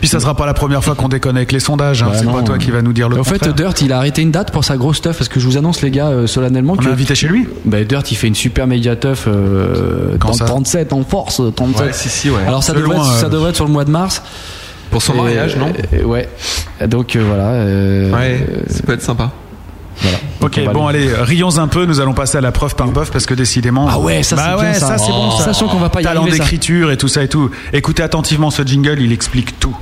Puis ça sera pas la première fois qu'on déconne avec les sondages. hein. Bah, c'est non, pas toi euh. qui va nous dire le En fait, contraire. Dirt, il a arrêté une date pour sa grosse teuf parce que je vous annonce, les gars, euh, solennellement on que. l'a invité chez lui. Bah, Dirt, il fait une super méga teuf euh, Quand dans ça 37 en force, 37. Ouais, si, si, ouais. Alors ça De devrait, loin, être, ça euh, devrait être sur le mois de mars. Pour son Et- euh, mariage, non et- Ouais. Donc euh, voilà. euh, Ouais, euh, ça peut être sympa. voilà. Ok, Donc, on va bon, aller- allez, rions un peu. Nous allons passer à la preuve par bof parce que décidément. Ah ouais, ça, Bah c'est bien, ouais, ça. c'est bon. Oh. ça. Sachant qu'on va pas y Talent arriver, ça. d'écriture et tout ça et tout. Écoutez attentivement ce jingle, il explique tout.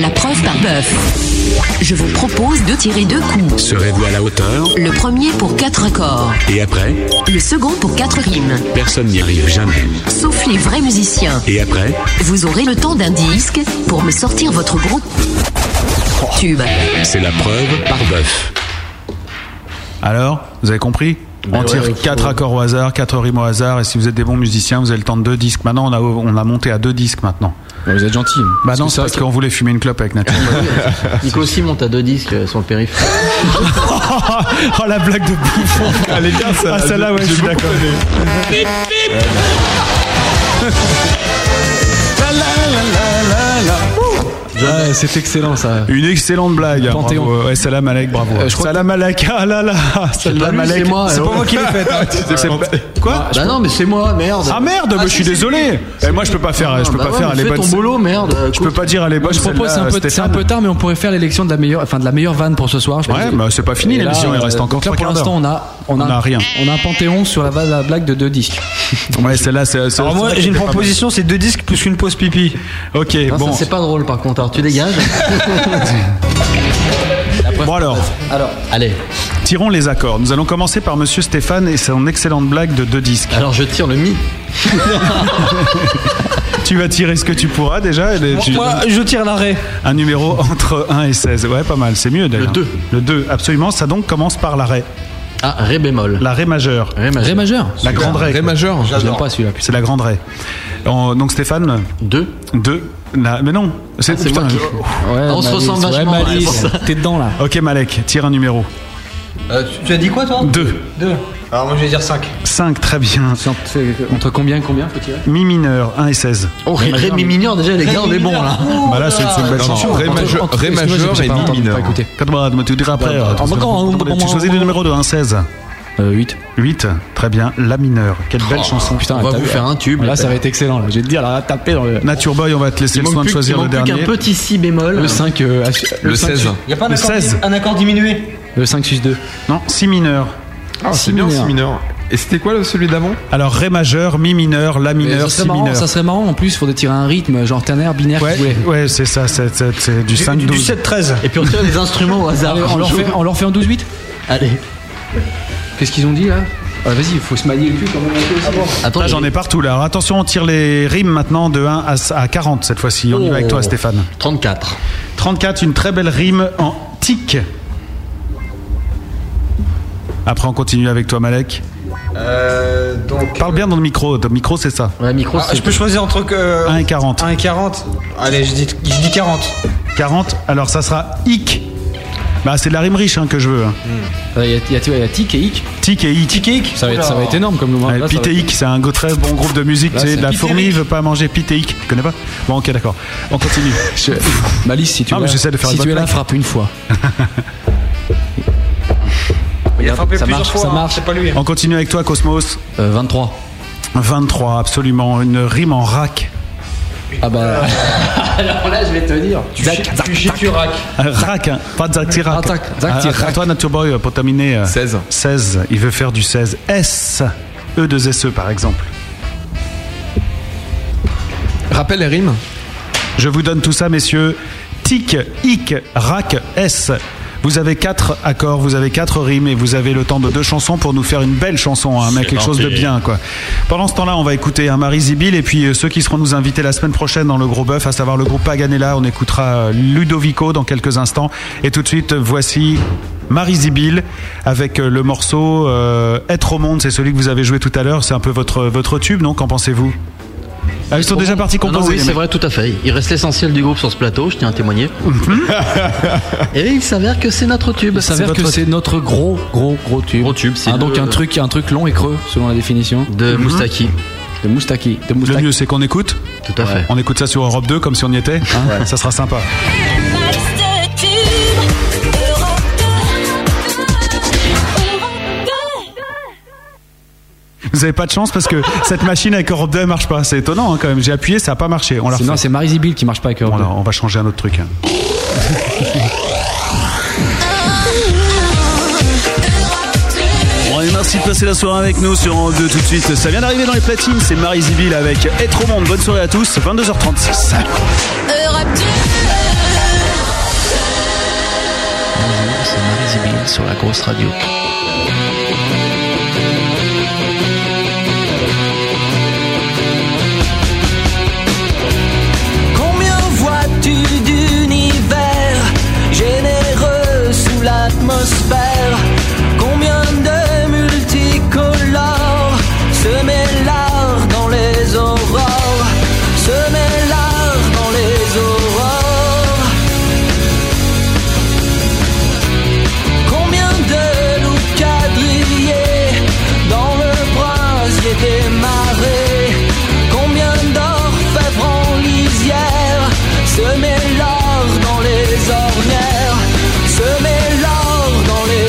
La preuve par bœuf. Je vous propose de tirer deux coups. Serez-vous à la hauteur Le premier pour quatre accords, Et après le second pour quatre rimes. Personne n'y arrive jamais. Sauf les vrais musiciens. Et après Vous aurez le temps d'un disque pour me sortir votre gros tube. C'est la preuve par bœuf. Alors, vous avez compris on tire quatre accords au hasard, quatre rimes au hasard, et si vous êtes des bons musiciens, vous avez le temps de deux disques. Maintenant, on a, on a monté à deux disques maintenant. Bah, vous êtes gentil. Bah non, c'est parce qu'on voulait fumer une clope avec Nathalie. Nico aussi monte à deux disques euh, sur le périph. oh la blague de bouffon Elle est bien Ah celle-là ouais je suis d'accord La, la, la, la, la, la. Ouais, c'est excellent ça. Une excellente blague hein, Panthéon. bravo. Ouais, Salam Alek bravo Euh, je crois Salam Alek ah là là pas Salam lui, Alek Bah, c'est moi, C'est alors. pas moi qui l'ai faite hein. C'est- Quoi Bah non, mais c'est moi, merde. Ah merde mais je suis désolé Eh, Moi je peux pas faire je peux Bah pas ouais, faire mais les fais bonnes ton boulot, merde. Je peux pas dire elle est Moi, bonne je propose, c'est un, celle-là, peu, c'est un Stéphane. peu tard, mais on pourrait faire l'élection de la meilleure, enfin de la meilleure vanne pour ce soir. je pense. Ouais, mais c'est pas fini Et l'émission, là, il reste euh, encore donc là, trois quarts pour l'instant, d'heure. on a, on a, On a rien. On a un panthéon sur la, va- la blague de deux disques. Ouais, celle-là, c'est. c'est- Alors moi, c'est vrai j'ai une qu'elle est pas proposition, c'est deux disques plus une pause pipi. mal. Ok, Non, Ah, ça, bon. c'est pas drôle par contre, alors tu dégages. Bon alors. alors, allez. Tirons les accords. Nous allons commencer par Monsieur Stéphane et son excellente blague de deux disques. Alors je tire le mi. tu vas tirer ce que tu pourras déjà. et tu- Ah. Moi, je tire l'arrêt. Un numéro entre 1 et 16. Ouais, pas mal. C'est mieux d'ailleurs. Le deux. Le 2, absolument. Ça donc commence par la Ré. Ah, ré bémol. La Ré majeure. Ré Ré majeur. majeur. La grande Ré. Ré quoi. majeur. Je l'aime pas celui-là. putain. C'est la grande Ré. En- donc Stéphane, 2. 2. Mais non. Ah, C'est c'est putain. moi qui- Ouais, On se Malice, ressemble ouais, vachement, ouais, Malice, pour ça. T'es dedans là. Ok Malek, tire un numéro. tu, as dit quoi, toi 2. Deux. Alors moi, je vais dire 5. 5, très bien. C'est entre- c'est- Entre combien et combien faut tirer Mi mineur, 1 et 16. Oh, ré, ré mi mineur déjà, les gars, on est bon là. Oh Bah là, c'est c'est une belle Non, chanson. non, Ré majeur, Ré Excuse-moi, j'ai- majeur j'ai et pas Mi entendu, mineur. pas écouté. Camarade, moi, tu diras après. euh, Ah, bah, quand- Tu choisis le numéro de 1 16. Euh, 8. 8, très bien. La mineure. Quelle Oh. belle chanson. Putain, On va t'as vous vu, faire un tube. Là, ça va être excellent. Là. Je vais te dire, là, taper dans le. Nature Boy, on va te laisser Il le manque soin de plus, il choisir le manque plus dernier. qu'un petit si bémol. Le 5. euh, H- Le cinq- 16. Il n'y a pas un Le accord, 16. Ah un accord diminué Le 5 sus 2. Non, si mineur. Ah, Si c'est bien, mineur. si mineur. Et c'était quoi le- celui d'avant Alors Ré majeur, Mi mineur, La mineur, ça, serait Si marrant, mineur. ça serait marrant en plus, faudrait tirer un rythme, genre ternaire, binaire, ouais, si vous voulez. ouais, c'est ça, c'est, c'est- c'est du 5 Du, 12. 7-13. Et puis on tire les instruments au hasard. Allez, on, leur joue. fait, on leur fait en 12-8 Allez. Qu'est-ce qu'ils ont dit là Ah, Vas-y, il faut se manier le cul quand même. un peu Ah aussi. Attends, Là, j'en ai partout là. Alors, attention, on tire les rimes maintenant de 1 à, à 40 cette fois-ci. On y va avec toi, Oh. Stéphane. 34. 34, une très belle rime en tic. Après, on continue avec toi, Malek. Parle bien dans le micro. Ton micro, c'est ça. micro, Ah, je peux choisir entre que 1 et 40. 1 et 40. Allez, je dis, je dis 40. 40, alors ça sera hic. Bah, c'est de la rime riche hein, que je veux. hein. Il y a, il y a- tu vois, il y a Tic et Hic. Tic et hic. Ça va, être, ça va être énorme comme nombre. Ouais, Là, ça va être- Pitéique, c'est un go- très bon groupe de musique. Là, tu sais, c'est la Pitéique. fourmi veut pas manger pitéique. Tu connais pas Bon, ok, d'accord. On continue. Malice, si tu Ah, es mais là- j'essaie de faire si une tu es bonne là, blague. frappe une fois. Il a frappé ça plusieurs marche, fois. ça hein, marche. C'est pas lui. hein. On continue avec toi, Cosmos. Euh, 23. 23, absolument. Une rime en rack. Ah bah. Euh, Alors là, je vais te dire. Tu Zac, chi- zac, tu chies, tu raques. Un Rack, hein, pas de Zach Tirac. Ah, Zach, Zach Ah, Tirac. à Toi, Nature Boy, euh, pour terminer. euh, 16. 16, il veut faire du 16. S, E2SE par exemple. Rappelle les rimes. Je vous donne tout ça, messieurs. Tic, hic, rac, S. Vous avez quatre accords, vous avez quatre rimes et vous avez le temps de deux chansons pour nous faire une belle chanson, hein, mais quelque chose de bien. quoi. Pendant ce temps-là, on va écouter un Marie Zibil et puis euh, ceux qui seront nous invités la semaine prochaine dans le Gros Bœuf, à savoir le groupe Paganella. On écoutera euh, Ludovico dans quelques instants. Et tout de suite, voici Marie Zibil avec euh, le morceau euh, Être au monde. C'est celui que vous avez joué tout à l'heure. C'est un peu votre, votre tube, non Qu'en pensez-vous Ah, Ils sont déjà partis Ah non, composer. oui, les c'est mecs. vrai, tout à fait. Il reste l'essentiel du groupe sur ce plateau, je tiens à témoigner. Et il s'avère que c'est notre tube. Il s'avère que votre- c'est notre gros, gros, gros tube. Gros tube, c'est Ah, donc le- un truc, un truc long et creux, selon la définition. De Mhm. Moustaki, De Moustaki. De Le Moustaki. mieux, c'est qu'on écoute. tout à fait. On écoute ça sur Europe 2 comme si on y était. hein. Ça sera sympa. Vous avez pas de chance parce que cette machine avec Europe 2 elle marche pas. C'est étonnant hein, quand même. J'ai appuyé, ça a pas marché. On la C'est- Non, refait. c'est Marie Zibil qui marche pas avec Europe Bon, deux. alors, on va changer un autre truc. hein. Bon, et merci de passer la soirée avec nous sur Europe 2 tout de suite. Ça vient d'arriver dans les platines, c'est Marie Zibil avec Être au monde. Bonne soirée à tous, 22h36. Bonjour, c'est Marie Zibil sur la grosse radio. Combien vois-tu d'univers généreux sous l'atmosphère Combien de multicolores se mêlent dans les aurores Se mêlent dans les aurores Combien de loups quadrillés dans le brasier des marées Combien d'orfèvres en lisière semés l'or dans les ornières Semés l'or dans les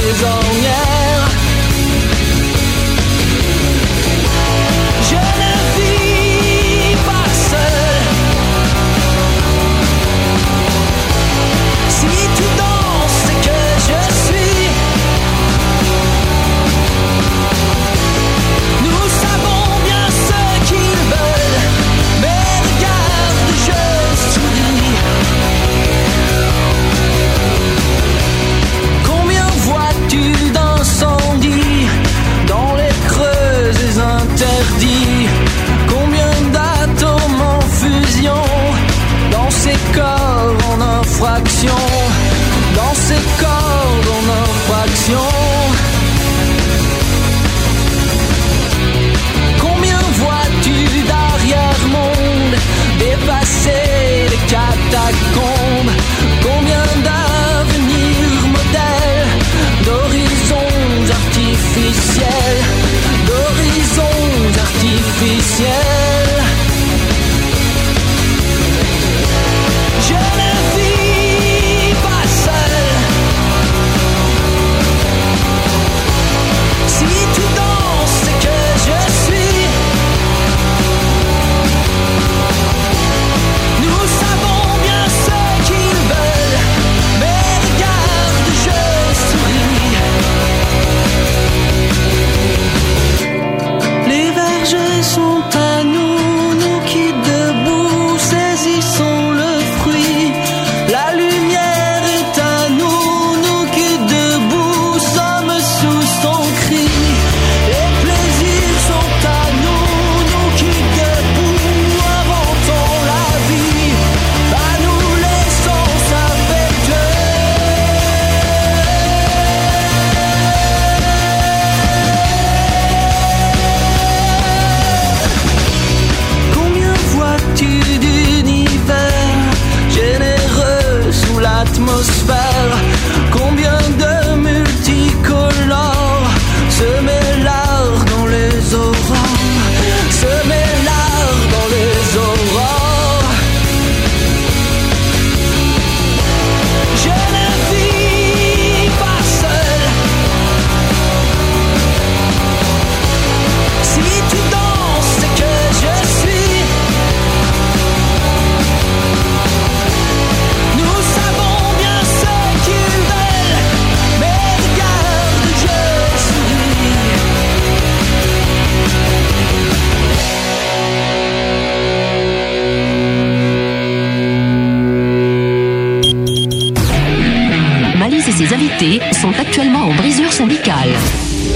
Bah, plusieurs syndicales.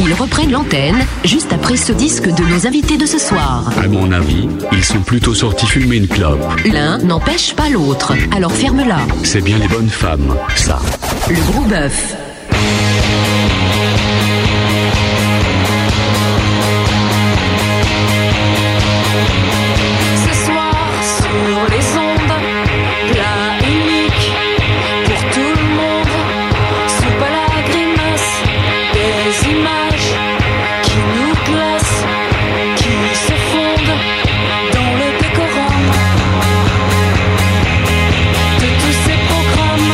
Ils reprennent l'antenne juste après ce disque de nos invités de ce soir. À mon avis, ils sont plutôt sortis fumer une clope. L'un n'empêche pas l'autre, alors ferme-la. C'est bien les bonnes femmes, ça. Le gros bœuf. Ce soir sur les ondes, plat unique pour tout le monde. Sous pas la grimace, des images qui nous glacent, qui se fondent dans le décorum de tous ces programmes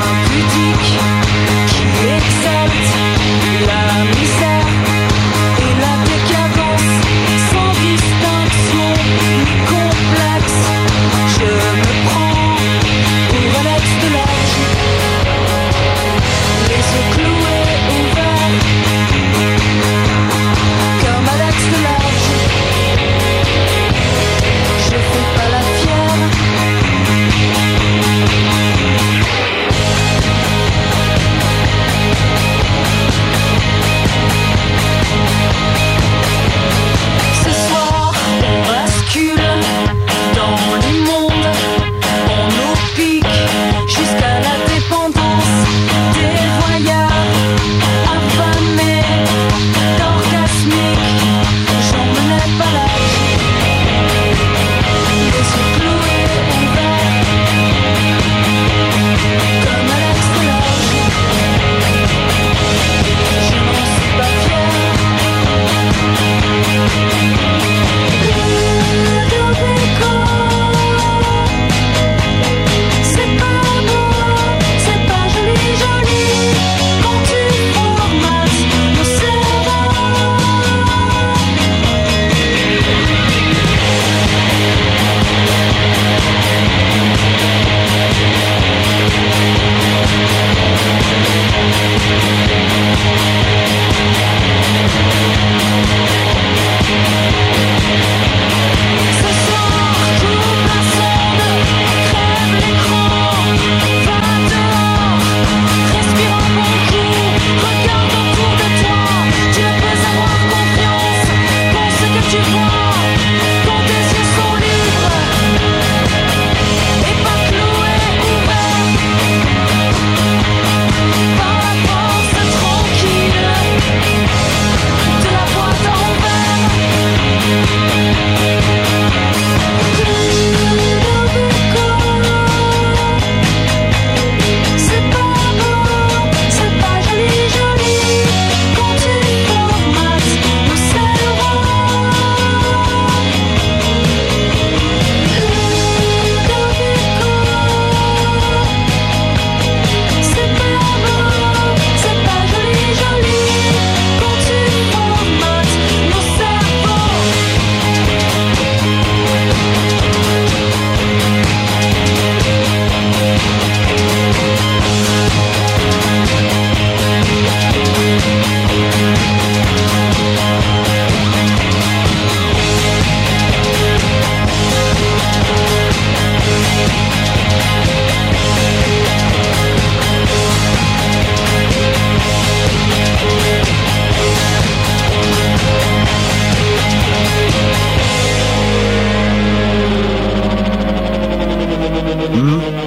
impudiques qui exaltent la misère. Et la décadence, sans distinction ni complexe, je me prends pour Alex Delage. Les yeux cloués ouverts, comme Alex Delage. Je fais pas la fière. Ce soir, on bascule dans l'immonde, on nous pique jusqu'à la dépendance des voyeurs affamés d'orgasmiques. J'en menais pas l'âge, les yeux cloués ouverts, comme à l'astrologue. Je n'en suis pas c'est pas beau, c'est pas joli, joli Quand tu formates nos Tu ne peux avoir confiance pour ce que tu vois quand tes yeux sont libres et pas cloués ouverts par la force tranquille de la boîte en verre. C'est pas beau, c'est pas joli, joli quand tu formates nos cerveaux. C'est pas beau, c'est pas joli, joli quand tu formates nos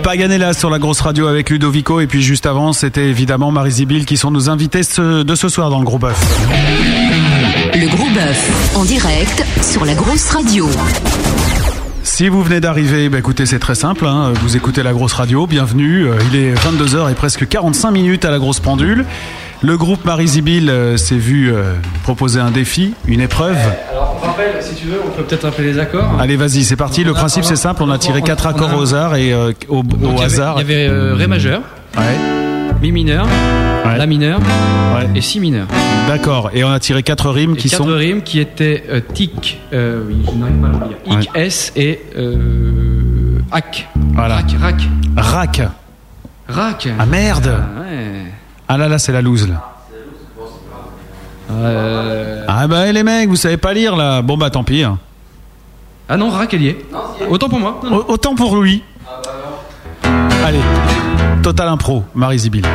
Paganella sur la grosse radio avec Ludovico et puis juste avant c'était évidemment Marie Zibil qui sont nos invités ce- de ce soir dans le gros bœuf. Le gros bœuf, en direct sur la grosse radio. Si vous venez d'arriver, bah écoutez c'est très simple, hein, vous écoutez la grosse radio, bienvenue, euh, il est 22h et presque 45 minutes à la grosse pendule. Le groupe Marie Zibil euh, s'est vu euh, proposer un défi, une épreuve. Alors, on rappelle, si tu veux, on peut peut-être rappeler les accords. Allez vas-y c'est parti, le On a- principe on a- c'est simple, on a tiré on a- quatre on a- accords au hasard et euh, au, au Donc, il y avait- hasard. Hmm. Il y avait euh, Ré majeur, Mi mineur, La mineur et Si mineur. D'accord, et on a tiré quatre rimes Et qui quatre sont... rimes qui étaient euh, tic, euh, oui, je n'arrive pas à le dire. Ic, s et euh, ac. Voilà. Rac, rac. Rac. Rac. Ah merde Ah, ouais. Ah là là c'est la loose là. Euh. Ah bah eh, les mecs, vous savez pas lire là. Bon bah tant pis. hein. Ah non, rac est lié. Autant pour moi. Au- Autant pour lui. Allez, total impro, Marie Zibil.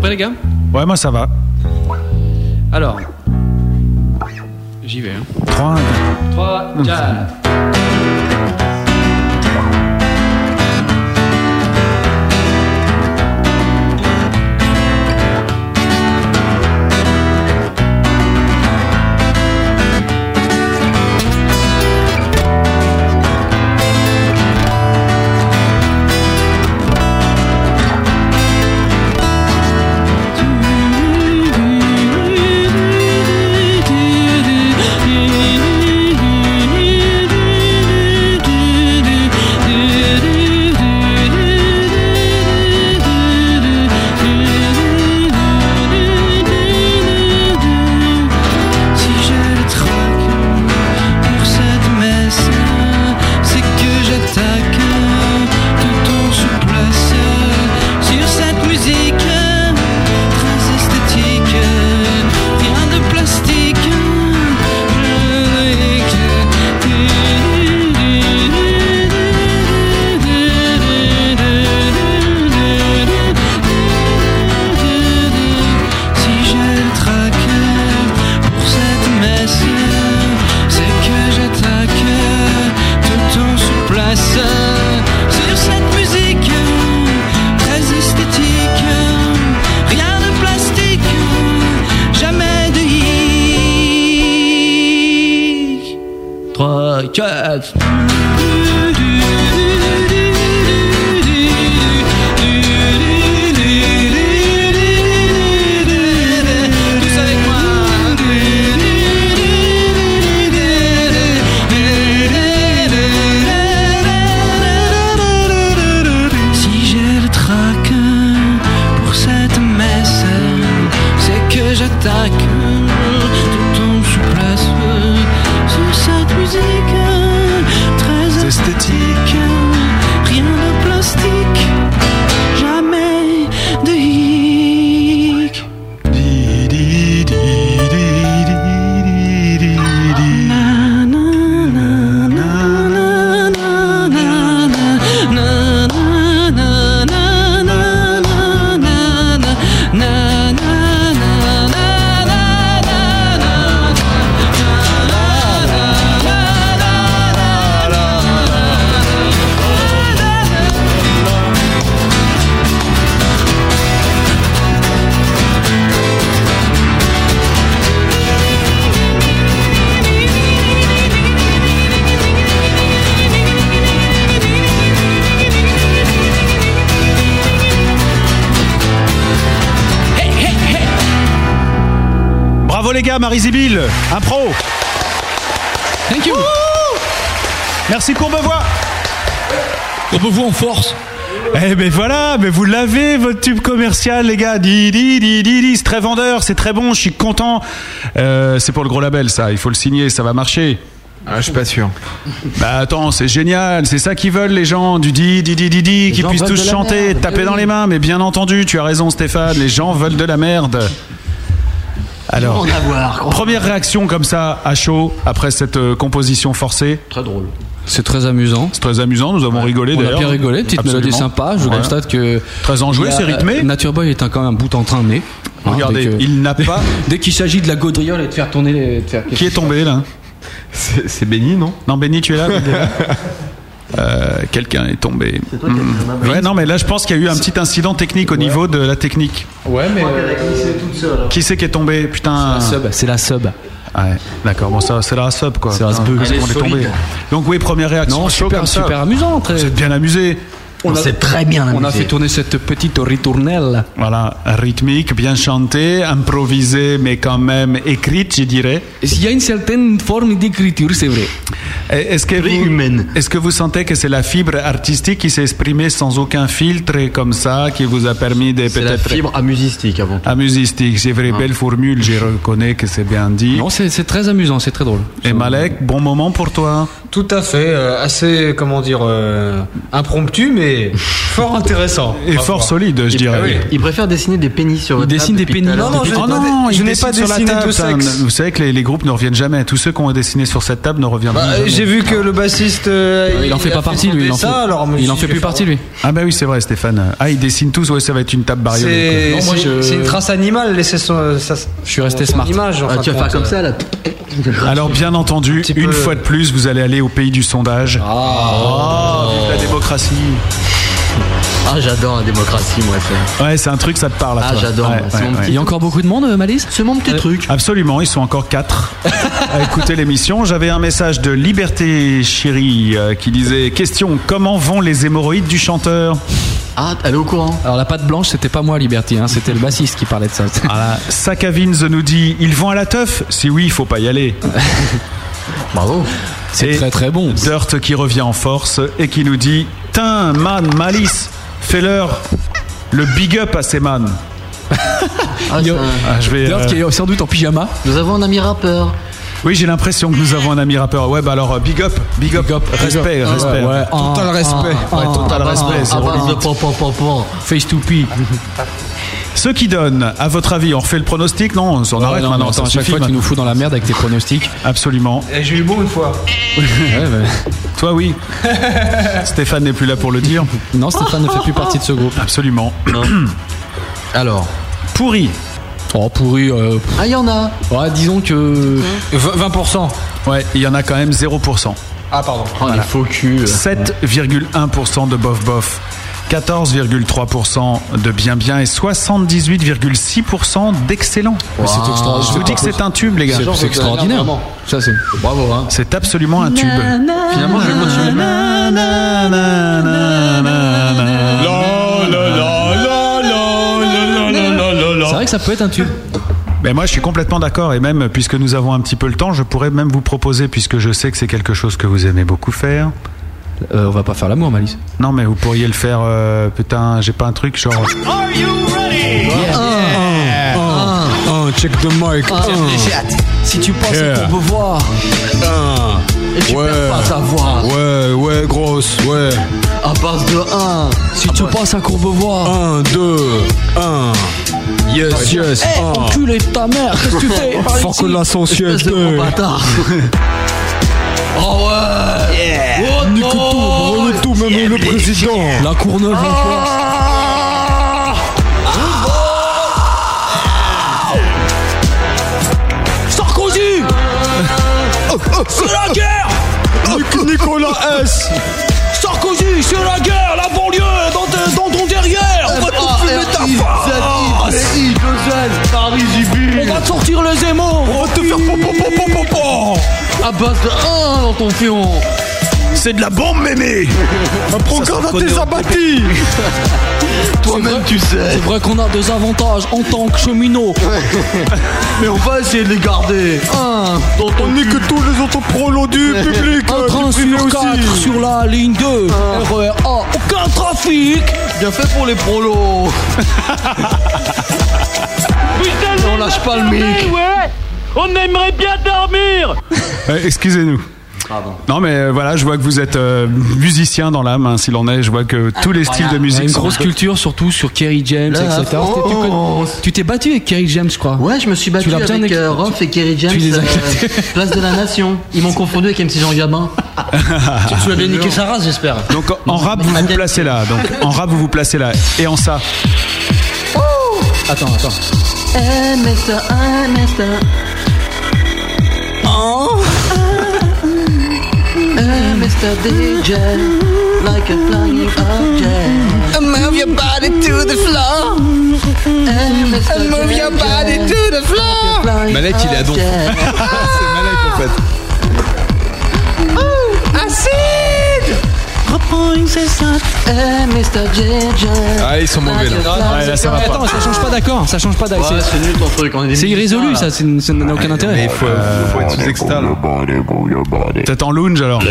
prêts, les gars Ouais, moi ça va. Alors, j'y vais. hein. 3, 3, jazz. Si je le traque pour cette messe, c'est que j'attaque tout en souplesse sur cette musique très esthétique, rien de plastique. Si je le traque pour cette messe, c'est que j'attaque tout en sous place sur cette musique très esthétique, rien de plastique, jamais de hic. 3, 4. Tous avec moi. Si j'ai le trac pour cette messe, c'est que j'attaque tout en souplesse sur cette musique très esthétique, rien de plastique, jamais de hic. Bravo les gars, Marie Zibil, un pro. Thank you. Merci Courbevoie. Courbevoie en force. Eh ben voilà, mais vous l'avez votre tube commercial les gars. Di, di, di, di, di. C'est très vendeur, c'est très bon, je suis content. Euh, c'est pour le gros label ça, il faut le signer, ça va marcher. Ah, je suis pas sûr. Bah attends, c'est génial, c'est ça qu'ils veulent les gens, du di di di di di, qu'ils gens puissent veulent tous de la chanter, merde, taper mais dans oui. les mains, mais bien entendu, tu as raison Stéphane, les gens veulent de la merde. Alors, Ils vont en avoir, quoi. première réaction comme ça, à chaud, après cette euh, composition forcée. Très drôle. C'est très amusant. C'est très amusant, nous avons rigolé On a d'ailleurs. bien rigolé, petite Absolument. mélodie sympa. Je Ouais. constate que. Très enjoué, il y a- c'est rythmé. Nature Boy est un- quand même un bout en train de nez. Hein, Regardez, dès que- il n'a pas. Dès qu'il s'agit de la gaudriole et de faire tourner les. de faire- Qui est tombé là C'est c'est Benny, non Non, Benny, tu es là Euh, Quelqu'un est tombé. Hmm. Ouais, non, mais là, je pense qu'il y a eu un petit incident technique au niveau de la technique. Ouais, mais. Qui c'est qui est tombé Putain. Ah C'est la sub, c'est la sub. Ouais, d'accord, bon, ça, c'est la sub quoi. C'est la Putain, tout sub. le Elle monde est est tombé. solide. Donc, oui, première réaction. Non, chaud super- Oh, comme ça. super amusant, très- Vous êtes bien amusé. On s'est très bien On a amusé. fait tourner cette petite ritournelle. Voilà, rythmique, bien chanté, improvisé, mais quand même écrite, je dirais. Il y a une certaine forme d'écriture, c'est vrai. Et Est-ce que, vous, est-ce que vous sentez que c'est la fibre artistique qui s'est exprimée sans aucun filtre et comme ça, qui vous a permis de C'est la peut-être... fibre amusistique avant tout. Amusistique, c'est vrai, belle formule, je reconnais que c'est bien dit. Non, c'est c'est très amusant, c'est très drôle. Et Malek, bon moment pour toi Tout à fait, euh, assez, comment dire, euh, impromptu, mais fort intéressant. Et fort solide, je bah dirais. Il préfère dessiner des pénis sur votre dessine table depuis tout à l'heure. Oh non, il dessine sur la table, putain. Vous savez que les, les groupes ne reviennent jamais. Tous ceux qui ont dessiné sur cette table ne reviendront Bah, jamais. J'ai vu que le bassiste. euh, Il en fait a pas partie, son lui, il en dessin, fait- alors, moi, il en je fait vais plus faire- partie, lui. Ah bah oui, c'est vrai, Stéphane. Ah, ils dessinent tous. Ouais, ça va être une table C'est bariolée. c'est- c'est une trace animale, laisser son, sa- son Image, Ah, euh. en fin de compte. là. Alors bien entendu, une fois de plus, vous allez aller au pays du sondage. Oh, vive la démocratie. Ah, j'adore la démocratie, moi. c'est- Ouais, c'est un truc, ça te parle à Ah, toi. j'adore, Ouais, c'est ouais, mon ouais. petit Il y a encore- beaucoup de monde, euh, Malice C'est mon petit truc. Absolument, ils sont encore quatre à écouter l'émission. J'avais un message de Liberté Chérie euh, qui disait Question, comment vont les hémorroïdes du chanteur Ah, elle est au courant. Alors la patte blanche, c'était pas moi, Liberty, hein, c'était le bassiste qui parlait de ça. Voilà. Sakavins nous dit Ils vont à la teuf Si oui, il faut pas y aller. Bravo. C'est très très bon. Dirt qui revient en force et qui nous dit Tin, man, malice, fais-leur le big up à ces man. Ah, c'est un- Ah, je vais, Dirt euh, qui est sans doute en pyjama. Nous avons un ami rappeur. Oui, j'ai l'impression que nous avons un ami rappeur. Ouais, bah alors, euh, big up, big up, respect, Ah ouais, respect. ouais, ah, Total respect. ah, Ouais, total bah, ah, respect, ah, zéro ah, limite. Pom, pom, pom, pom. Face to pee. Ce qui donne, à votre avis, on refait le pronostic Non, on s'en Ouais, arrête non, maintenant. mais attends, ça à chaque suffit fois, tu maintenant. nous fous dans la merde avec tes pronostics. Absolument. Et Eh, J'ai eu bon une fois. Toi, oui. Stéphane n'est plus là pour le dire. Non, Stéphane ne fait plus partie de ce groupe. Absolument. Alors, pourri. Oh, pourri. euh, pff. Ah, il y en a. Mmh. Ouais, disons que. 20%. Ouais, il y en a quand même 0%. Ah, pardon. Oh, les faux culs. 7,1% de bof bof. 14,3% de bien bien et 78,6% d'excellent. Mais c'est extraordinaire. Je vous dis que c'est un tube, les gars. C'est- C'est euh, extraordinaire. Ça, c'est. Bravo, hein. C'est absolument un tube. Finalement, je vais continuer. C'est vrai que ça peut être un tube. Mais Ben, moi, je suis complètement d'accord. Et même, puisque nous avons un petit peu le temps, je pourrais même vous proposer, puisque je sais que c'est quelque chose que vous aimez beaucoup faire. Euh, on va pas faire l'amour, Malice. Non, mais vous pourriez le faire. euh, putain, j'ai pas un truc genre. Un, check the mic. Si tu penses Yeah. à ton devoir, Et tu perds pas ta voix. Euh, Ouais, ouais, grosse, ouais. À base de 1. si tu penses à Courbevoie, 1, 2, 1. Yes, yes, Eh, 1. enculé de ta mère, qu'est-ce que tu fais par ici Fuck l'ascension, Espèce de gros bâtard. Oh ouais. Oh, Nique tout, brûle tout, même le président. La Courneuve en toi. Sarkozy C'est la guerre Nicolas S. Sarkozy, c'est la guerre La banlieue dans, tes- dans ton derrière On va te fumer ta face Paris On va te sortir les émaux On va te faire À base de 1 dans ton fion. C'est de la bombe, mémé Un programme à tes abattis. Toi-même tu sais. C'est vrai qu'on a des avantages en tant que cheminot Mais on va essayer de les garder. 1 dans ton Nique tous les autres prolos du public. Un euh, train du privé sur aussi. quatre sur la ligne 2 RER A, aucun trafic Bien fait pour les prolos. on lâche pas le mic. Euh, Excusez-nous. Non mais euh, voilà, je vois que vous êtes euh, musicien dans l'âme, hein, s'il en est. Je vois que tous les styles de musique Une sont grosse culture surtout sur Kerry James, La etc. Tu- tu connais- France. Tu t'es battu avec Kerry James, je crois. Ouais, je me suis battu Tu l'as bien avec écrit- euh, Rolf et Kerry James, tu les as euh, éclatés. place de la nation. Ils m'ont confondu avec MC Jean Gabin. tu as bien niqué sa race, j'espère. Donc en- en rap vous vous placez là. Donc en rap vous vous placez là. Et en ça. Attends, attends. Malek, il est à don. c'est Malek en fait. Ah, ils sont mauvais là. Ouais, là ça va pas. Attends, ça change pas d'accord, ça change pas d'accord. Ouais, C'est- c'est nul ton truc. on est des c'est irrésolu, musiciens, ça, là. c'est- ça n'a aucun Mais intérêt. il faut, faut être sous extase. Peut-être en lounge alors.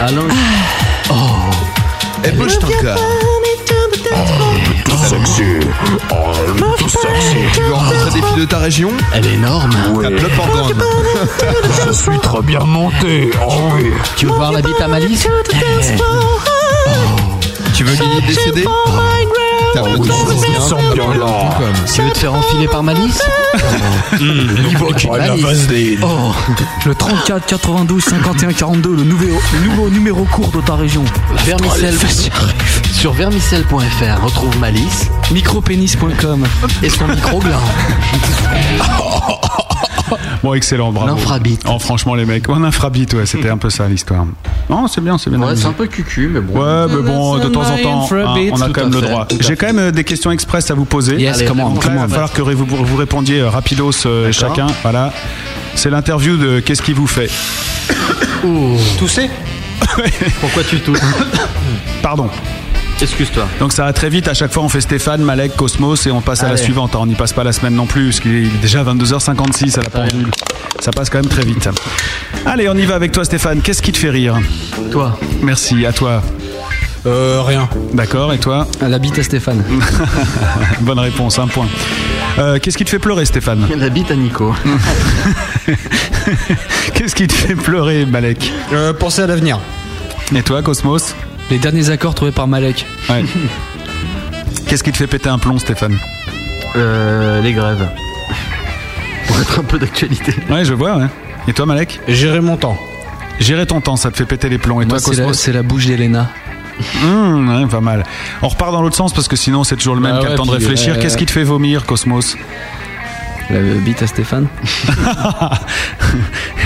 Allons. Et bouge Eh, ton corps. Tout sexy. Tu veux rencontrer des filles de ta région Elle est énorme. La Plop Organ. Je suis trop bien monté. Tu veux voir la bite à Malice Tu veux gagner des CD T'as le temps, c'est bien. Tu veux te faire enfiler par Malice Niveau qui prend la vaseline. Oh, Le 34 92 51 42, le nouveau, le nouveau numéro court de ta région. Vermicelle. Oh, Sur vermicelle.fr, retrouve Malice, micropénis.com et son micro blanc. Bon, excellent, bravo. L'infrabit. Oh, franchement, les mecs. Un infrabit, ouais, c'était un peu ça l'histoire. Non, c'est bien, c'est bien. Ouais, amusé. c'est un peu cucu, mais bon. Ouais, mais bon, de temps en temps, hein, on a quand même le droit. J'ai quand même euh, des questions express à vous poser. Yes, Allez, come on, Donc là, come il va on. falloir que vous, vous répondiez euh, rapidos euh, D'accord. chacun. Voilà. C'est l'interview de Qu'est-ce qui vous fait Tousser Pourquoi tu tousses Pardon. Excuse-toi. Donc ça va très vite, à chaque fois on fait Stéphane, Malek, Cosmos et on passe à la Allez. suivante. hein. On n'y passe pas la semaine non plus, parce qu'il est déjà 22h56 à la pendule. Ça passe quand même très vite. Allez, on y va avec toi Stéphane, qu'est-ce qui te fait rire Toi. Merci, à toi. Euh, rien. D'accord, et toi La bite à Stéphane. Bonne réponse, un point. Euh, qu'est-ce qui te fait pleurer Stéphane La bite à Nico. Qu'est-ce qui te fait pleurer Malek Penser Euh, à l'avenir. Et toi Cosmos Les derniers accords trouvés par Malek. Ouais. Qu'est-ce qui te fait péter un plomb Stéphane Euh, les grèves. Pour être un peu d'actualité. Ouais, je vois, ouais. Et toi Malek Gérer mon temps. Gérer ton temps, ça te fait péter les plombs. Et Moi, toi c'est la, Cosmos c'est la bouche d'Elena. Hum, ouais, pas mal. On repart dans l'autre sens parce que sinon c'est toujours le même Ah qui a le ouais, temps de puis, réfléchir. euh, Qu'est-ce qui te fait vomir, Cosmos La bite à Stéphane.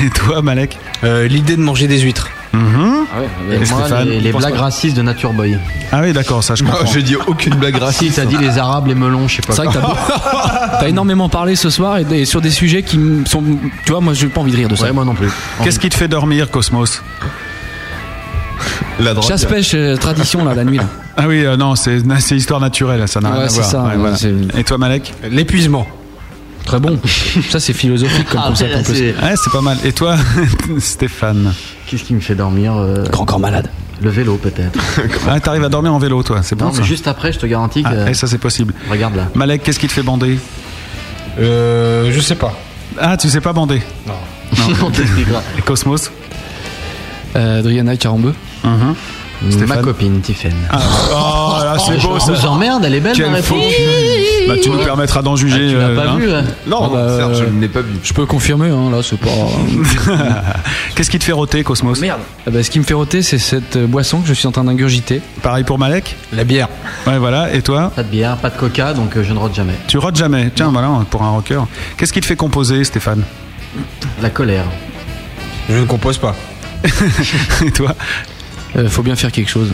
Et toi, Malek Euh, L'idée de manger des huîtres. Et moi, les, les blagues racistes de Nature Boy. Ah oui, d'accord, ça je comprends. Oh, J'ai dit aucune blague Si, raciste. t'as dit les arabes, les melons, je sais pas. C'est vrai que t'as beau- t'as énormément parlé ce soir et, et sur des sujets qui m- sont. Tu vois, moi, j'ai pas envie de rire de ça. Ouais, moi non plus. Qu'est-ce qui te fait dormir, Cosmos La drogue. Chasse-pêche, euh, tradition, là, la nuit. Là. Ah oui, euh, non, c'est c'est histoire naturelle, ça n'a Ouais, rien à c'est voir. ça, Ouais, ouais, voilà. c'est- Et toi, Malek L'épuisement. Très bon. ça, c'est philosophique comme Ah, concept là, en plus. c'est- Ouais, c'est pas mal. Et toi, Stéphane Qu'est-ce qui me fait dormir euh, Grand corps malade. Le vélo, peut-être. Ah, t'arrives à dormir en vélo, toi, c'est bon non, ça mais euh, juste après, je te garantis que. Ah, et ça, c'est possible. Regarde là. Malek, qu'est-ce qui te fait bander Euh, je sais pas. Ah, tu sais pas bander Non. On t'expliquera. Et Cosmos Euh, Adriana Carambeu. Mhm. Ma Stéphane copine, Tiffen. Oh là, c'est beau Je ça vous emmerde, elle est belle ma Quel faux réponse. cul. Bah, tu nous permettras d'en juger. Tu euh, l'as pas hein. vu hein Non, Ah bah, Oh, Serge, je euh, ne l'ai pas vu. Je peux confirmer, hein, là, c'est pas. Qu'est-ce qui te fait roter, Cosmos Ah bah, ce qui me fait roter, c'est cette euh, boisson que je suis en train d'ingurgiter. Pareil pour Malek La bière. Ouais, voilà. Et toi Pas de bière, pas de coca, donc euh, je ne rote jamais. Tu rotes jamais. Tiens, voilà, pour un rocker. Qu'est-ce qui te fait composer, Stéphane La colère. Je ne compose pas. Et toi Euh, faut bien faire quelque chose.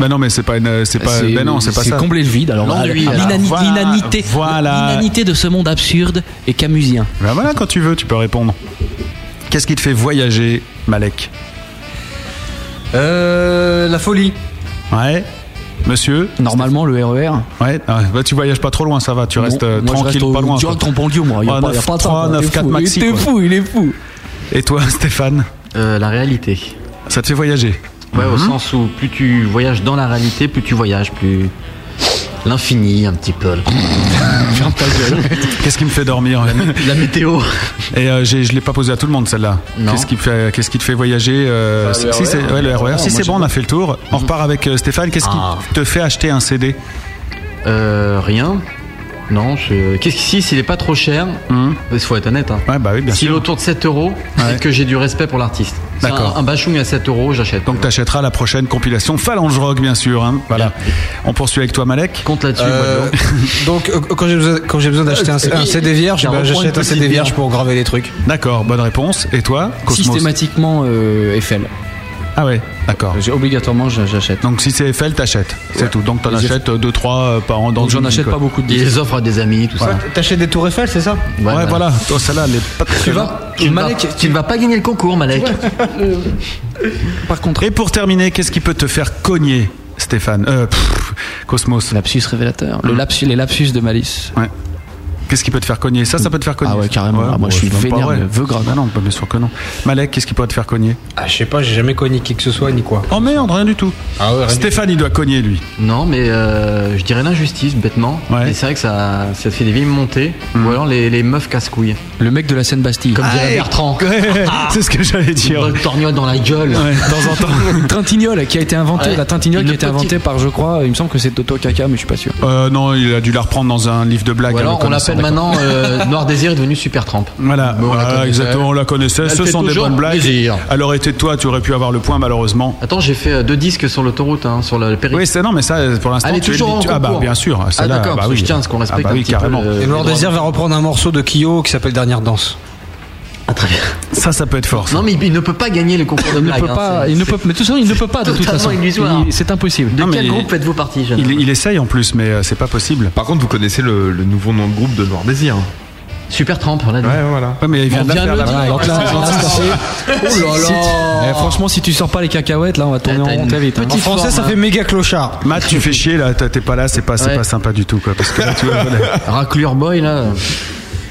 Bah non, mais c'est pas une. Ah, C'est pas. Ben non, c'est pas ça. combler le vide. Alors, L'ennui, bah, alors. l'inani- Voilà, l'inanité, voilà. l'inanité de ce monde absurde et camusien. Bah voilà, quand tu veux, tu peux répondre. Qu'est-ce qui te fait voyager, Malek Euh, la folie. Ouais. Monsieur Normalement, le RER. Ouais. ah, bah, tu voyages pas trop loin, ça va. Tu restes euh, moi, je tranquille, reste au- pas loin. quoi. Ah, Direct en banlieue, moi. Y a Ouais, pas, y a 9, pas 3, de train, 9, il est 4 fou. maxi, Il est quoi. fou, il est fou. Et toi, Stéphane Euh, la réalité. Ça te fait voyager Ouais, au sens où plus tu voyages dans la réalité, plus tu voyages, plus. L'infini, un petit peu. Qu'est-ce qui me fait dormir La météo. Et euh, j'ai- je l'ai pas posé à tout le monde celle-là. Non. Qu'est-ce qui, fait- qu'est-ce qui te fait voyager euh, si- si c'est- ouais, le RER. Si c'est bon, on a fait le tour. On repart avec euh, Stéphane. Qu'est-ce Ah. qui te fait acheter un CD Euh, rien. Non, je... qu'est-ce que si, s'il est pas trop cher, il faut être honnête. Hein. Ouais, bah oui, bien S'il est sûr. autour de 7 euros, Ouais. c'est que j'ai du respect pour l'artiste. C'est D'accord. Un, un bachung à 7 euros, j'achète. Donc t'achèteras la prochaine compilation Phalange Rock, bien sûr. hein. Voilà. On poursuit avec toi, Malek. compte là-dessus. Euh, Guadeloupe. donc, euh, quand j'ai besoin, quand j'ai besoin d'acheter un, un CD vierge, Tiens, bah, reprends une j'achète un petite CD vierge bière. pour graver les trucs. D'accord, bonne réponse. Et toi, Cosmos Systématiquement euh, FL. Ah ouais, d'accord. J'ai- Obligatoirement, j'a- j'achète. Donc si c'est Eiffel, t'achètes. C'est tout. Donc t'en Les achètes euh, 2-3 par an dans Donc, une j'en vie, achète quoi. pas beaucoup de Il billets. les offre à des amis, tout ça. T'achètes des tours Eiffel, c'est ça Ouais, Ouais, voilà. Toi, celle-là, elle est pas très Tu loin. vas, Tu, ne vas- Malek, tu ne vas pas gagner le concours, Malek. par contre. Et pour terminer, qu'est-ce qui peut te faire cogner, Stéphane Euh, pff, Cosmos. Hum. Lapsus révélateur. Le lapsus, les lapsus de malice. Ouais. Qu'est-ce qui peut te faire cogner Ça, ça peut te faire cogner. Ah ouais, carrément. Ah, moi, je suis vénère, mais veut grave. non, bah, bien sûr que non. Malek, qu'est-ce qui pourrait te faire cogner Ah, je sais pas, j'ai jamais cogné qui que ce soit ni quoi. Oh merde, rien du tout. Ah ouais, rien du Stéphane, il doit cogner, lui. Non, mais euh, je dirais l'injustice, bêtement. Et c'est vrai que ça, ça fait des vies montées. Hmm. Ou alors les, les meufs casse-couilles. Le mec de la scène Bastille. Ah. Comme dirait Bertrand. c'est ce que j'allais dire. Une bonne torgnole dans la gueule. temps en temps. Une Trintignole qui a été inventée, Ouais. la Trintignole qui a Une été petite- inventée par, je crois, il me semble que c'est Toto Kaka, mais je suis pas sûr. Euh, non, il a dû la reprendre dans un livre de blagues. Ou alors le on connaissant, l'appelle d'accord. maintenant euh, Noir Désir est devenu Super Tramp. Voilà, Bon, on la voilà, connaissait. exactement, on la connaissait. Elle Ce fait sont des toujours bonnes blagues. plaisir. Alors, était toi, tu aurais pu avoir le point, malheureusement. Attends, j'ai fait euh, deux disques sur l'autoroute, hein, sur la périphérie. Oui, c'est non, mais ça, pour l'instant, Elle est tu es toujours en tu- Ah, bah, concours. bien sûr. Ah, celle-là, d'accord, bah parce que oui. je tiens à ce qu'on respecte Ah, bah un oui, petit peu carrément. le- Et Noir Désir va reprendre un morceau de Kyo qui s'appelle Dernière Danse. Ça, ça peut être fort. Non, mais il, il ne peut pas gagner le concours de Il ne blagues. peut hein, pas, c'est- il ne c'est peut, mais de toute façon, il ne peut pas de toute totalement façon. illusoire. Il- C'est impossible. De Non, quel mais- groupe faites-vous partie, jeune Il, il essaye en plus, mais euh, c'est pas possible. Par contre, vous connaissez le, le nouveau nom de groupe de hein. Noir Désir. Super Tramp, on l'a dit. Ouais, voilà. Ouais, mais il vient On de la vient faire, de la le blague. dire. Donc là, Ah, c'est gentil. Oh là là Eh, franchement, si tu sors pas les cacahuètes, là, on va tourner Ah, t'as en rond une très vite. hein. petite En français, forme, ça hein. fait méga clochard. Matt, tu fais chier là, t'es t'es pas là, c'est pas, c'est Ouais. pas sympa du tout quoi. Parce que là, tu vois, voilà. Raclure Boy, là.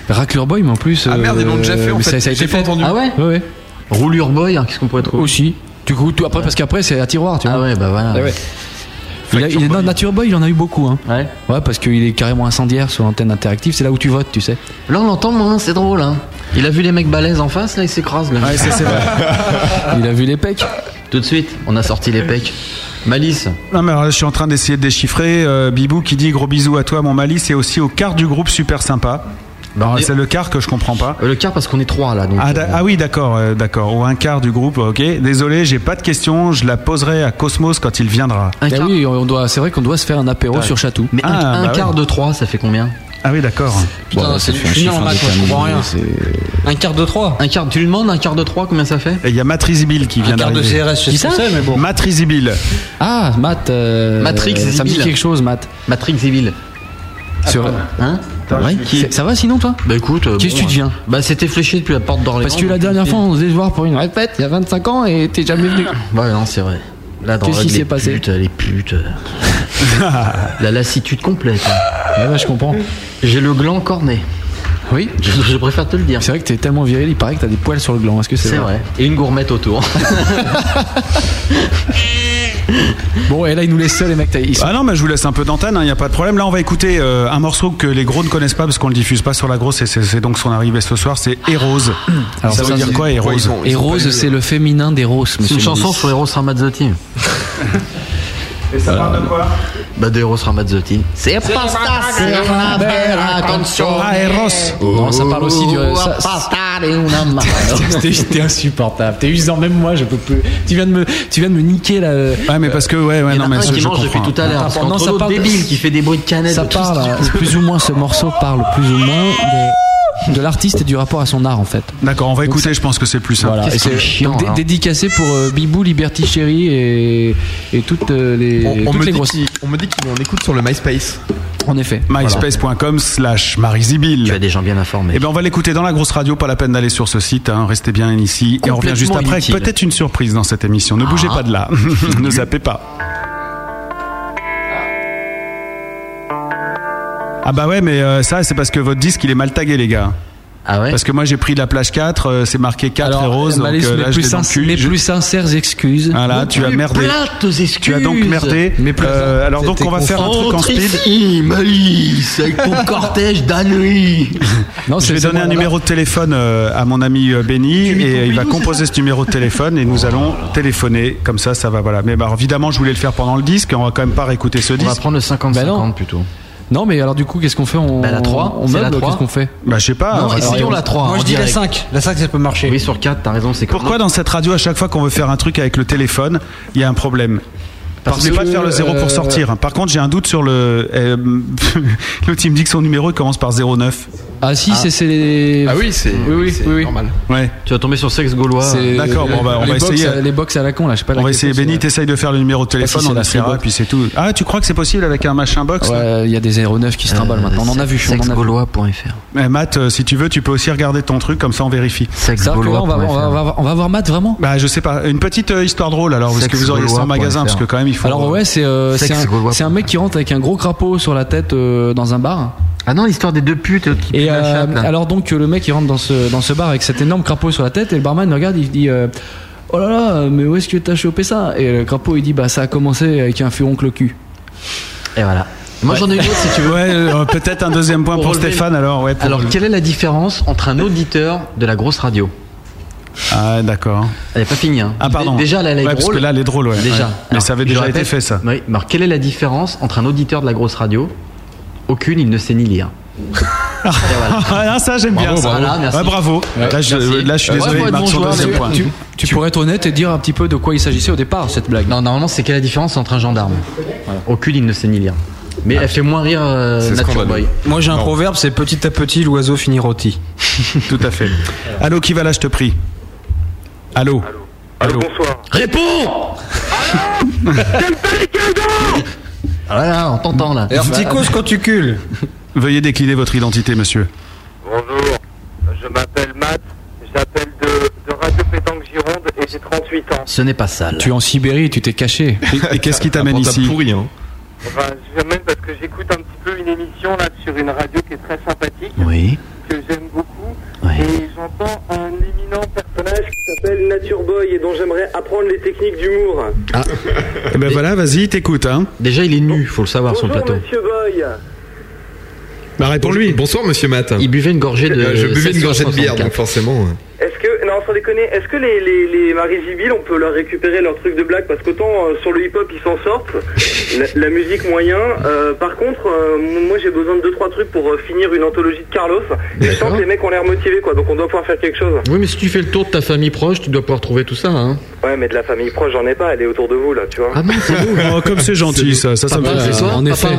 Raclure Boy, mais en plus. euh, Ah merde, ils l'ont déjà fait en mais fait. Ça, ça a J'ai été pas fait. entendu. Ah ouais Ouais, ouais. Roulure Boy, hein, qu'est-ce qu'on pourrait trouver Aussi. Du coup, tout, après, parce qu'après, c'est à tiroir, tu vois. Ah ouais, bah voilà. Ah ouais. Il a, il, non, Nature Boy, il en a eu beaucoup. Hein. Ouais. Ouais, parce qu'il est carrément incendiaire sur l'antenne interactive. C'est là où tu votes, tu sais. Là, on l'entend moins, c'est drôle. Hein. Il a vu les mecs balèzes en face, là, il s'écrase. le mec. Ouais, c'est c'est vrai. Il a vu les pecs. Tout de suite, on a sorti les pecs. Malice. Non mais alors là, je suis en train d'essayer de déchiffrer euh, Bibou qui dit gros bisous à toi mon Mali, c'est aussi au quart du groupe super sympa. Alors, mais- c'est le quart que je comprends pas. Euh, Le quart, parce qu'on est trois, là. Donc, Ah, d'a- ah oui, d'accord, euh, d'accord. Ou un quart du groupe, ok. Désolé, j'ai pas de questions. Je la poserai à Cosmos quand il viendra. un Ah quart. oui, on doit, c'est vrai qu'on doit se faire un apéro sur Chatou. Mais un, Ah, un bah quart ouais. de trois, ça fait combien Ah oui, d'accord. Putain, c'est du chien en maths, moi, je comprends rien. Un quart de 3. Un quart, tu lui demandes un quart de trois, combien ça fait Et il y a Matrizibil qui vient Un quart de d'arriver. CRS, je Qui sais ça pas, mais bon. Matrizibil. Ah, Matt. euh, Matrix, Ça me dit Zibil. quelque chose, Matt. Matrix Evil. Sur- Hein Ouais. C'est- Ça va sinon, toi Bah écoute. euh, Qu'est-ce que tu deviens Bah c'était fléché depuis la porte d'Orléans. Parce que la donc- euh, dernière fois, on se devait se voir pour une répète il y a 25 ans et t'es jamais venu. Ouais, non, c'est vrai. Là, dans Qu'est-ce qui les s'est passé putes, euh, les putes. la lassitude complète. hein. Ouais, ouais, je comprends. J'ai le gland corné. Oui. Je, je préfère te le dire. C'est vrai que t'es tellement viril, il paraît que t'as des poils sur le gland. Est-ce que c'est C'est vrai, vrai. Et une gourmette autour. Bon, et là, ils nous laissent seuls, les mecs. t'as- Ils sont- Ah non, mais je vous laisse un peu d'antenne, il n'y a pas de problème. Là, on va écouter euh, un morceau que les gros ne connaissent pas parce qu'on le diffuse pas sur la grosse et c'est c'est donc son arrivée ce soir, c'est Hérose. Alors ça, ça, veut dire c'est- quoi ils Hérose sont- Et ils sont pas Rose, nuls. c'est le féminin des roses, C'est monsieur. une chanson Mélis. sur Eros Ramazzotti. Et ça parle de quoi Bah de Eros Ramazzotti. C'est pasta, c'est una bella canzone. Ah, Eros Non, ça parle aussi du. euh, Oh, ça- pasta di una mano. T'es t'es insupportable, t'es usant, même moi je peux plus. Tu viens de me, tu viens de me niquer là. Ouais, mais parce que, ouais, ouais, Il y en non, a mais un ça, qui je mange depuis comprends. tout à l'heure. Parce Attends, non, qu'entre ça l'autre parle- débile qui fait des bruits de canette. Ça de tout ce parle, qui- euh, plus ou moins, ce morceau parle plus ou moins de, de l'artiste et du rapport à son art en fait. D'accord, on va Donc écouter, je pense que c'est plus simple. Voilà, Qu'est-ce et qui est chiant, donc, dé- alors. dédicacé pour euh, Bibou, Liberty Chéri et, et toutes euh, les, On, on toutes me les dit grosses. qu'il- on me dit qu'il en écoute sur le MySpace. En effet. MySpace.com slash Tu as Marizibil. des gens bien informés. Eh ben, bien, on va l'écouter dans la grosse radio, pas la peine d'aller sur ce site, hein, restez bien ici. Et on revient juste après avec inutile. peut-être une surprise dans cette émission. Ne Ah. bougez pas de là, ne zappez pas. Ah bah ouais, mais euh, ça, c'est parce que votre disque, il est mal tagué, les gars. Ah ouais Parce que moi j'ai pris de la plage 4, euh, c'est marqué 4 et rose. Donc, Malice, euh, là, mes, je plus les sinc- encule. mes Je- plus sincères excuses. Voilà, Ah, tu as merdé. Plates excuses. Tu as donc merdé. Mais plus- Euh, alors donc on va faire un truc en speed. ici, Malice, avec ton cortège d'années. Non, Je vais donner un numéro de téléphone euh, à mon ami euh, Benny et il va composer ce numéro de téléphone et nous allons téléphoner. Comme ça, ça va. Voilà. Mais bah, alors, évidemment, je voulais le faire pendant le disque. On va quand même pas réécouter ce On va disque. prendre le Bah non. 50-50 plutôt. Non, mais alors du coup, qu'est-ce qu'on fait on, Bah, la trois, on c'est la meuble, trois. qu'est-ce qu'on fait Bah je sais pas. Non, Alors, essayons la 3. Moi je dis la 5. La 5 ça peut marcher. Oui, sur 4, t'as raison, c'est Pourquoi dans cette radio à chaque fois qu'on veut faire un truc avec le téléphone, il y a un problème Parce N'oubliez pas de que, faire le zéro euh, pour sortir. hein. Par contre, j'ai un doute sur le. euh, L'autre, il me dit que son numéro il commence par 09. Ah si, c'est- c'est les. Ah oui, c'est Oui, oui, c'est oui, oui. normal. Ouais. Tu vas tomber sur sexe gaulois. Ah. C'est- D'accord, bon, bah, on les va box, essayer. euh, Les box à la con, là, je sais pas. On va laquelle essayer, c'est, Benny, là. t'essaye de faire le numéro de téléphone, si c'est on la essaiera, Freebox. puis c'est tout. Ah, tu crois que c'est possible avec un machin box là Ouais, il y a des 09 qui se trimballent maintenant. On en a vu, on en a vu. Sexegaulois.fr. Eh, Matt, euh, si tu veux, tu peux aussi regarder ton truc, comme ça on vérifie. C'est vrai que là, on va, on, va, on va- on va voir Matt vraiment. Bah, je sais pas, une petite euh, histoire drôle alors, parce que vous auriez ça en magasin, parce que quand même il faut. Alors ouais, c'est euh, Sexe c'est un, gaulois. c'est un mec qui rentre avec un gros crapaud sur la tête euh, dans un bar. Ah non, l'histoire des deux putes qui Et puent la euh, chatte, là. alors donc euh, le mec il rentre dans ce, dans ce bar avec cet énorme crapaud sur la tête et le barman le regarde il dit euh, oh là là mais où est-ce que t'as chopé ça et le crapaud il dit bah ça a commencé avec un furoncle au cul et voilà Moi j'en ai une autre si tu veux. Ouais, euh, peut-être un deuxième point pour, relever- Stéphane alors. Ouais, pour- Alors, quelle est la différence entre un auditeur de la grosse radio Ah, d'accord. Elle n'est pas finie. Hein. Ah, pardon. Dé- Déjà, là, elle est Ouais, drôle. parce que là, elle est drôle, ouais. Déjà. Ouais. Mais ça avait je déjà répète- été fait, ça. Oui, mais alors, quelle est la différence entre un auditeur de la grosse radio Aucune, il ne sait ni lire. Ah, ça j'aime bien. Bravo, ça. bravo. Ouais, bravo. Ouais, Là, je, merci. là, je suis Ouais, désolé, faut être il marque bon son joueur, deuxième mais- point. tu- tu pourrais être honnête et dire un petit peu de quoi il s'agissait au départ cette blague Non, normalement, c'est quelle est la différence entre un gendarme Aucune, il ne sait ni lire. Mais elle fait moins rire euh, Ah. C'est Nature scandaleux. Boy. Moi j'ai un Non. proverbe, c'est petit à petit l'oiseau finit rôti. Tout à fait. Allô, qui va là, je te prie Allô Allô, bonsoir. Réponds Ah là, là, on t'entend là. cause quand tu cules. Veuillez décliner votre identité, monsieur. Bonjour, je m'appelle Matt, j'appelle de, de Radio Pétanque Gironde et j'ai 38 ans. Ce n'est pas sale. Tu es en Sibérie, tu t'es caché. Et, qu'est-ce qui t'amène ici pourri, hein. Enfin, je viens même parce que j'écoute un petit peu une émission là sur une radio qui est très sympathique, Oui. que j'aime beaucoup, et j'entends un éminent personnage qui s'appelle Nature Boy et dont j'aimerais apprendre les techniques d'humour. Eh ben voilà, vas-y, t'écoutes. Hein. Déjà, il est nu, faut le savoir Bonjour Monsieur Boy, Bah, réponds-lui. Bonsoir, monsieur Matt. Il buvait une gorgée de. Euh, je buvais une gorgée de bière, donc forcément. est-ce que, non sans déconner, est-ce que les, les, les Marisibil, on peut leur récupérer leur truc de blague parce qu'autant euh, sur le hip-hop ils s'en sortent, la, la musique moyen, euh, par contre euh, m- moi j'ai besoin de deux trois trucs pour euh, finir une anthologie de Carlos, et je sens que les mecs ont l'air motivés quoi, donc on doit pouvoir faire quelque chose. Oui, mais si tu fais le tour de ta famille proche, tu dois pouvoir trouver tout ça. Hein. Ouais, mais de la famille proche, j'en ai pas, elle est autour de vous là, tu vois. Ah non, c'est beau. Oh, comme c'est gentil, ça, ça, ça me Papa, fait plaisir. euh, en effet.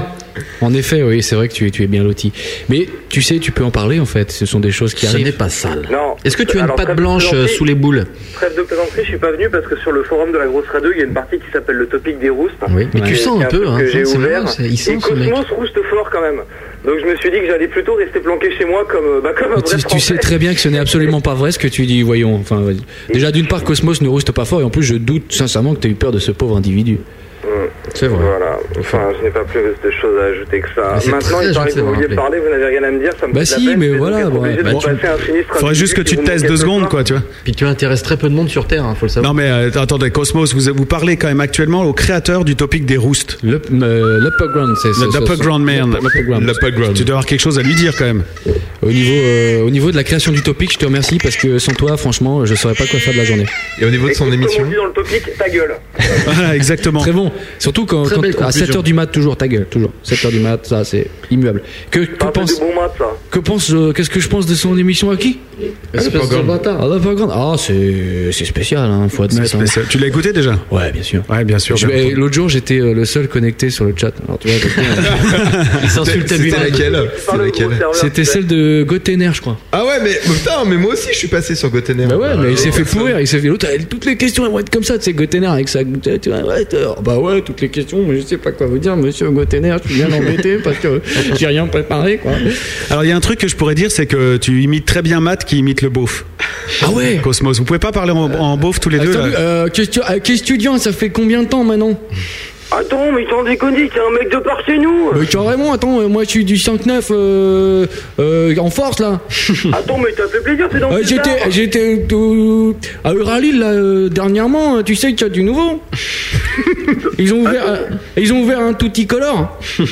En effet, oui, c'est vrai que tu es, tu es bien loti. Mais tu sais, tu peux en parler en fait. Ce sont des choses qui Ce arrivent. n'est pas sale. Non. Est-ce que tu as une Alors, pâte trêve de blanche euh, plaisanterie. sous les boules Trêve de plaisanterie, je suis pas venu parce que sur le forum de la grosse radio, il y a une partie qui s'appelle le topic des roustes. Oui, mais tu Et sens c'est un peu, truc hein, que j'ai c'est ouvert. marrant, c'est- il sent et ce mec. Cosmos rouste fort quand même. Donc je me suis dit que j'allais plutôt rester planqué chez moi comme, euh, bah, comme un Mais vrai Tu, tu sais Français. très bien que ce n'est absolument pas vrai ce que tu dis, voyons. Enfin, vas-y. déjà, d'une part, Cosmos ne rouste pas fort, et en plus, je doute sincèrement que tu aies eu peur de ce pauvre individu. C'est vrai. Voilà, enfin, je n'ai pas plus de choses à ajouter que ça. Mais c'est Maintenant, très il paraît gentil que vous d'avoir vouliez appelé. parler, vous n'avez rien à me dire, ça me Bah fait de si, la peine, mais je vais voilà, donc être bah, obligé de bah, vous tu- passer un sinistre Faudrait juste que tu individu qui te vous tasses manque deux quelque secondes, part. quoi, tu vois. Puis tu intéresses très peu de monde sur Terre, hein, faut le savoir. Non, mais euh, attendez, Cosmos, vous, vous parlez quand même actuellement au créateur du topic des roustes. Le, euh, L'Upperground, c'est Le c'est- Upperground c'est- Man. l'Upperground. Tu dois avoir quelque chose à lui dire quand même. Au niveau, euh, au niveau de la création du topic, je te remercie parce que sans toi, franchement, je saurais pas quoi faire de la journée. Et au niveau de son émission Dis dans le topic, ta gueule. Voilà, exactement. Très bon. Surtout quand, Très quand- belle à conclusion. 7h du mat, toujours, ta gueule, toujours. 7h du mat, ça, c'est immuable. Que, que Un peu pense, de bon mat, ça. que pense, euh, qu'est-ce que je pense de son émission à qui Espèce de bâtard. Ah, l'Upperground. Ah, c'est, c'est spécial, hein, faut admettre. hein. Tu l'as écouté déjà Ouais, bien sûr. Ouais, bien sûr. Je- bien eh, entendu. L'autre jour, j'étais euh, le seul connecté sur le chat. Alors, tu vois, donc, euh, Il s'insulte à C'était lui-même. laquelle C'était laquelle C'était celle de Gotener, je crois. Ah ouais, mais putain, mais moi aussi je suis passé sur Gotener. Bah ouais, mais il s'est fait pourrir. Il s'est fait l'autre. elle- Toutes les questions, elles vont être comme ça. Tu sais, Gotener avec sa. tu vois, ouais, t'as- bah ouais, toutes les questions. Mais je sais pas quoi vous dire, monsieur Gotener. Je suis bien embêté parce que j'ai rien préparé, quoi. Alors, il y a un truc que je pourrais dire, c'est que tu imites très bien Matt qui imite le beauf. Ah ouais Cosmos, vous pouvez pas parler en, en beauf tous les deux Attends, là euh, question, euh, question, ça fait combien de temps maintenant Attends, mais t'en déconnes, c'est un mec de par chez nous. Mais carrément, attends, euh, moi je suis du 5-9 euh, euh, en force là. Attends, mais t'as fait plaisir, c'est dans Euh, le tard. j'étais j'étais euh, à Euralil là, euh, dernièrement, hein, tu sais qu'il y a du nouveau. ils, ont ouvert, euh, ils ont ouvert un tout petit color. Non, tu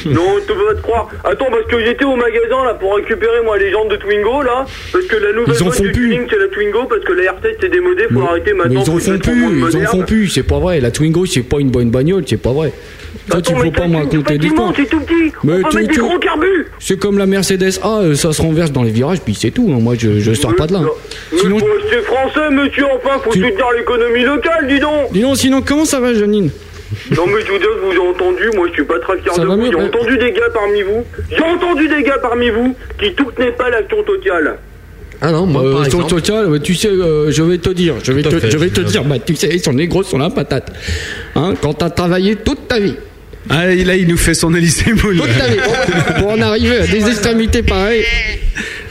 peux pas te croire. Attends, parce que j'étais au magasin là pour récupérer moi les jantes de Twingo là, parce que la nouvelle Ils en mode font du plus. tuning c'est la Twingo parce que la RT c'est démodé, faut arrêter Mais maintenant. ils en faut se font mettre au monde plus, ils en moderne. font plus, c'est pas vrai. La Twingo c'est pas une bonne bagnole, c'est pas vrai. Toi tu Attends, peux mais pas t'as me une raconter petite d'histoire. montre, C'est tout petit. Mais On va tu- mettre des tu- gros carbus. C'est comme la Mercedes A, euh, ça se renverse dans les virages, puis c'est tout. hein. Moi je, je sors pas de là. hein. Euh, Mais Sinon, bon, c'est français, monsieur, enfin, faut Tu- soutenir l'économie locale, dis donc dis donc, sinon comment ça va, Janine Non, mais je vous dis, je vous ai entendu, moi, je suis pas très fier Ça de va vous. mieux, J'ai mais- entendu des gars parmi vous, j'ai entendu des gars parmi vous qui soutenaient pas l'action totale. Ah non, moi Euh, par sur le exemple. total, ouais, tu sais, euh, je vais te dire, je vais Tout à te, fait, je vais te bien dire, bah, tu sais, ils sont les gros sur la patate. Hein, quand t'as travaillé toute ta vie, Ah, et là, il nous fait son Élysée Moule. toute ta vie, pour- pour en arriver à des extrémités pareilles.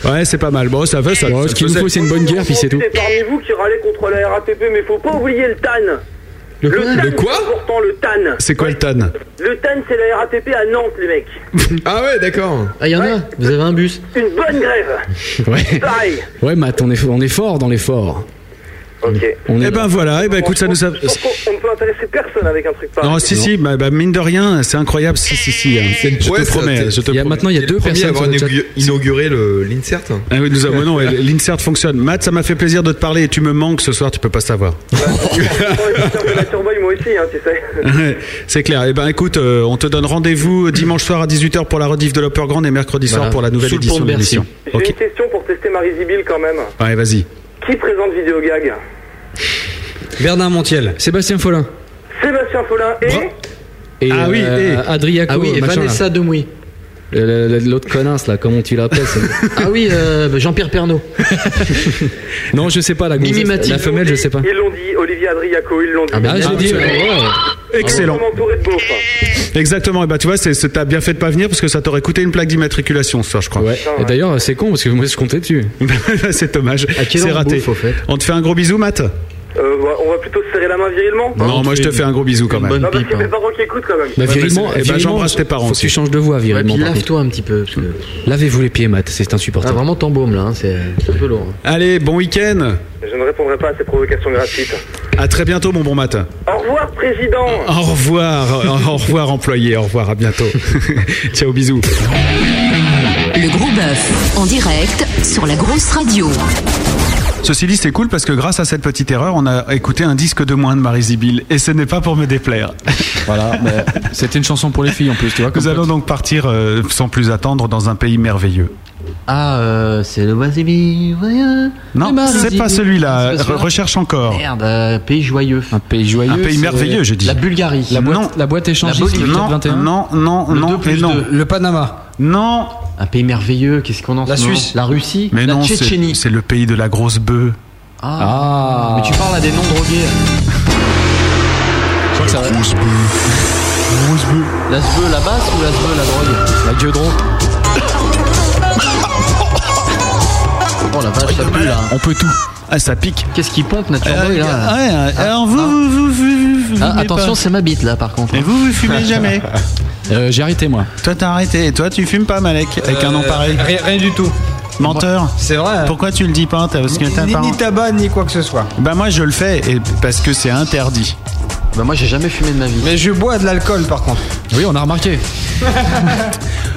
Ouais, c'est pas mal. Bon, ça veut, ça. ce qu'il nous faut, c'est une bonne guerre, puis c'est tout. C'est parmi vous qui râlez contre la RATP, mais faut pas oublier le TAN Le quoi Le quoi Pourtant le TAN. C'est quoi le TAN Le TAN, c'est la RATP à Nantes, les mecs. Ah ouais, d'accord. Ah, il y en a Vous avez un bus Une bonne grève. Ouais. Pareil. Ouais, Matt, on est, on est fort dans l'effort. Ok. On est- Eh ben voilà, eh ben écoute, ça nous a... Je pense qu'on- On ne peut intéresser personne avec un truc pareil. Non, si, si, bah, bah, mine de rien, c'est incroyable, si, si, si. hein. Je Ouais, te ça, promets, t'es- je te il y a promets. maintenant, il y a T'es le deux premier à personnes avoir sur le chat. inaugu- inauguré le- l'insert. Ah oui, nous avons, non, ouais, l'insert fonctionne. Matt, ça m'a fait plaisir de te parler et tu me manques ce soir, tu peux pas savoir. La Turboy, moi aussi, hein, tu sais. Ouais, c'est clair. Eh ben écoute, euh, on te donne rendez-vous dimanche soir à 18h pour la rediff de l'Upper Grand et mercredi soir Voilà. pour la nouvelle Sous le édition pont de de Bercy. l'émission. J'ai une question pour tester Marie Zibil quand même. Ouais, vas-y. Qui présente Vidéogag Bernard Montiel. Sébastien Follin. Sébastien Follin et. Et, Ah oui, euh, et- Adriaco, Ah oui, et machin, Vanessa là. Demouy. Le- le- le- L'autre connasse, là, comment tu l'appelles ça Ah oui, euh, Jean-Pierre Pernaud. Non, je sais pas, la, Mimi gonzesse- Mati. la femelle, je sais pas. Ils l'ont dit, Olivier Adriaco, ils l'ont dit. Ah ben, Ah, je l'ai dit, absolument. ouais, ouais. bah, Excellent. Vraiment entouré de hein. beaufs. Exactement. Et bah tu vois, c'est, c'est- t'as bien fait de pas venir parce que ça t'aurait coûté une plaque d'immatriculation ce soir, je crois. Ouais. Et d'ailleurs, c'est con parce que moi, je comptais dessus. c'est dommage. quelle c'est heure on raté. bouffe, au fait on te fait un gros bisou, Matt. Euh, voilà, on va plutôt se serrer la main virilement Non, moi je te fais un gros bisou quand même. Ah, parce qu'il y hein. a mes parents qui écoutent quand même. Bah, virilement, Eh ben, virilement, j'embrasse tes parents Faut que aussi. tu changes de voix, virilement. puis par contre. lave-toi un petit peu. Parce que... Lavez-vous les pieds, Matt, c'est Ah, insupportable. vraiment, t'embaumes là, hein, c'est c'est un peu lourd. Allez, bon week-end. Je ne répondrai pas à ces provocations gratuites. À très bientôt, mon bon Matt. Au revoir, président Au revoir, au revoir employé, au revoir, à bientôt. Ciao, bisous. Le gros bœuf, en direct sur la grosse radio. Ceci dit, c'est cool parce que grâce à cette petite erreur, on a écouté un disque de moins de Marie Zibil et ce n'est pas pour me déplaire. Voilà, mais c'était une chanson pour les filles en plus, tu vois. Nous allons donc partir euh, sans plus attendre dans un pays merveilleux. Ah, euh, c'est le Wasibi. Non, c'est pas celui-là. C'est pas celui-là. Re- Recherche encore. Merde, euh, pays joyeux. Un pays joyeux. Un pays merveilleux, j'ai dit. La Bulgarie. La boîte, Non. la boîte échangiste La Bolivie. du Non, 421. non, non, Le non, deux plus et non. deux. Le Panama. Non. Un pays merveilleux, qu'est-ce qu'on en La ce moment Suisse. La Russie Mais La non, c'est Tchétchénie. c'est le pays de la grosse bœuf. Ah. Mais tu parles à des non-drogués. Je crois que ça va. La sbeu, la basse ou la sbeu, la drogue La dieu Oh la vache, ça pue là. Ah, On peut tout. Ah, ça pique. Qu'est-ce qui pompe, Nature Euh, Boy, là ouais, euh, alors vous, vous, vous, vous, vous Ah, fumez attention, pas. c'est ma bite là par contre. Et vous, vous fumez jamais. Euh, j'ai arrêté, moi. Toi, t'as arrêté. Et toi, tu fumes pas, Malek, avec un nom Euh, pareil. Rien, rien du tout. Menteur. C'est vrai. Pourquoi tu le dis pas T'as- Parce que t'as Ni, pas. ni tabac, ni quoi que ce soit. Bah moi je le fais et parce que c'est interdit. Bah moi j'ai jamais fumé de ma vie. Mais je bois de l'alcool par contre. Oui, on a remarqué.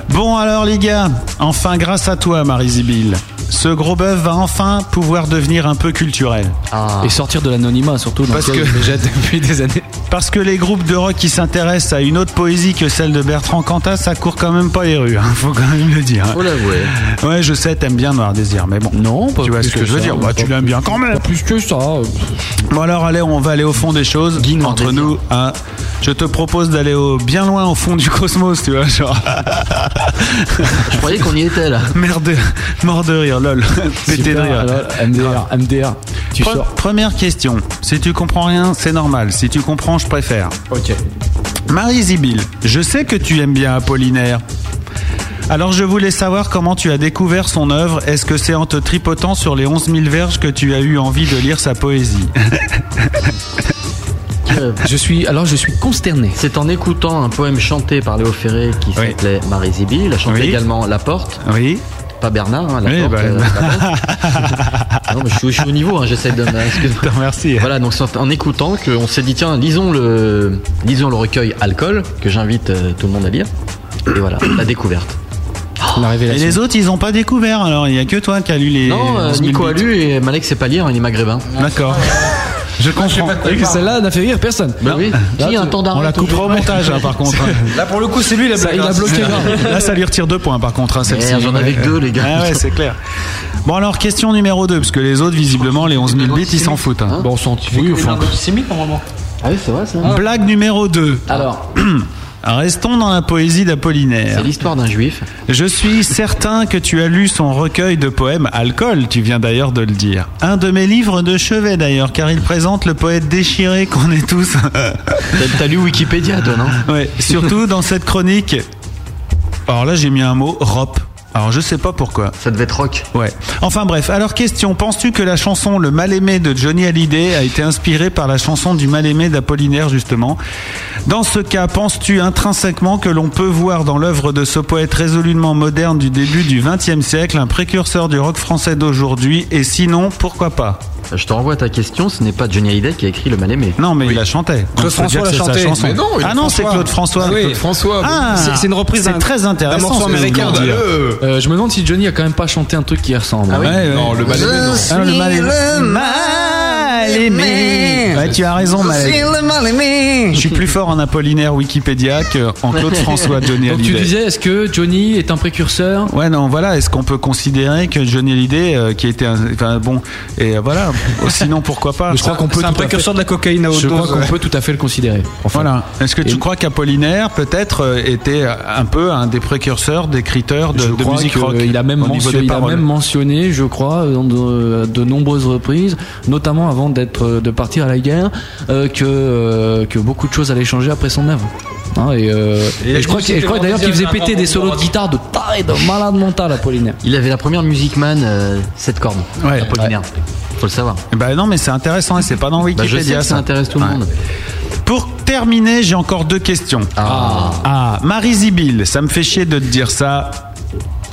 Bon alors les gars, enfin grâce à toi Marie Zibil, ce gros bœuf va enfin pouvoir devenir un peu culturel. Ah. Et sortir de l'anonymat, surtout dans Parce lequel que- déjà depuis des années. Parce que les groupes de rock qui s'intéressent à une autre poésie que celle de Bertrand Cantat, ça court quand même pas les rues, hein, faut quand même le dire. Oh la ouais. Ouais je sais, t'aimes bien Noir Désir, mais bon. Non, pas Tu vois plus ce que, je veux ça, dire, pas bah, tu plus- l'aimes bien quand même. Pas plus que ça. Bon alors allez, on va aller au fond des choses. entre nous, hein. je te propose d'aller au bien loin au fond du cosmos, tu vois, genre. Je croyais qu'on y était là. Ah, Merde, mort de rire, lol, pété de Super, Ah rire. alors, MDR, MDR. Tu Pre- sors. Première question. Si tu comprends rien, c'est normal. Si tu comprends, je préfère. Ok. Marie Zibil, je sais que tu aimes bien Apollinaire. Alors je voulais savoir comment tu as découvert son œuvre. Est-ce que c'est en te tripotant sur les 11 000 verges que tu as eu envie de lire sa poésie Je suis, alors je suis consterné. C'est en écoutant un poème chanté par Léo Ferré qui s'appelait Marie Zibi. Il a chanté Oui. également La Porte. Oui Pas Bernard, hein, La Oui, Porte. bah, euh, pardon. non, mais je, suis, je suis au niveau, hein, j'essaie de. me- excuse- Merci. Voilà, donc c'est en écoutant qu'on s'est dit, tiens, lisons le, lisons le recueil Alcool, que j'invite euh, tout le monde à lire. Et voilà, la découverte. La Et révélation. les autres, ils n'ont pas découvert. Alors il n'y a que toi qui as lu les. Non, euh, 11 000 Nico a bits. lu et Malek sait pas lire, hein, il est maghrébin. D'accord. Je comprends. Et que Celle-là n'a fait rire personne. Bah oui, qui a un temps On la d'arrêt coupera au montage, hein, par contre. Là pour le coup, c'est lui la Ça, il a bloqué grave. Là, ça lui retire deux points, par contre. hein, celle-ci. Merde, j'en avais que deux, les gars. Ah ouais, c'est clair. Bon, alors, question numéro 2, parce que les autres, visiblement, les 11 000 bits, ils s'en foutent. hein. Bon, on s'en oui, au fond. Antisémite normalement. Ah oui, c'est vrai ça. Blague numéro 2. Alors, Restons dans la poésie d'Apollinaire. c'est l'histoire d'un juif. Je suis certain que tu as lu son recueil de poèmes Alcool, tu viens d'ailleurs de le dire. Un de mes livres de chevet d'ailleurs, car il présente le poète déchiré qu'on est tous. T'as- T'as lu Wikipédia, toi, non Ouais, surtout dans cette chronique. Alors là, j'ai mis un mot, rop. Alors je sais pas pourquoi. Ça devait être rock. Ouais. Enfin bref, alors question, penses-tu que la chanson Le Mal-aimé de Johnny Hallyday a été inspirée par la chanson du Mal-aimé d'Apollinaire justement Dans ce cas, penses-tu intrinsèquement que l'on peut voir dans l'œuvre de ce poète résolument moderne du début du XXe siècle un précurseur du rock français d'aujourd'hui et sinon, pourquoi pas Je te renvoie à ta question, ce n'est pas Johnny Hallyday qui a écrit Le Mal-aimé. Non, mais il l'a chanté. Claude Donc, faut dire François que l'a c'est sa chanté. chanson. Mais non, il est ah non, c'est François. Claude François. Oui. Claude François. Ah, C'est- c'est une reprise C'est d'un- très intéressant. d'un morceau ce que vous américain. venez de dire. Euh, je me demande si Johnny a quand même pas chanté un truc qui y ressemble. Ah oui Ouais, Non, ouais. le mal-aimé, non. Ah, le mal-aimé. aimé. Ouais, tu as raison, Malek. Je suis plus fort en Apollinaire Wikipédia qu'en Claude François Johnny Donc Hallyday. tu disais, est-ce que Johnny est un précurseur Ouais, non, voilà. Est-ce qu'on peut considérer que Johnny Hallyday, euh, qui était un, enfin, bon, et euh, voilà. Sinon, pourquoi pas Je crois qu'on peut tout à fait- Je crois qu'on peut tout à fait le considérer. Voilà. Est-ce que tu crois qu'Apollinaire peut-être euh, était un peu un des précurseurs d'écriteurs de, Je de crois musique que rock Il a même, au niveau mentionné, des il a paroles même mentionné, je crois, dans de, de nombreuses reprises, notamment avant d'être de partir à la guerre, euh, que euh, que beaucoup de choses allaient changer après son œuvre. Hein, et, euh, Et et il a je crois, dit qu'il- que je crois c'était d'ailleurs qu'il faisait vendredi péter avant des solos de vendredi. guitare de taré de malade mental, Apollinaire. Il avait la première Music Man, euh, cette corne. Ouais. Apollinaire. Faut le savoir. Bah non, mais c'est intéressant et c'est pas dans Bah, je Wikipédia. sais que ça intéresse tout le monde. Pour terminer, j'ai encore deux questions. Ah, Marie Zibil, ça me fait chier de te dire ça.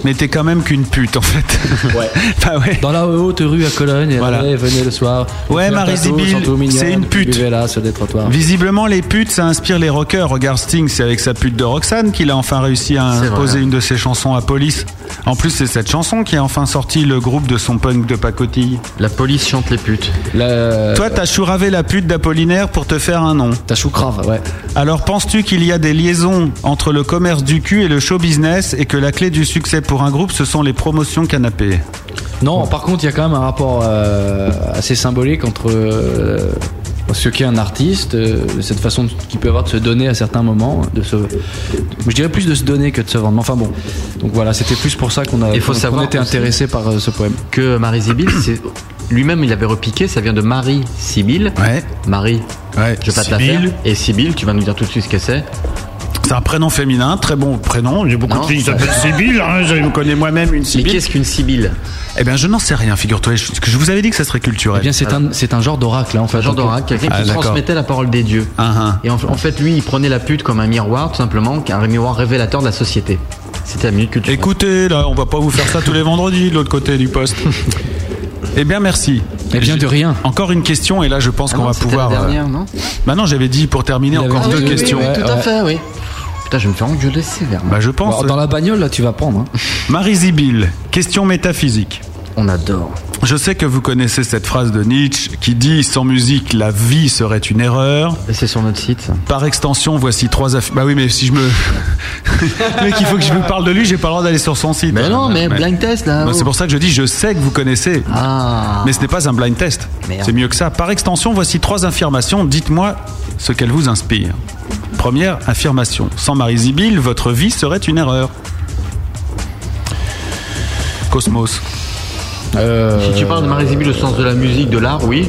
Mais t'es quand même qu'une pute en fait. Ouais. bah ouais. Dans la haute rue à Cologne, elle Voilà. allait, venait le soir. Ouais, Faire Marie tâteau, Zibil, sans tout mignonne, c'est une pute. buvait là sur des trottoirs. Visiblement, les putes, ça inspire les rockers. Regarde Sting, c'est avec sa pute de Roxane qu'il a enfin réussi à C'est vrai. imposer une de ses chansons à Police. En plus, c'est cette chanson qui a enfin sorti le groupe de son punk de pacotille. La police chante les putes. Toi, t'as chouravé la pute d'Apollinaire pour te faire un nom. T'as choucrave, ouais. Alors, penses-tu qu'il y a des liaisons entre le commerce du cul et le show business et que la clé du succès pour un groupe, ce sont les promotions canapés Non, par contre, il y a quand même un rapport euh, assez symbolique entre euh, ce qu'est un artiste, euh, cette façon de- qu'il peut avoir de se donner à certains moments, de se, je dirais plus de se donner que de se vendre. Mais Enfin bon, donc voilà, c'était plus pour ça qu'on a, Il faut qu'on- qu'on savoir était aussi intéressé par euh, ce poème. Que Marie Sibyl, c'est. Lui-même, il avait repiqué, ça vient de Marie Sibyl. Ouais. Marie, je vais pas te la faire. Sibyl. Et Sibyl, tu vas nous dire tout de suite ce que c'est. C'est un prénom féminin, très bon prénom. J'ai beaucoup Non. de filles qui s'appellent Sibyl. hein, je connais moi-même une Sibyl. qu'est-ce qu'une Sibyl Eh bien, je n'en sais rien, figure-toi. Je, parce que je vous avais dit que ça serait culturel. Eh bien, c'est un, c'est un genre d'oracle, hein, en fait. Un genre d'oracle, quelqu'un Ah, qui d'accord. Ah, transmettait la parole des dieux. Et en, en fait, lui, il prenait la pute comme un miroir, tout simplement, un miroir révélateur de la société. C'était la minute culture. Écoutez, là, on va pas vous faire ça tous les vendredis de l'autre côté du poste. Eh bien, merci. Eh bien, de rien. Encore une question, et là, je pense qu'on va C'était la pouvoir. euh, dernière, Ah non Bah non, j'avais dit pour terminer encore Ah oui, deux oui, oui, questions. oui, tout à fait, oui. Putain, je vais me faire engueuler sévèrement. Bah je pense. Dans la bagnole, là, tu vas prendre. hein. Marie Zibil, question métaphysique. On adore. Je sais que vous connaissez cette phrase de Nietzsche qui dit sans musique la vie serait une erreur. Et c'est sur notre site. Par extension, voici trois aff... Bah oui, mais si je me Le mec, il faut que je vous parle de lui, j'ai pas le droit d'aller sur son site. Mais hein. non, mais blind test, là, Bah, oh. c'est pour ça que je dis je sais que vous connaissez. Ah. Mais ce n'est pas un blind test. Merde. C'est mieux que ça. Par extension, voici trois affirmations. Dites-moi ce qu'elles vous inspirent. Première affirmation. Sans Marie Zibil, votre vie serait une erreur. Cosmos. Euh, Si tu parles de Marie Zibi, le sens de la musique, de l'art, oui.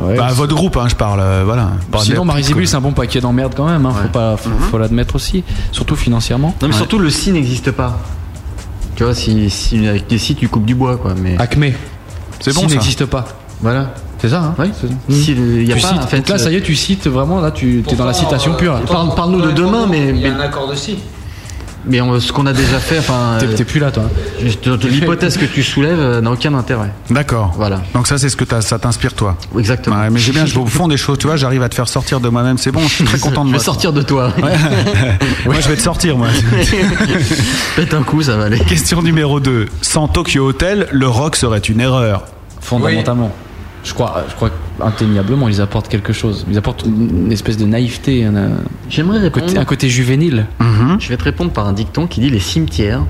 ouais. Bah, votre groupe, hein, je parle. euh, voilà. Pas Sinon, des- Marie Zibu, c'est un bon paquet d'emmerdes quand même. hein, Faut pas, faut, faut l'admettre aussi, surtout financièrement. Non, mais surtout, le si n'existe pas. Tu vois, si, si, avec des si, tu coupes du bois, quoi. Mais... Acme. C'est Si bon, ça. n'existe pas. Voilà. C'est ça, hein Oui. Si, il y a Tu pas, cites. en fait, euh, Donc là, ça y est, tu cites vraiment, là, tu es dans la citation pure. là. Parle- Parle-nous de demain, mais, Il y mais, a un accord de si. mais on- ce qu'on a déjà fait, enfin. T'es euh, t'es plus là, toi. juste, euh, L'hypothèse que tu soulèves euh, n'a aucun intérêt. D'accord. Voilà. Donc ça, c'est ce que t'as- ça t'inspire, toi. Exactement. Ouais, mais j'ai bien, je vais au fond des choses, tu vois, j'arrive à te faire sortir de moi-même, c'est bon, je suis très content de Je moi. vais sortir de toi. Ouais. moi, je vais te sortir, moi. Pète un coup, ça va aller. Question numéro 2. Sans Tokyo Hotel, le rock serait une erreur. Fondamentalement. Je crois, je crois indéniablement, ils apportent quelque chose. Ils apportent une une espèce de naïveté, un, un J'aimerais répondre. côté, un côté juvénile. Je vais te répondre par un dicton qui dit les cimetières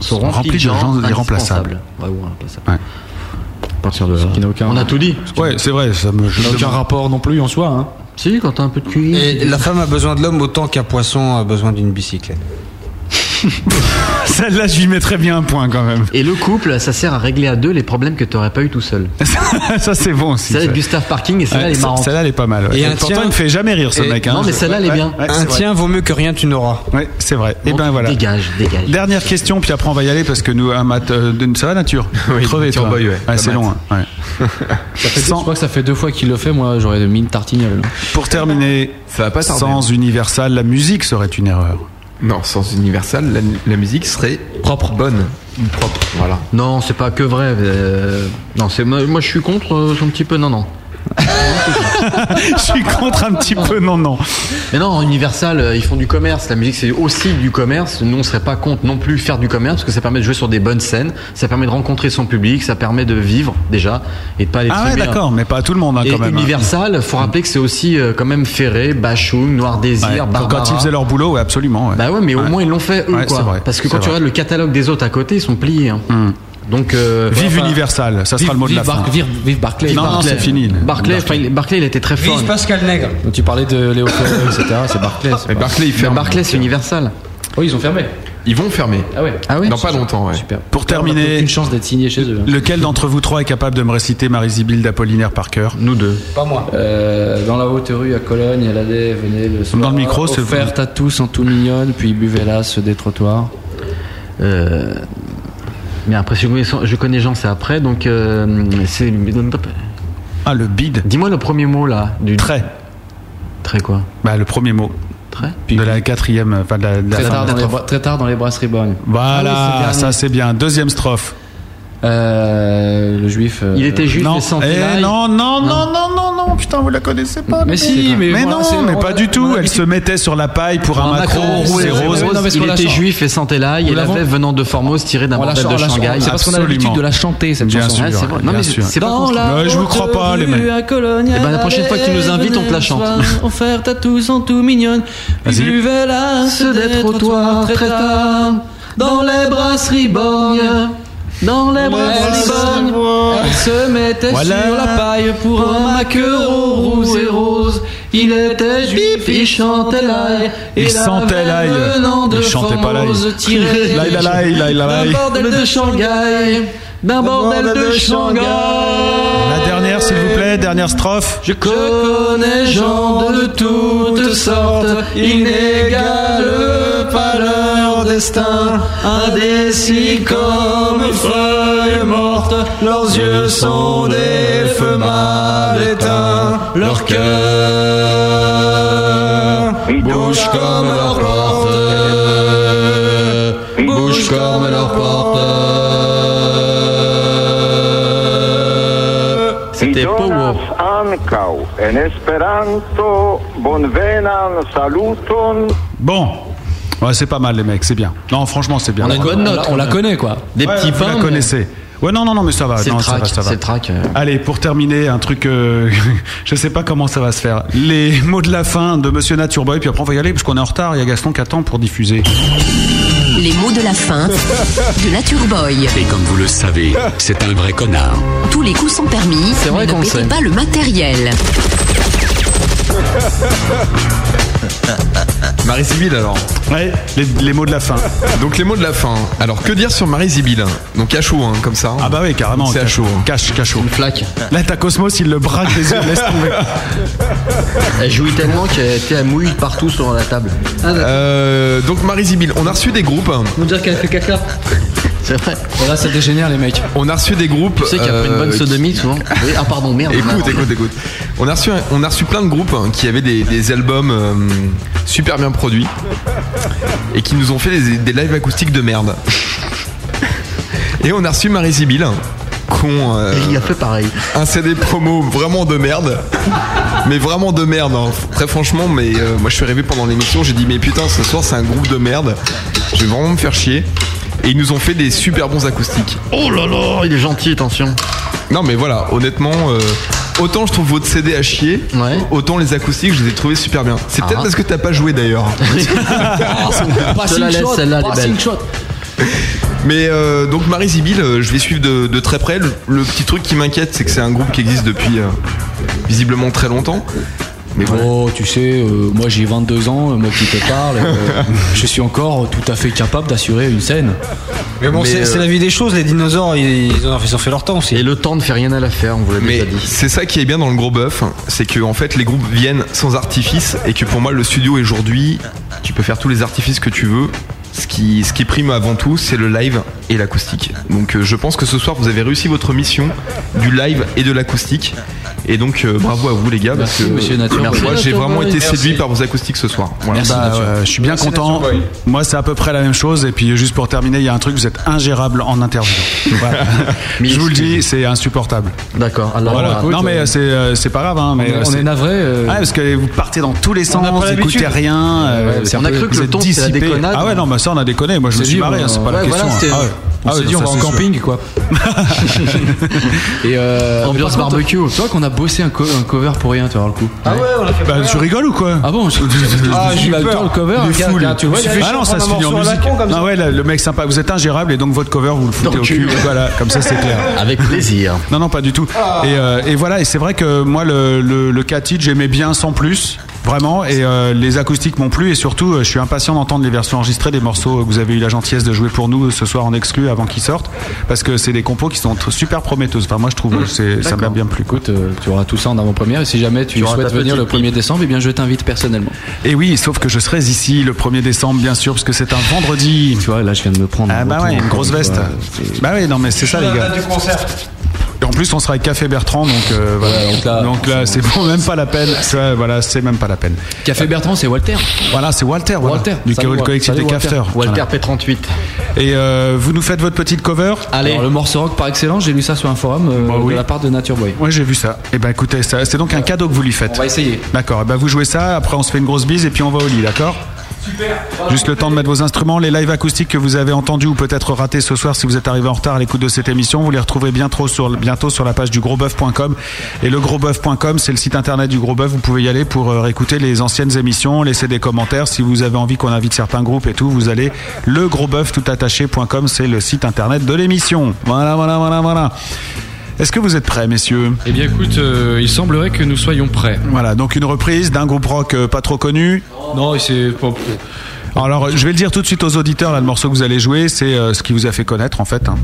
sont remplis, de gens irremplaçables. Ouais, ou irremplaçables. Ouais. À partir de là. Qui n'a aucun, On a tout dit. Ouais, c'est vrai, ça me. je n'a me aucun demande. rapport non plus en soi. hein. Si, quand t'as un peu de cuir. Et la femme a besoin de l'homme autant qu'un poisson a besoin d'une bicyclette. Celle-là, je lui mettrais bien un point quand même. Et le couple, ça sert à régler à deux les problèmes que t'aurais pas eu tout seul. ça, c'est bon aussi. Celle-là ça. de Gustave Parking et celle-là, Ouais, elle est ce- marrante. Celle-là, elle est pas mal. ouais. Pourtant, il me fait jamais rire ce mec. hein. Non, mais Je- celle-là, elle est ouais, bien. ouais, c'est vrai. vaut mieux que rien, tu n'auras. Ouais, c'est vrai. Et ben voilà. Dégage, dégage. Dernière question, puis après on va y aller parce que nous, un mat, euh, de- ça va nature Oui, Crevé, Nature toi. Boy, ouais. c'est Pas long. mat. hein, ouais. Je crois que ça fait deux fois qu'il le fait, moi j'aurais mis une tartignole. Pour terminer, tarder. sans Universal, la musique serait une erreur. Non, sans Universal, la, la musique serait propre, bonne, propre. Voilà. Non, c'est pas que vrai. euh, Non, c'est moi, moi, je suis contre euh, un petit peu. Non, non. je suis contre un petit peu. Non, non. Mais non, Universal, euh, ils font du commerce. La musique, c'est aussi du commerce. Nous, on serait pas contre non plus faire du commerce parce que ça permet de jouer sur des bonnes scènes, ça permet de rencontrer son public, ça permet de vivre déjà et de pas les Ah ouais, trimer, hein. d'accord, mais pas à tout le monde hein, Et quand même. hein. Universal, faut rappeler que c'est aussi euh, quand même Ferré, Bachung, Noir Désir, Ouais, quand- Barbara. Quand ils faisaient leur boulot, ouais, absolument. ouais. Bah ouais, mais au Ouais. moins ils l'ont fait eux Ouais, quoi. c'est vrai, Parce que quand c'est tu vrai. Hmm. regardes le catalogue des autres à côté, ils sont pliés. hein. Donc euh, Vive voilà, enfin, Universal, ça sera vive- le mot de vive la fin. Bar- vive- vive Barclay. Non, non, Barclay. c'est fini. Barclay, enfin, il- Barclay, il était très fort. Vive Pascal Nègre. Donc, tu parlais de Léo Ferré, etc. C'est Barclay. c'est Mais pas- Barclay, il Mais ferme. Barclay, c'est Universal. Oh, ils ont fermé. Ils vont fermer. Ah ouais. Ah ouais Dans pas longtemps, ouais. Super. Pour On a terminer, aucune chance d'être signé chez eux. hein. lequel d'entre vous trois est capable de me réciter Marie-Sibylle d'Apollinaire par cœur Nous deux. Pas moi. Euh, dans la haute rue à Cologne, à l'année, venez le soir. Dans le micro, c'est- offerte à tous en tout mignonne, puis buvez-la ce des trottoirs. Euh, mais après, je connais, je connais Jean, c'est après. Donc euh, c'est. Ah, le bide. Dis-moi le premier mot là. Du... Très. Très quoi Bah, le premier mot. Très. De la quatrième, enfin de la, de la Très fin. tard, dans les, bra- très tard dans les brasseries borgnes. Voilà, Ah oui, c'est ça c'est bien. Deuxième strophe. Euh, le juif. euh, Il était juste non. et sans Eh, télaille. non, non, non, non, non, non, putain, vous la connaissez pas. Hein. Mais si, mais, Mais voilà, c'est- non, mais on- pas du tout. on- Elle se mettait sur la paille pour un Un macro, Macron, rouge c'est et rose. rose. ouais, non, mais c'est il pour la était chan- juif et sans télaille. Nous Il l'avons- avait venant de Formos, tiré d'un on la bordel chante- de on la chante- Shanghai. C'est parce qu'on a l'habitude Absolument. de la chanter cette Bien chanson. sûr, Ah, c'est vrai. Non, bien mais sûr. c'est pas Dans contre- la Ouais, je vous crois haute pas, les rue mecs. à Cologne, Eh ben, la prochaine fois que tu nous invites, on te la chante. Venez-soir, Offerte à tous en tout mignonne. Puis Vas-y. buvez-la Ce des trottoirs très tard, Dans les brasseries borgnes. Dans les bras Elle de sonne, Lisbonne. elle se mettait Voilà. sur la paille pour un maquereau roux et rose. Il était juif, il chantait l'ail. et Il la sentait veine l'ail. venant de Il chantait pas l'ail. Formose tirait L'ail, l'ail, l'ail, l'ail, l'ail. D'un bordel de Shanghai, d'un bordel de Shanghai. La dernière, s'il vous plaît, dernière strophe. Je connais gens de toutes sortes, ils n'égalent pas leur destin. Indécis comme feuilles mortes, leurs yeux sont des feux mal éteints, leur cœur bouge comme leur porte, bouge comme leur porte. C'était hein. Powo. ankaŭ en Esperanto bonvenan saluton. Bon. Ouais, c'est pas mal, les mecs, c'est bien. Non, franchement, c'est bien. On a une bonne note. On la connaît, quoi. Des Ouais, petits vous la pains. mais- connaissez. Ouais, non, non, non, mais ça va. C'est non, le ça track. va, ça va. C'est le track. euh. Allez, pour terminer, un truc, euh, je sais pas comment ça va se faire. Les mots de la fin de Monsieur Nature Boy, puis après on va y aller parce qu'on est en retard. Il y a Gaston qui attend pour diffuser. Les mots de la fin de Nature Boy. Et comme vous le savez, c'est un vrai connard. Tous les coups sont permis. C'est vrai mais qu'on ne le pétez sait. pas le matériel. Marie Sibylle alors. Ouais, les, les mots de la fin. Donc les mots de la fin. Alors que dire sur Marie Sibylle Donc à chaud, hein, comme ça. Ah bah oui, carrément. C'est à chaud. hein. Cache, cachot. Une flaque. Là, ta Cosmos, il le braque des yeux. Laisse tomber. Elle jouit tellement qu'elle était- elle mouille partout sur la table. Euh, donc Marie Sibylle, on a reçu des groupes. hein. Vous Ah, dire qu'elle fait caca. C'est vrai. Et là, ça dégénère, les mecs. On a reçu des groupes. euh, Tu sais qu'il y a pris une Euh, bonne sodomie souvent. Oui, Ah pardon, merde. Écoute, écoute, écoute. On a reçu, un- on a reçu plein de groupes hein, qui avaient des, des albums euh, super bien produits et qui nous ont fait des, des lives acoustiques de merde. Et on a reçu Marie Sibylle, qu'on euh, Il a fait pareil. un CD promo vraiment de merde, mais vraiment de merde. hein. Très franchement, mais euh, moi je suis arrivé pendant l'émission, j'ai dit mais putain ce soir c'est un groupe de merde, je vais vraiment me faire chier. Et ils nous ont fait des super bons acoustiques. Oh là là, il est gentil, attention. Non mais voilà, honnêtement, euh, autant je trouve votre CD à chier, Ouais. autant les acoustiques je les ai trouvés super bien. C'est peut-être Ah. parce que t'as pas joué d'ailleurs. Passing Celle-là, shot, celle-là, elle est passing belle. Mais euh, donc Marie Sibylle, euh, je vais suivre de, de très près. Le, le petit truc qui m'inquiète, c'est que c'est un groupe qui existe depuis euh, visiblement très longtemps. Mais bon, tu sais, euh, moi j'ai 22 ans, euh, moi qui te parle, euh, je suis encore tout à fait capable d'assurer une scène. euh, Mais bon, c'est c'est la vie des choses, les dinosaures, ils, ils ont, ils ont fait leur temps aussi. Et le temps ne fait rien à l'affaire, on vous l'a Mais c'est ça qui est bien dans le gros bœuf, c'est que en fait les groupes viennent sans artifice et que pour moi le studio aujourd'hui, tu peux faire tous les artifices que tu veux. Ce qui, ce qui prime avant tout, c'est le live et l'acoustique. Donc euh, je pense que ce soir vous avez réussi votre mission du live et de l'acoustique. Et donc euh, bravo à vous les gars Merci, parce que monsieur Nature moi, Boy. j'ai Nature vraiment Boy. été Merci. séduit par vos acoustiques ce soir. Voilà. Bah, euh, je suis bien content. Moi, c'est à peu près la même chose. Et puis, juste pour terminer, il y a un truc, vous êtes ingérable en interview. Voilà. je vous le dis, c'est insupportable. D'accord. alors, Voilà. écoute, Non, mais euh, c'est euh, c'est pas grave. hein, mais, est- on euh, est c'est- navré, Ah, parce que vous partez dans tous les On n'a sens, pas vous l'habitude. écoutez rien. euh, Ouais, c'est vous un êtes- peu- vous êtes dissipé. Ah ouais, non, bah ça, on a déconné. Moi, je me C'est suis dit, marré, on- hein, c'est pas la ouais, voilà, question. c'était- Ah ouais. On Ah s'est ouais, dit, non, on va ça, en c'est sûr. camping, quoi. Et euh, Ambiance par contre, barbecue. Tu vois qu'on a bossé un, co- un cover pour rien, tu vois, le coup. Ah ouais, on a fait. Bah, tu rigoles ou quoi Ah bon Ah, j'ai eu peur. Le cover, Il est fou, lui. tu vois, Il suffit ah non, juste ça de se prendre finit en un morceau à la musique. con, comme Ah ça. ouais, le le mec sympa. Vous êtes ingérable et donc votre cover, vous le foutez au cul. Voilà, comme ça, c'est clair. Ah. Avec plaisir. Non, non, pas du tout. Et, euh, et voilà, et c'est vrai que moi, le, le, le Cathy, j'aimais bien sans plus, vraiment, et euh, les acoustiques m'ont plu, et surtout, euh, je suis impatient d'entendre les versions enregistrées des morceaux que vous avez eu la gentillesse de jouer pour nous ce soir en exclu avant qu'ils sortent, parce que c'est des compos qui sont tr- super prometteuses. Enfin, moi, je trouve, Mmh. c'est- ça m'a bien plu. Écoute, euh, tu auras tout ça en avant-première. Et si jamais tu, Tu auras souhaites ta venir le petite 1er décembre, eh bien, je t'invite personnellement. Et oui, sauf que je serai ici le 1er décembre, bien sûr, parce que c'est un vendredi. Tu vois, là, je viens de me prendre. Ah, un bah retour, ouais, une encore grosse une veste. fois, bah oui, non, mais c'est ça, les gars. du concert. Et en plus, on sera avec Café Bertrand, donc euh, voilà. donc là, c'est bon, même pas la peine. Tu vois, voilà, c'est même pas la peine. Café Bertrand, c'est Walter. Voilà, c'est Walter, voilà. Walter. du Salut, co- Wa- collectif salut, des Walter. Crafters. Walter Voilà. P38. Et euh, vous nous faites votre petite cover Allez. Alors, le morceau rock par excellence, j'ai lu ça sur un forum euh, Bah de la part de Nature Boy. Ouais, j'ai vu ça. Et ben écoutez, ça- c'est donc un cadeau que vous lui faites. On va essayer. D'accord. Et ben vous jouez ça. Après, on se fait une grosse bise et puis on va au lit, d'accord Juste le temps de mettre vos instruments, les lives acoustiques que vous avez entendus ou peut-être ratés ce soir si vous êtes arrivé en retard à l'écoute de cette émission, vous les retrouverez bien trop sur, bientôt sur la page du grosboeuf.com. Et le grosboeuf.com, c'est le site internet du gros bœuf, vous pouvez y aller pour euh, réécouter les anciennes émissions, laisser des commentaires si vous avez envie qu'on invite certains groupes et tout, vous allez le grosboeuf tout attaché.com, c'est le site internet de l'émission. Voilà, voilà, voilà, voilà. Est-ce que vous êtes prêts, messieurs Eh bien, écoute, euh, il semblerait que nous soyons prêts. Voilà, donc une reprise d'un groupe rock euh, pas trop connu. Non, c'est pas. Alors, euh, je vais le dire tout de suite aux auditeurs, là, le morceau que vous allez jouer, c'est euh, ce qui vous a fait connaître, en fait. hein.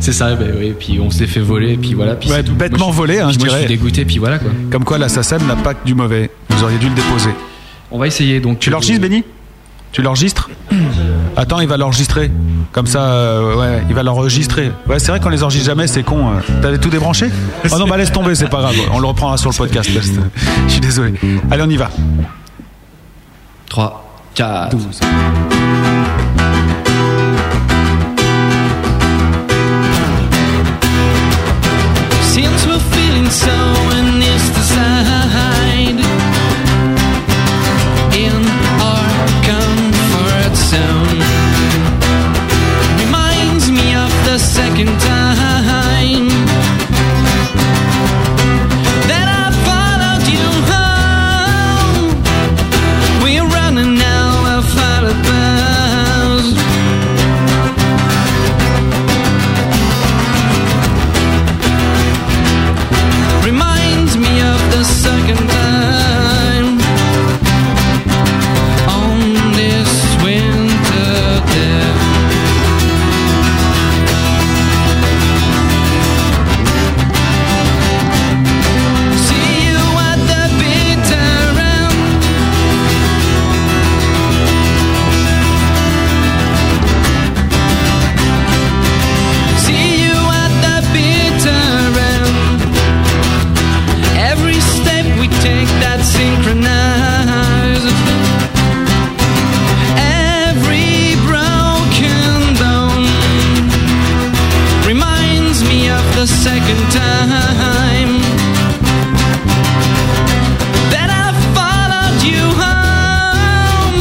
C'est ça, ben bah oui, puis on s'est fait voler, puis voilà. Puis Ouais, c'est tout. bêtement Moi, je- volé, hein, puis je moi, dirais. suis dégoûté, puis voilà quoi. Comme quoi, l'assassin n'a pas que du mauvais. Vous auriez dû le déposer. On va essayer donc. Tu euh, l'enregistres, Benny Tu l'enregistres Attends, il va l'enregistrer. Comme ça, euh, ouais, il va l'enregistrer. Ouais, c'est vrai qu'on les enregistre jamais, c'est con. euh. T'avais tout débranché Oh non, bah laisse tomber, c'est pas grave. On le reprendra sur le podcast. laisse- Je suis désolé. Allez, on y va. 3, 4, 12. Since we're feeling so anesthetized in our comfort zone, reminds me of the second time that I followed you home. We're running out of alibis. reminds me of the second time on this winter day. See you at the bitter end. See you at the bitter end. Every step we take that's synchronized. Every broken bone reminds me of the second time that I followed you home.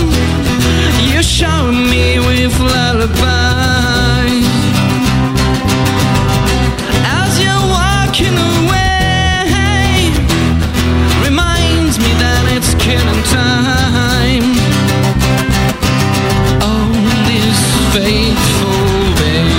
You showered me with lullabies as you're walking away reminds me that it's killing time on this fateful day.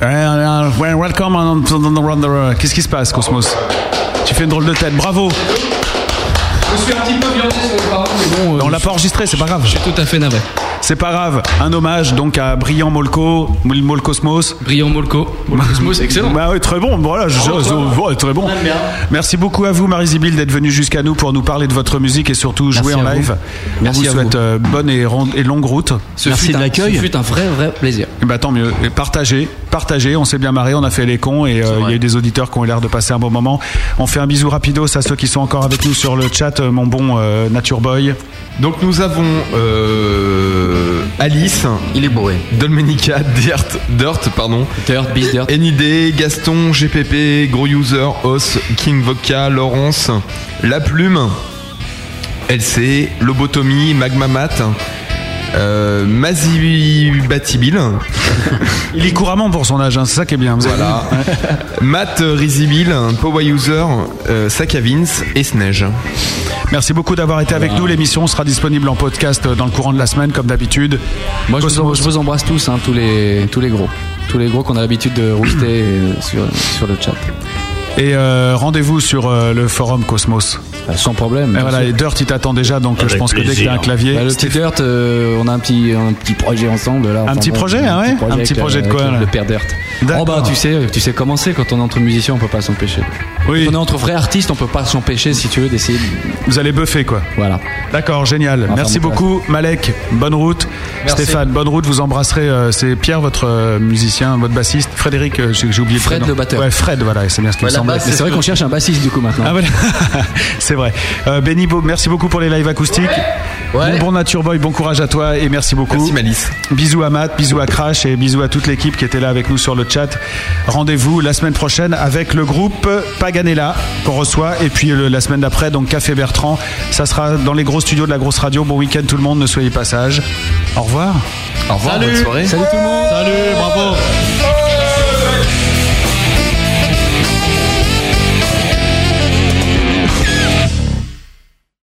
Ah, well, welcome on, on- on- on- on- on- euh, Qu'est-ce qui se passe, Cosmos Tu fais une drôle de tête, bravo Je suis un petit peu violé sur les paroles, mais bon. euh, On l'a pas enregistré, c'est pas grave. Je suis tout à fait navré. C'est pas grave. Un hommage donc à Brillant Molko, Mol- Molcosmos. Brillant Molko. Molcosmos, excellent. Bah oui, très bon. Voilà, je- Bravo, je- toi. ouais, très bon. Merci beaucoup à vous, Marie Zibil, d'être venue jusqu'à nous pour nous parler de votre musique et surtout jouer Merci en à vous. live. Merci On vous à souhaite vous. euh, bonne et, ronde- et longue route. Ce fut un- Ce fut un vrai, vrai plaisir. Eh ben, tant mieux. Et partagez, partagez. On s'est bien marré, on a fait les cons et euh, il y a eu des auditeurs qui ont eu l'air de passer un bon moment. On fait un bisou rapidos à ceux qui sont encore avec nous sur le chat, euh, mon bon euh, Nature Boy. Donc nous avons euh, Alice, il est bourré. Dolmenica, Dirt, Dirt, pardon. Dirt, Beast Dirt. NID, Gaston, GPP, Gros User, Os, King Vodka, Laurence, La Plume, LC, Lobotomie, Magma Mat, euh, Mazi Batibil. Il est couramment pour son âge, hein, c'est ça qui est bien. vous avez Voilà. vu Matt Rizibil, Power User, euh, Saka Vince et Sneige. Merci beaucoup d'avoir été avec nous. L'émission sera disponible en podcast euh, dans le courant de la semaine, comme d'habitude. Moi, je vous, je vous embrasse tous, hein, tous, les, tous les gros. Tous les gros qu'on a l'habitude de rooster euh, sur, sur le chat. Et euh, rendez-vous sur euh, le forum Cosmos. Sans problème. Et voilà, et Dirt, il t'attend déjà, donc euh, je pense que dès que t'as un clavier. Bah, le petit Dirt, euh, on a un petit, un petit projet ensemble. Là, Un petit projet, ah ouais Un petit avec, euh, projet de avec quoi, le- là Le père Dirt. Oh bah, tu sais, tu sais comment c'est quand on est entre musiciens, on peut pas s'empêcher. Oui. Quand on est entre vrais artistes, on peut pas s'empêcher, si tu veux, d'essayer. Vous allez buffer, quoi. Voilà. D'accord, génial. Enfin, Merci bon, beaucoup, Malek. Bonne route. Merci. Stéphane, bonne route. Vous embrasserez. euh, c'est Pierre, votre euh, musicien, votre bassiste. Frédéric, euh, j'ai j'ai oublié Fred, prénom. le batteur. Ouais, Fred, voilà, c'est bien ce qui me semblait. Mais c'est vrai qu'on cherche un bassiste du coup maintenant. Ah, voilà. c'est vrai. Euh, Benny, Bo- merci beaucoup pour les lives acoustiques. Bon, bon Nature Boy, bon courage à toi et merci beaucoup. Merci Malice. Bisous à Matt, bisous à Crash et bisous à toute l'équipe qui était là avec nous sur le chat. Rendez-vous la semaine prochaine avec le groupe Paganella qu'on reçoit et puis le- la semaine d'après donc Café Bertrand. Ça sera dans les gros studios de la grosse radio. Bon week-end tout le monde, ne soyez pas sages. Au revoir. Au revoir, bonne soirée. Salut tout le monde. Salut, bravo.